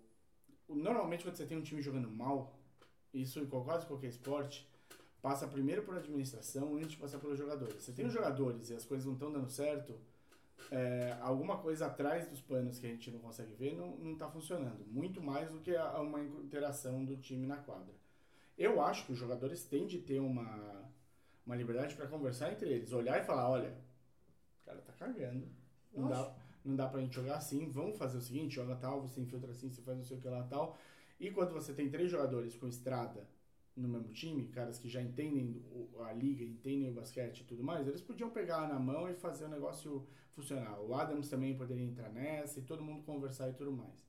A: normalmente quando você tem um time jogando mal, isso em quase qualquer esporte, passa primeiro por administração antes de passar pelos jogadores. Você tem os jogadores e as coisas não estão dando certo, é, alguma coisa atrás dos panos que a gente não consegue ver não, não tá funcionando. Muito mais do que a- uma interação do time na quadra. Eu acho que os jogadores têm de ter uma uma liberdade para conversar entre eles, olhar e falar, olha, o cara tá cagando. Não dá, não dá pra gente jogar assim, vamos fazer o seguinte, joga tal, você infiltra assim, você faz não sei o que lá tal. E quando você tem três jogadores com estrada no mesmo time, caras que já entendem o- a liga, entendem o basquete e tudo mais, eles podiam pegar na mão e fazer o negócio funcionar. O Adams também poderia entrar nessa e todo mundo conversar e tudo mais.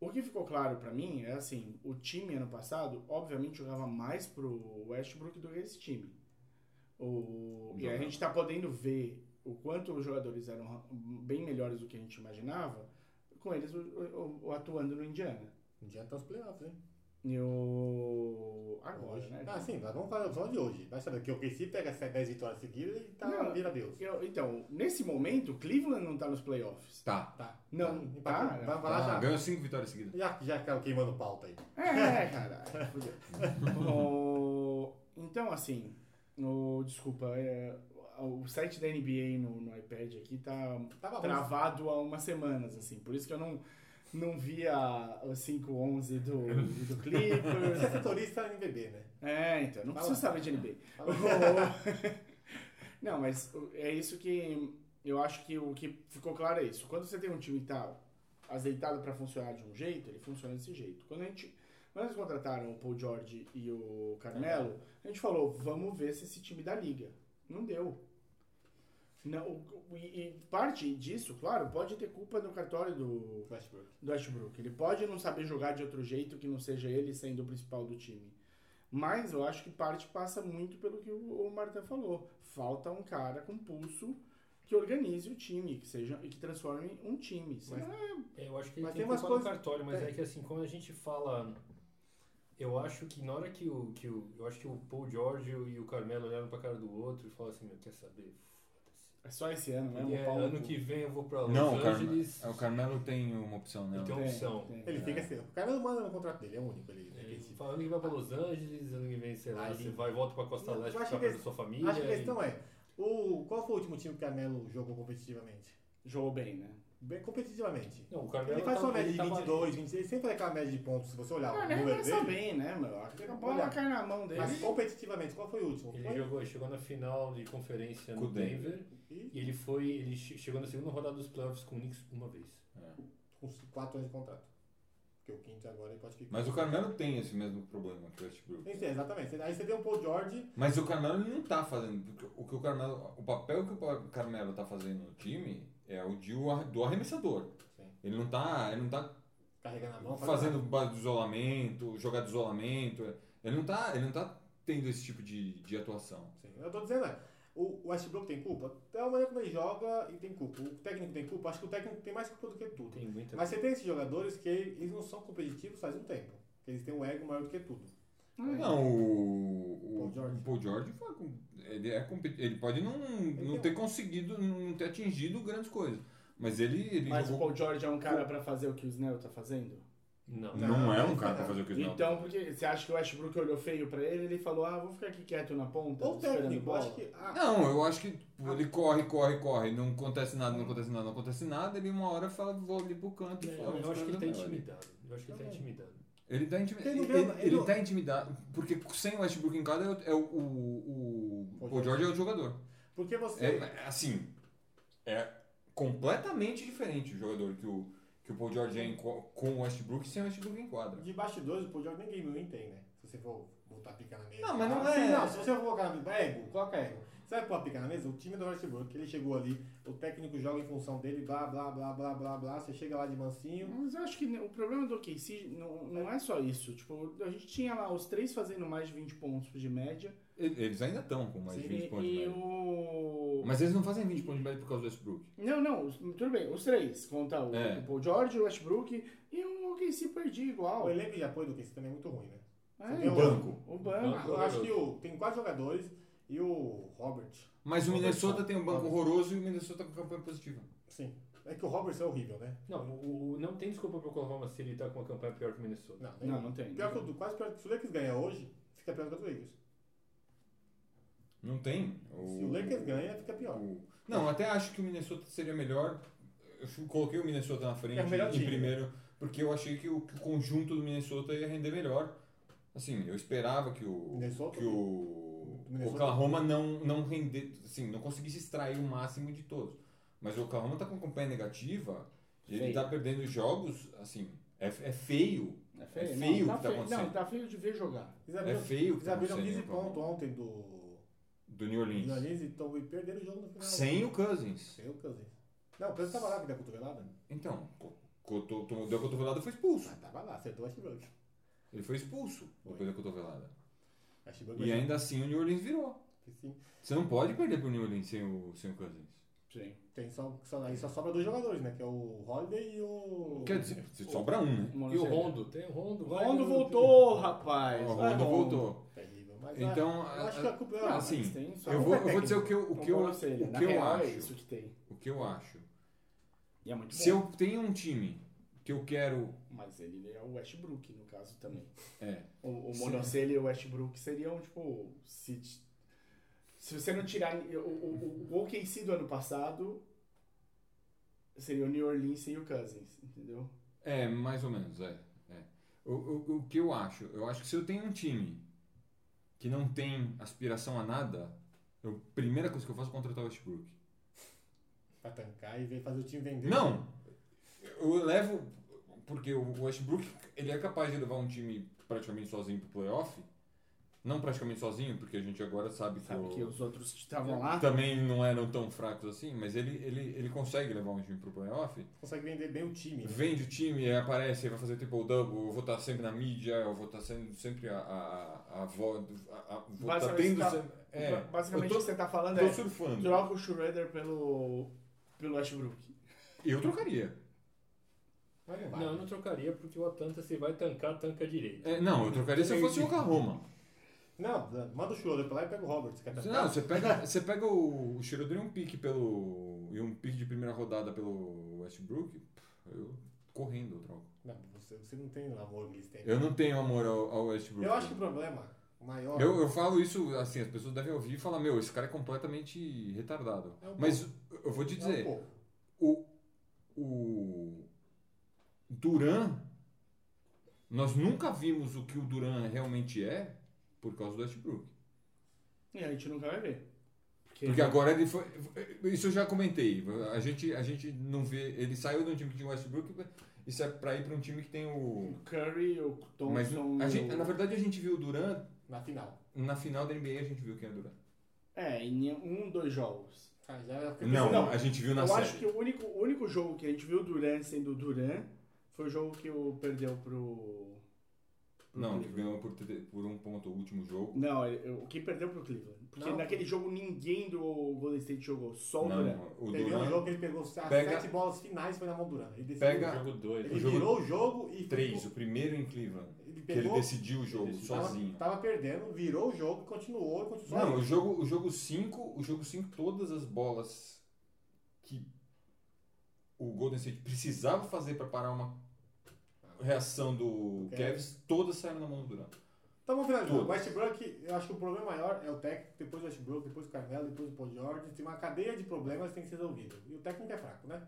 A: O- O que ficou claro pra mim é assim, o time ano passado, obviamente, jogava mais pro Westbrook do que esse time. O, e a gente tá podendo ver o quanto os jogadores eram ra- bem melhores do que a gente imaginava com eles o- o- o- atuando no Indiana.
B: Adianta os playoffs, hein?
A: E o... Agora,
B: Hoje.
A: né?
B: Ah, sim, mas vamos falar só de hoje. Vai saber que o KC pega essas 10 vitórias seguidas e tá
A: Não.
B: vira Deus.
A: Eu- então, nesse momento, Cleveland não tá nos playoffs.
D: Tá.
B: Tá.
A: Não,
B: Empatou.
A: tá,
B: Vai falar
D: tá.
B: já.
D: Ganhou cinco vitórias seguidas.
B: Já, já caiu queimando pauta aí.
A: É, caralho. fudeu. O- Então, assim, o... desculpa, é, o site da NBA no, no iPad aqui tá
B: Tava ruim.
A: travado há umas semanas, assim, por isso que eu não, não via o 5-11 do, do
B: Você é
A: Clippers.
B: setorista NBB, né?
A: É, então, não
B: Fala.
A: precisa saber de NBA.
B: Fala.
A: não, mas é isso que eu acho que o que ficou claro é isso. Quando você tem um time que tá azeitado pra funcionar de um jeito, ele funciona desse jeito. Quando a gente quando eles contrataram o Paul George e o Carmelo, a gente falou, vamos ver se esse time dá liga. Não deu. Não, o- o- e, e parte disso, claro, pode ter culpa no cartório do,
B: Westbrook.
A: do Westbrook. Ele pode não saber jogar de outro jeito que não seja ele sendo o principal do time. Mas eu acho que parte passa muito pelo que o, o Martin falou. Falta um cara com pulso que organize o time, que seja e que transforme um time. Senão é-
C: É, eu acho que ele
B: Mas
C: tem,
B: tem umas
C: culpa no
B: coisas-
C: cartório, mas
B: tem.
C: é que assim, quando a gente fala. Eu acho que na hora que o. Que o eu acho que o Paul George e o Carmelo olharam pra cara do outro e falaram assim, meu, quer saber?
A: é só esse ano, né?
C: E
A: Um
C: é,
A: pau no
C: ano
A: cu.
C: que vem eu vou pra Los
D: Não, o Carmelo,
C: Angeles.
D: é, o Carmelo tem uma opção, né?
C: Ele tem uma
A: Tem,
C: opção.
A: tem.
B: Ele fica assim. O cara não manda no contrato dele, é o único ali. Né?
C: Ele
B: Esse-
C: fala, ano que vai pra Los Angeles, ano que vem, sei lá,
B: Ali.
C: você vai e volta pra Costa
B: Não,
C: Leste
B: eu
C: pra
B: acho
C: ficar
B: que
C: perto da
B: esse-
C: sua família.
B: Acho que a
C: e-
B: questão é, o, qual foi o último time que o Carmelo jogou competitivamente?
A: Jogou bem, né?
B: Bem competitivamente.
C: Não, o Carmelo
B: Ele faz
C: tava-
B: sua média
C: ele
B: de
C: tava-
B: 22, 26, ele sempre faz aquela média de pontos, se você olhar
A: Ah,
B: o
A: ele
B: número
A: arremessa
B: é dele.
A: bem, tá né, meu? A bola
B: Olha.
A: cai na mão dele.
B: Mas competitivamente, qual foi o último?
C: Ele
B: Foi?
C: jogou, chegou na final de conferência
D: Com
C: no
D: o Denver.
C: Denver
B: E
C: e ele foi, ele che- chegou na segunda rodada dos playoffs com o Knicks uma vez.
B: com 4 anos de contrato. Porque o quinto agora ele pode ficar.
D: Mas o Carmelo tem esse mesmo problema que o Westbrook.
B: Isso, é, exatamente. Aí você vê um Paul George,
D: Mas o Carmelo ele não tá fazendo. porque O que o Carmelo. O papel que o Pa- Carmelo tá fazendo no time é o de o ar- do arremessador.
B: Sim.
D: Ele não tá. Ele não tá
B: carregando a mão,
D: fazendo ba- de isolamento, jogar de isolamento. Ele não tá. Ele não tá tendo esse tipo de, de atuação.
B: Sim, eu tô dizendo, é. O o Westbrook tem culpa? É a maneira como ele joga e tem culpa. O técnico tem culpa? Acho que o técnico tem mais culpa do que tudo.
C: Tem muita
B: Mas você tem esses jogadores que eles não são competitivos faz um tempo. Eles têm um ego maior do que tudo.
D: Não, o.
B: Paul
D: o
B: George.
D: o Paul George foi com- ele, é competi- ele pode não, não
B: tem-
D: ter conseguido, não ter atingido grandes coisas. Mas ele, ele
A: Mas o
D: jogou.
A: Paul George é um cara pra fazer o que o Snell tá fazendo?
C: Não.
D: Não é um cara
B: Não.
D: pra fazer o que ele não.
A: Então, porque você acha que o Westbrook olhou feio pra ele, ele falou, ah, vou ficar aqui quieto na ponta,
B: Ou o
A: Tá esperando
B: técnico, eu
A: bola.
B: acho que. ah,
D: Não, eu acho que tipo, ele corre, corre, corre, não acontece nada, não acontece nada, não acontece nada, ele uma hora fala, vou ali pro canto. e fala,
C: Eu acho que ele tá
D: melhor.
C: intimidado. Eu acho que ele tá intimidado.
D: Ele tá intimidado.
B: Ele
D: Ele,
B: não
D: ele,
B: ganha, ele não-
D: tá intimidado, porque sem o Westbrook em casa é o, é o, o, o,
B: Paul
D: Paul George é o jogador.
B: Porque você.
D: É, é assim, é completamente diferente o jogador que o, que o Paul George é em co- com o Westbrook e sem o Westbrook em quadra.
B: De bastidores, o Paul George nem Game Win tem, né? Se você for botar a pica na mesa.
D: Não, mas não
B: Ah,
D: é-
B: sim, Não, se você for colocar na mesa, é ego, coloca ego. Você vai pôr a pica na mesa? O time é do Westbrook, ele chegou ali, o técnico joga em função dele, blá, blá, blá, blá, blá, blá. Você chega lá de mansinho.
A: Mas eu acho que o problema do OKC não, não é só isso. Tipo, a gente tinha lá os três fazendo mais de 20 pontos de média.
D: Ele- Eles ainda estão com mais
A: e,
D: de 20 pontos de
A: e
D: média.
A: o...
D: Mas eles não fazem 20 pontos de média por causa do Westbrook.
A: Não, não, os- tudo bem. Os três. Conta o,
D: É.
A: o Paul George, o Westbrook e o OKC perdi igual.
B: O elenco de apoio do Casey também é muito ruim, né?
A: É,
B: tem
D: O
B: Eu-
D: banco.
A: o banco.
B: Eu acho que o, tem quatro jogadores e o Robert.
D: Mas
B: Robertson.
D: o Minnesota tem um banco
B: Robertson.
D: horroroso e o Minnesota com campanha positiva.
B: Sim. É que o Robert é horrível, né?
C: Não, o, o- não tem desculpa pro Oklahoma se ele tá com uma campanha pior que o Minnesota.
B: Não, né?
A: Não, não tem.
B: Pior que o quase pior que se o Lakers ganha hoje, fica pior que o do Lakers.
D: Não tem.
B: Se o Lakers ganha, fica pior.
D: O- Não, até acho que o Minnesota seria melhor. Eu fu- coloquei o Minnesota na frente
B: É o melhor
D: em
B: time.
D: primeiro, porque eu achei que o, que o conjunto do Minnesota ia render melhor. Assim, eu esperava que o
B: Minnesota?
D: que o
B: Minnesota?
D: Oklahoma não não render, assim, não conseguisse extrair o máximo de todos. Mas o Oklahoma tá com campanha negativa, e ele
A: Feio.
D: tá perdendo jogos, assim, é, é feio.
A: É feio,
D: É
A: não,
D: feio
A: tá
D: o que tá
A: feio.
D: acontecendo.
A: Não, tá feio de ver jogar.
B: Eles abriram,
D: feio o que
B: Eles
D: tá
B: abriram
D: acontecendo,
B: 15
D: né, Paulo?
B: pontos ontem do
D: Do New Orleans.
B: Giannis e tão- e perderam então o jogo no final.
D: Sem o Cousins.
B: Sem o Cousins. Não, o Cousins tava lá, que da cotovelada.
D: Então, pô, coto- tomou- deu a cotovelada e foi expulso.
B: Mas tava lá, acertou o Westbrook.
D: Ele foi expulso depois da cotovelada.
B: Westbrook
D: E ainda assim o New Orleans virou.
B: Sim.
D: Você não pode perder pro New Orleans sem o, sem o Cousins.
A: Sim.
B: Tem só, só, aí só sobra dois jogadores, né? Que é o Holiday e o.
D: Quer dizer, se sobra um, né?
A: Mano,
C: E o
A: chega.
C: Rondo? Tem o Rondo. vai, né?
A: Rondo
C: eu-
A: voltou, rapaz. Ah,
D: O
A: Vai,
D: Rondo voltou.
B: Terrível. Mas
D: Então,
B: ah, eu
D: a-
B: acho que a culpa é
D: ah,
B: ah,
D: sim.
A: Mas tem só-
D: Eu vou, eu vou dizer o que eu, o
A: Não
D: que eu, o
A: conhece ele. Na
D: que eu
A: real, É
D: acho.
A: isso que tem.
D: O que eu acho.
A: E é muito
D: Se
A: bom.
D: eu tenho um time que eu quero.
A: Mas ele é o Westbrook, no caso, também.
D: É.
A: O, o
D: Sim.
A: Monocelli e o Westbrook seriam, tipo, se, t- se você não tirar... O, o, o, o OKC do ano passado seria o New Orleans sem o Cousins, entendeu?
D: É, mais ou menos, é. é. O, o, o que eu acho? Eu acho que se eu tenho um time que não tem aspiração a nada, eu- a primeira coisa que eu faço é contratar o Westbrook.
B: pra tancar e ver- fazer o time vender.
D: Não! Eu levo. Porque o Westbrook ele é capaz de levar um time praticamente sozinho pro playoff. Não praticamente sozinho, porque a gente agora sabe,
A: Sabe que
D: o-
A: os outros que estavam lá...
D: também não eram tão fracos assim, mas ele, ele, ele consegue levar um time pro playoff.
B: Consegue vender bem o time. né?
D: Vende o time, aí aparece, aí vai fazer triple-double, eu vou estar sempre na mídia, eu vou estar sendo sempre a, a, a voz. A, a, vou estar
A: Basicamente,
D: tendo.
A: tá-
D: sempre- é,
A: Basicamente, o
D: eu
A: que você tá
D: tô,
A: falando
D: tô
A: é...
D: surfando.
A: Troca o Schroeder pelo, pelo Westbrook.
D: Eu trocaria.
B: Mas não vai.
C: Não, eu não trocaria, porque o Atlanta, se vai tancar, tanca direito.
D: É, não, eu trocaria se eu fosse o Oklahoma.
B: Não, manda o Schroeder pra lá e pega o Roberts. Quer
D: Você-
B: tancar?
D: Não, você pega, você pega o, o Schroeder e um pique pelo. e um pique de primeira rodada pelo Westbrook, pff, eu correndo eu troco.
B: Não, você, você não tem o amor que eles têm.
D: Eu não tenho amor ao, ao Westbrook.
B: Eu acho que o problema maior. é
D: Eu, eu falo isso, assim, as pessoas devem ouvir e falar, meu, esse cara é completamente retardado.
B: É um
D: Mas eu vou te
B: é um
D: dizer,
B: pouco.
D: o, o Duran, nós nunca vimos o que o Duran realmente é por causa do Westbrook.
A: E a gente nunca vai ver. Porque,
D: Porque agora ele foi. Isso eu já comentei. A gente, a gente não vê. Ele saiu de um time que tinha o Westbrook e sai pra ir pra um time que tem o.
A: o Curry, o Thompson...
D: Mas a
A: e
D: gente,
A: Então o-
D: na verdade a gente viu o Duran.
B: Na final.
D: Na final da NBA a gente viu quem é o Duran.
A: É, em um, dois jogos.
B: Ah, já é porque-
D: Não,
A: Não,
D: a gente viu na
A: eu
D: série.
A: acho que o único, o único jogo que a gente viu o Duran sendo o Duran foi o jogo que o perdeu pro. pro
D: Não, que
A: Cleveland.
D: ganhou por, tre- por um ponto o último jogo.
A: Não, ele- o que perdeu pro Cleveland. Porque
B: Não.
A: naquele jogo ninguém do Golden State jogou, só o Duran.
D: o
B: Teve um
D: Duran
B: jogo que ele pegou as
D: Pega-
B: sete bolas finais foi na mão do Duran. Ele decidiu
A: É.
D: Pega-
B: o jogo.
C: Jogo dois. né?
B: Ele
D: o jogo-
B: virou o jogo e. foi
D: três,
B: pro-
D: o primeiro em Cleveland.
B: Ele
D: Que ele
B: pegou.
D: decidiu o jogo
C: decidiu.
B: tava-
D: sozinho.
B: Tava, perdendo, virou o jogo, continuou, continuou.
D: Não, o jogo 5, o jogo cinco, o jogo cinco, todas as bolas que o Golden State precisava fazer para parar uma reação do
B: Ok.
D: Cavs, todas saíram na mão do Durant.
B: Então vamos finalizar.
D: Tudo.
B: O Westbrook, eu acho que o problema maior é o técnico, depois o Westbrook, depois o Carmelo, depois o Paul George. Tem uma cadeia de problemas que tem que ser resolvida. E o técnico é fraco, né?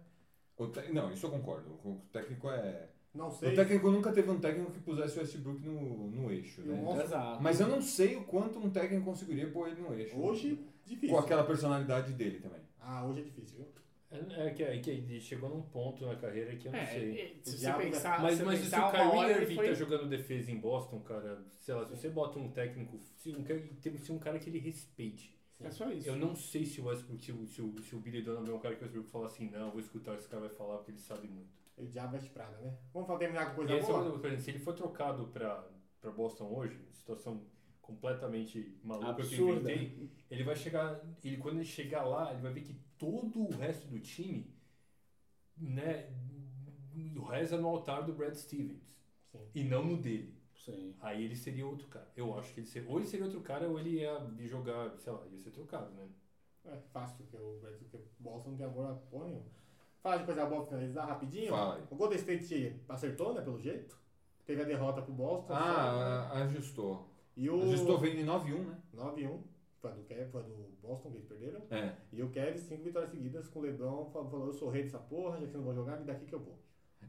D: O te- Não, isso eu concordo. O técnico é.
B: Não
D: O
B: sei.
D: técnico nunca teve um técnico que pusesse o Westbrook no, no eixo,
B: Eu
D: né?
B: mostro-
A: Exato.
D: Mas eu não sei o quanto um técnico conseguiria pôr ele no eixo.
B: Hoje, difícil.
D: é Com aquela personalidade dele também.
B: Ah, hoje é difícil, viu?
C: É, é que, é que ele chegou num ponto na carreira que eu não sei.
A: É, e- se você
B: Diabo da-
A: pensar.
C: Mas,
A: se
C: mas se
A: pensar
C: o
A: uma hora,
C: Kyrie
A: ele
C: Irving
A: foi-
C: tá jogando defesa em Boston, cara, sei lá, se você bota um técnico, se um, cara- tem que ser um cara que ele respeite.
A: É só isso.
C: Eu não sei se o Westbrook, se o, se o, se o Billy Donovan é um cara que o Westbrook fala assim, não, eu vou escutar o que esse cara vai falar porque ele sabe muito.
B: Ele já veste Prada, né? Vamos falar- terminar com
C: E
B: coisa
C: essa é
B: boa?
C: uma coisa, por exemplo, se ele for trocado pra, pra Boston hoje, situação completamente maluca
A: Absurda.
C: que eu inventei, ele vai chegar, ele quando ele chegar lá, ele vai ver que todo o resto do time, né, reza no altar do Brad Stevens.
B: Sim.
C: E não no dele.
A: Sim.
C: Aí ele seria outro cara. Eu acho que ele seria. Ou ele seria outro cara, ou ele ia jogar, sei lá, ia ser trocado, né?
B: É fácil, porque o Brasil, porque o Boston não tem amor a porra nenhuma. Fala de coisa boa pra finalizar rapidinho.
D: Fala aí.
B: O Golden State acertou, né? Pelo jeito. Teve a derrota pro Boston. só, né?
D: Ah, ajustou.
B: e o
D: Ajustou vem de 9-1, né?
B: 9-1. Foi a do, Kev, foi a do Boston que eles perderam.
D: É.
B: E o Kevin, cinco vitórias seguidas com o Lebron, falou, falou, eu sou rei dessa porra, já que eu não vou jogar, me daqui que eu vou.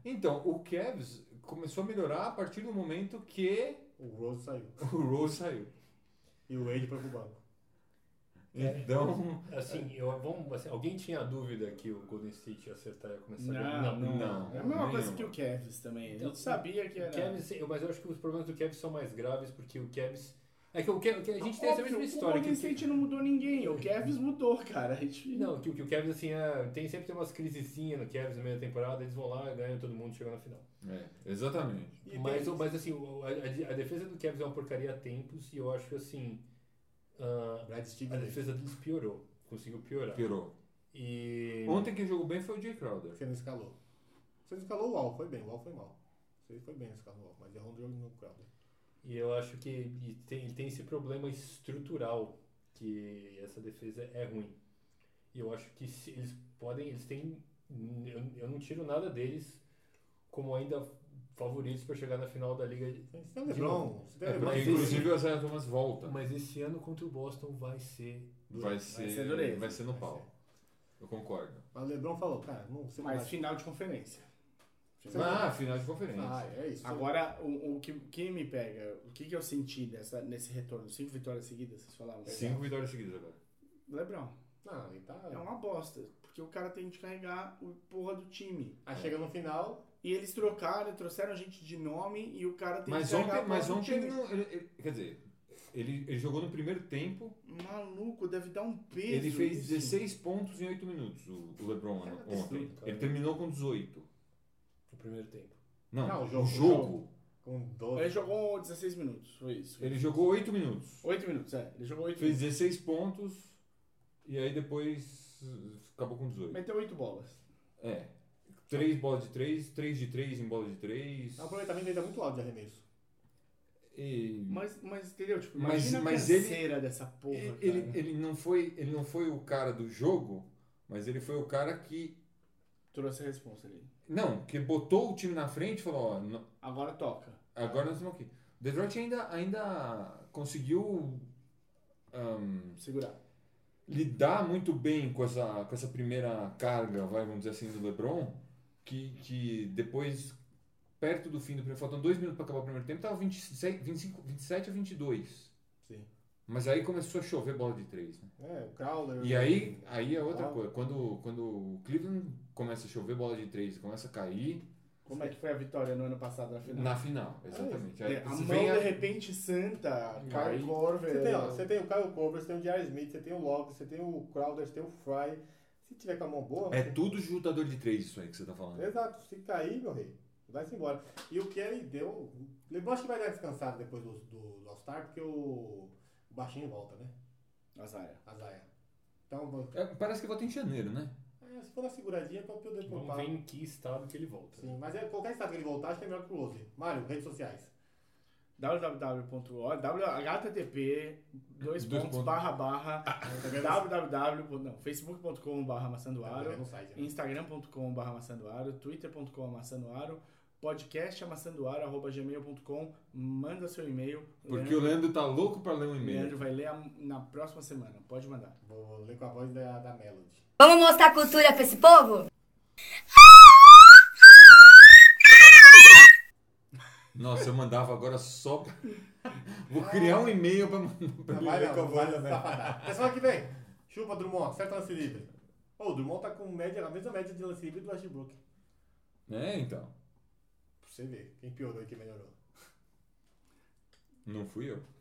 D: Então, o Cavs começou a melhorar a partir do momento que
B: O Rose saiu.
D: o Rose saiu.
B: E o Wade foi pro banco.
D: Então,
C: Assim, eu, vamos, assim, alguém tinha dúvida que o Golden State ia acertar e ia começar a jogar?
A: Não, não,
D: Não,
A: É a mesma coisa
D: nenhuma.
A: que o Cavs também. A
C: Então,
A: gente sabia que
C: O
A: era.
C: Cavs, eu- mas eu acho que os problemas do Cavs são mais graves porque o Cavs É que, o que, o que a gente tem essa mesma história.
A: O é
C: Que,
A: Golden State não mudou ninguém. O Kevs mudou, cara. A gente...
C: não, que, que o Cavs, assim, é, tem sempre tem umas crisezinhas no Cavs na meio da temporada, eles vão lá, ganham todo mundo, chegam na final.
D: É, exatamente.
A: E
C: Mas,
A: tem-
C: mas assim, o- a, a- a defesa do Cavs é uma porcaria há tempos e eu acho que, assim, ah,
B: Brad
C: a
B: Stevens.
C: defesa deles piorou. Conseguiu piorar.
D: Pirou.
C: E...
D: Ontem quem jogou bem foi o Jay Crowder.
B: Você não escalou. Você não escalou o UOL, foi bem, o UOL foi mal. Você foi bem escalando o UOL, mas errou um jogo no Crowder.
C: E eu acho que e tem, tem esse problema estrutural que essa defesa é ruim. E eu acho que se eles podem, eles têm. Eu, eu não tiro nada deles como ainda favoritos para chegar na final da liga.
B: Você tem o
C: De
B: Lebron, você tem o
D: É,
B: Lebron.
D: porque
C: esse-
D: inclusive o Isaiah Thomas volta.
C: Mas esse ano contra o Boston vai ser.
D: Vai ser, vai
A: ser
D: ser,
A: dureza.
D: no
B: Vai
D: pau. Eu concordo.
B: Mas o Lebron falou, cara, não, você não
A: Mas
B: vai-
A: final de conferência.
B: você não
D: Ah, final de conferência.
B: vai- Ah, é isso.
A: Agora, o, o que, que me pega, o que, que eu senti nessa, nesse retorno? Cinco vitórias seguidas, vocês falaram? né?
D: Cinco vitórias seguidas agora.
A: Lebron,
B: Não, e tá...
A: é uma bosta. Porque o cara tem de carregar o porra do time.
B: Aí chega no final,
A: E eles trocaram, trouxeram gente de nome e o cara tem
D: Mas
A: que carregar
D: ontem,
A: a porra
D: mas
A: do
D: ontem ele
A: time.
D: não. Ele, ele- quer dizer, ele, ele jogou no primeiro tempo,
A: Maluco, deve dar um peso.
D: ele fez
A: isso.
D: 16 pontos em 8 minutos, o, o
B: É
D: LeBron
B: um
D: ontem.
B: absurdo, cara.
D: ele terminou com 18.
C: O primeiro tempo.
D: Não,
B: Não, o
D: o
B: jogo,
D: jogo.
B: o com 12...
A: Ele jogou 16 minutos, foi isso.
D: Ele jogou 8 minutos.
A: 8 minutos, é. Ele jogou 8
D: Fez
A: minutos.
D: 16 pontos e aí depois uh, acabou com 18.
A: Meteu 8 bolas.
D: É. 3 bolas de 3, 3 de 3 em bola de 3.
B: O aproveitamento dele é muito alto de arremesso.
D: E
A: Mas, mas entendeu? Tipo,
D: Mas-
A: imagina
D: mas
A: a
D: ele-
A: canseira dessa porra,
D: ele,
A: cara.
D: ele, ele não foi, ele não foi o cara do jogo, mas ele foi o cara que
A: Trouxe a resposta ali.
D: não, que botou o time na frente e falou, ó, n-
A: Agora toca.
D: Agora nós estamos aqui. O Detroit ainda, ainda conseguiu ahm,
A: Segurar.
D: lidar muito bem com essa, com essa primeira carga, vai, vamos dizer assim, do LeBron, que, que depois, perto do fim do primeiro, faltando dois minutos para acabar o primeiro tempo, estava 27, 25, 27 a 22.
B: Sim.
D: Mas aí começou a chover bola de três. Né?
B: É, o Crowder...
A: Uhum.
D: E aí, aí é outra
B: Ah.
D: coisa. Quando, quando o Cleveland começa a chover bola de três, começa a cair
A: Como é que foi a vitória no ano passado na final?
D: na final. Exatamente. Aí
A: É, a
D: se
A: mão,
D: vem
A: de repente, santa. Kyle
D: Aí-
A: Corver.
B: Você tem, ó, você tem o Kyle Korver, você tem o J.R. Smith, você tem o Love, você tem o Crowder, você tem o Fry. Se tiver com a mão boa...
D: É
B: você-
D: tudo chutador de três isso aí que você tá falando.
A: É.
B: Exato, se cair, meu rei, vai-se embora. E o Kelly deu. o Lebron acho que vai dar descansado depois do, do, do All-Star, porque o, o Baixinho volta, né?
A: Azaia.
B: A Zaya. Então, vou-
D: É, parece que volta em janeiro, né?
B: é, se for na seguradinha, pra eu poder
C: Vamos
B: poupar.
C: ver em que estado que ele volta.
B: Sim, mas é, qualquer estado que ele voltar, acho que é melhor que o Rose. Mário, redes sociais.
A: www.org, http, dois
D: Dois
A: pontos,
D: pontos. Ah,
A: barra, barra, tá
B: Também não-
A: www, não, facebook.com, barra, maçandoaro,
D: Tá
B: também não sai, né?
A: instagram.com barra maçandoaro, twitter.com maçandoaro, podcast amassandoaro, arroba gmail.com, manda seu e-mail.
D: Porque o Leandro tá louco pra ler um
A: o
D: e-mail.
A: Leandro vai ler a- na próxima semana, pode mandar.
B: Vou ler com a voz da, da Melody.
E: Vamos mostrar cultura pra esse povo?
D: Nossa, eu mandava agora só pra... Vou criar um e-mail pra mandar pra
B: Não
D: ele
B: vai
D: ler
B: não,
D: com a
B: não vai
D: voz
B: não,
D: da-
B: safadão. Até semana que vem. Chupa, Drummond, certo lance livre. Ô, o Drummond tá com média, a mesma média de lance livre do Westbrook. Pra
D: É, então.
B: você ver, quem piorou e quem melhorou.
D: Não fui eu.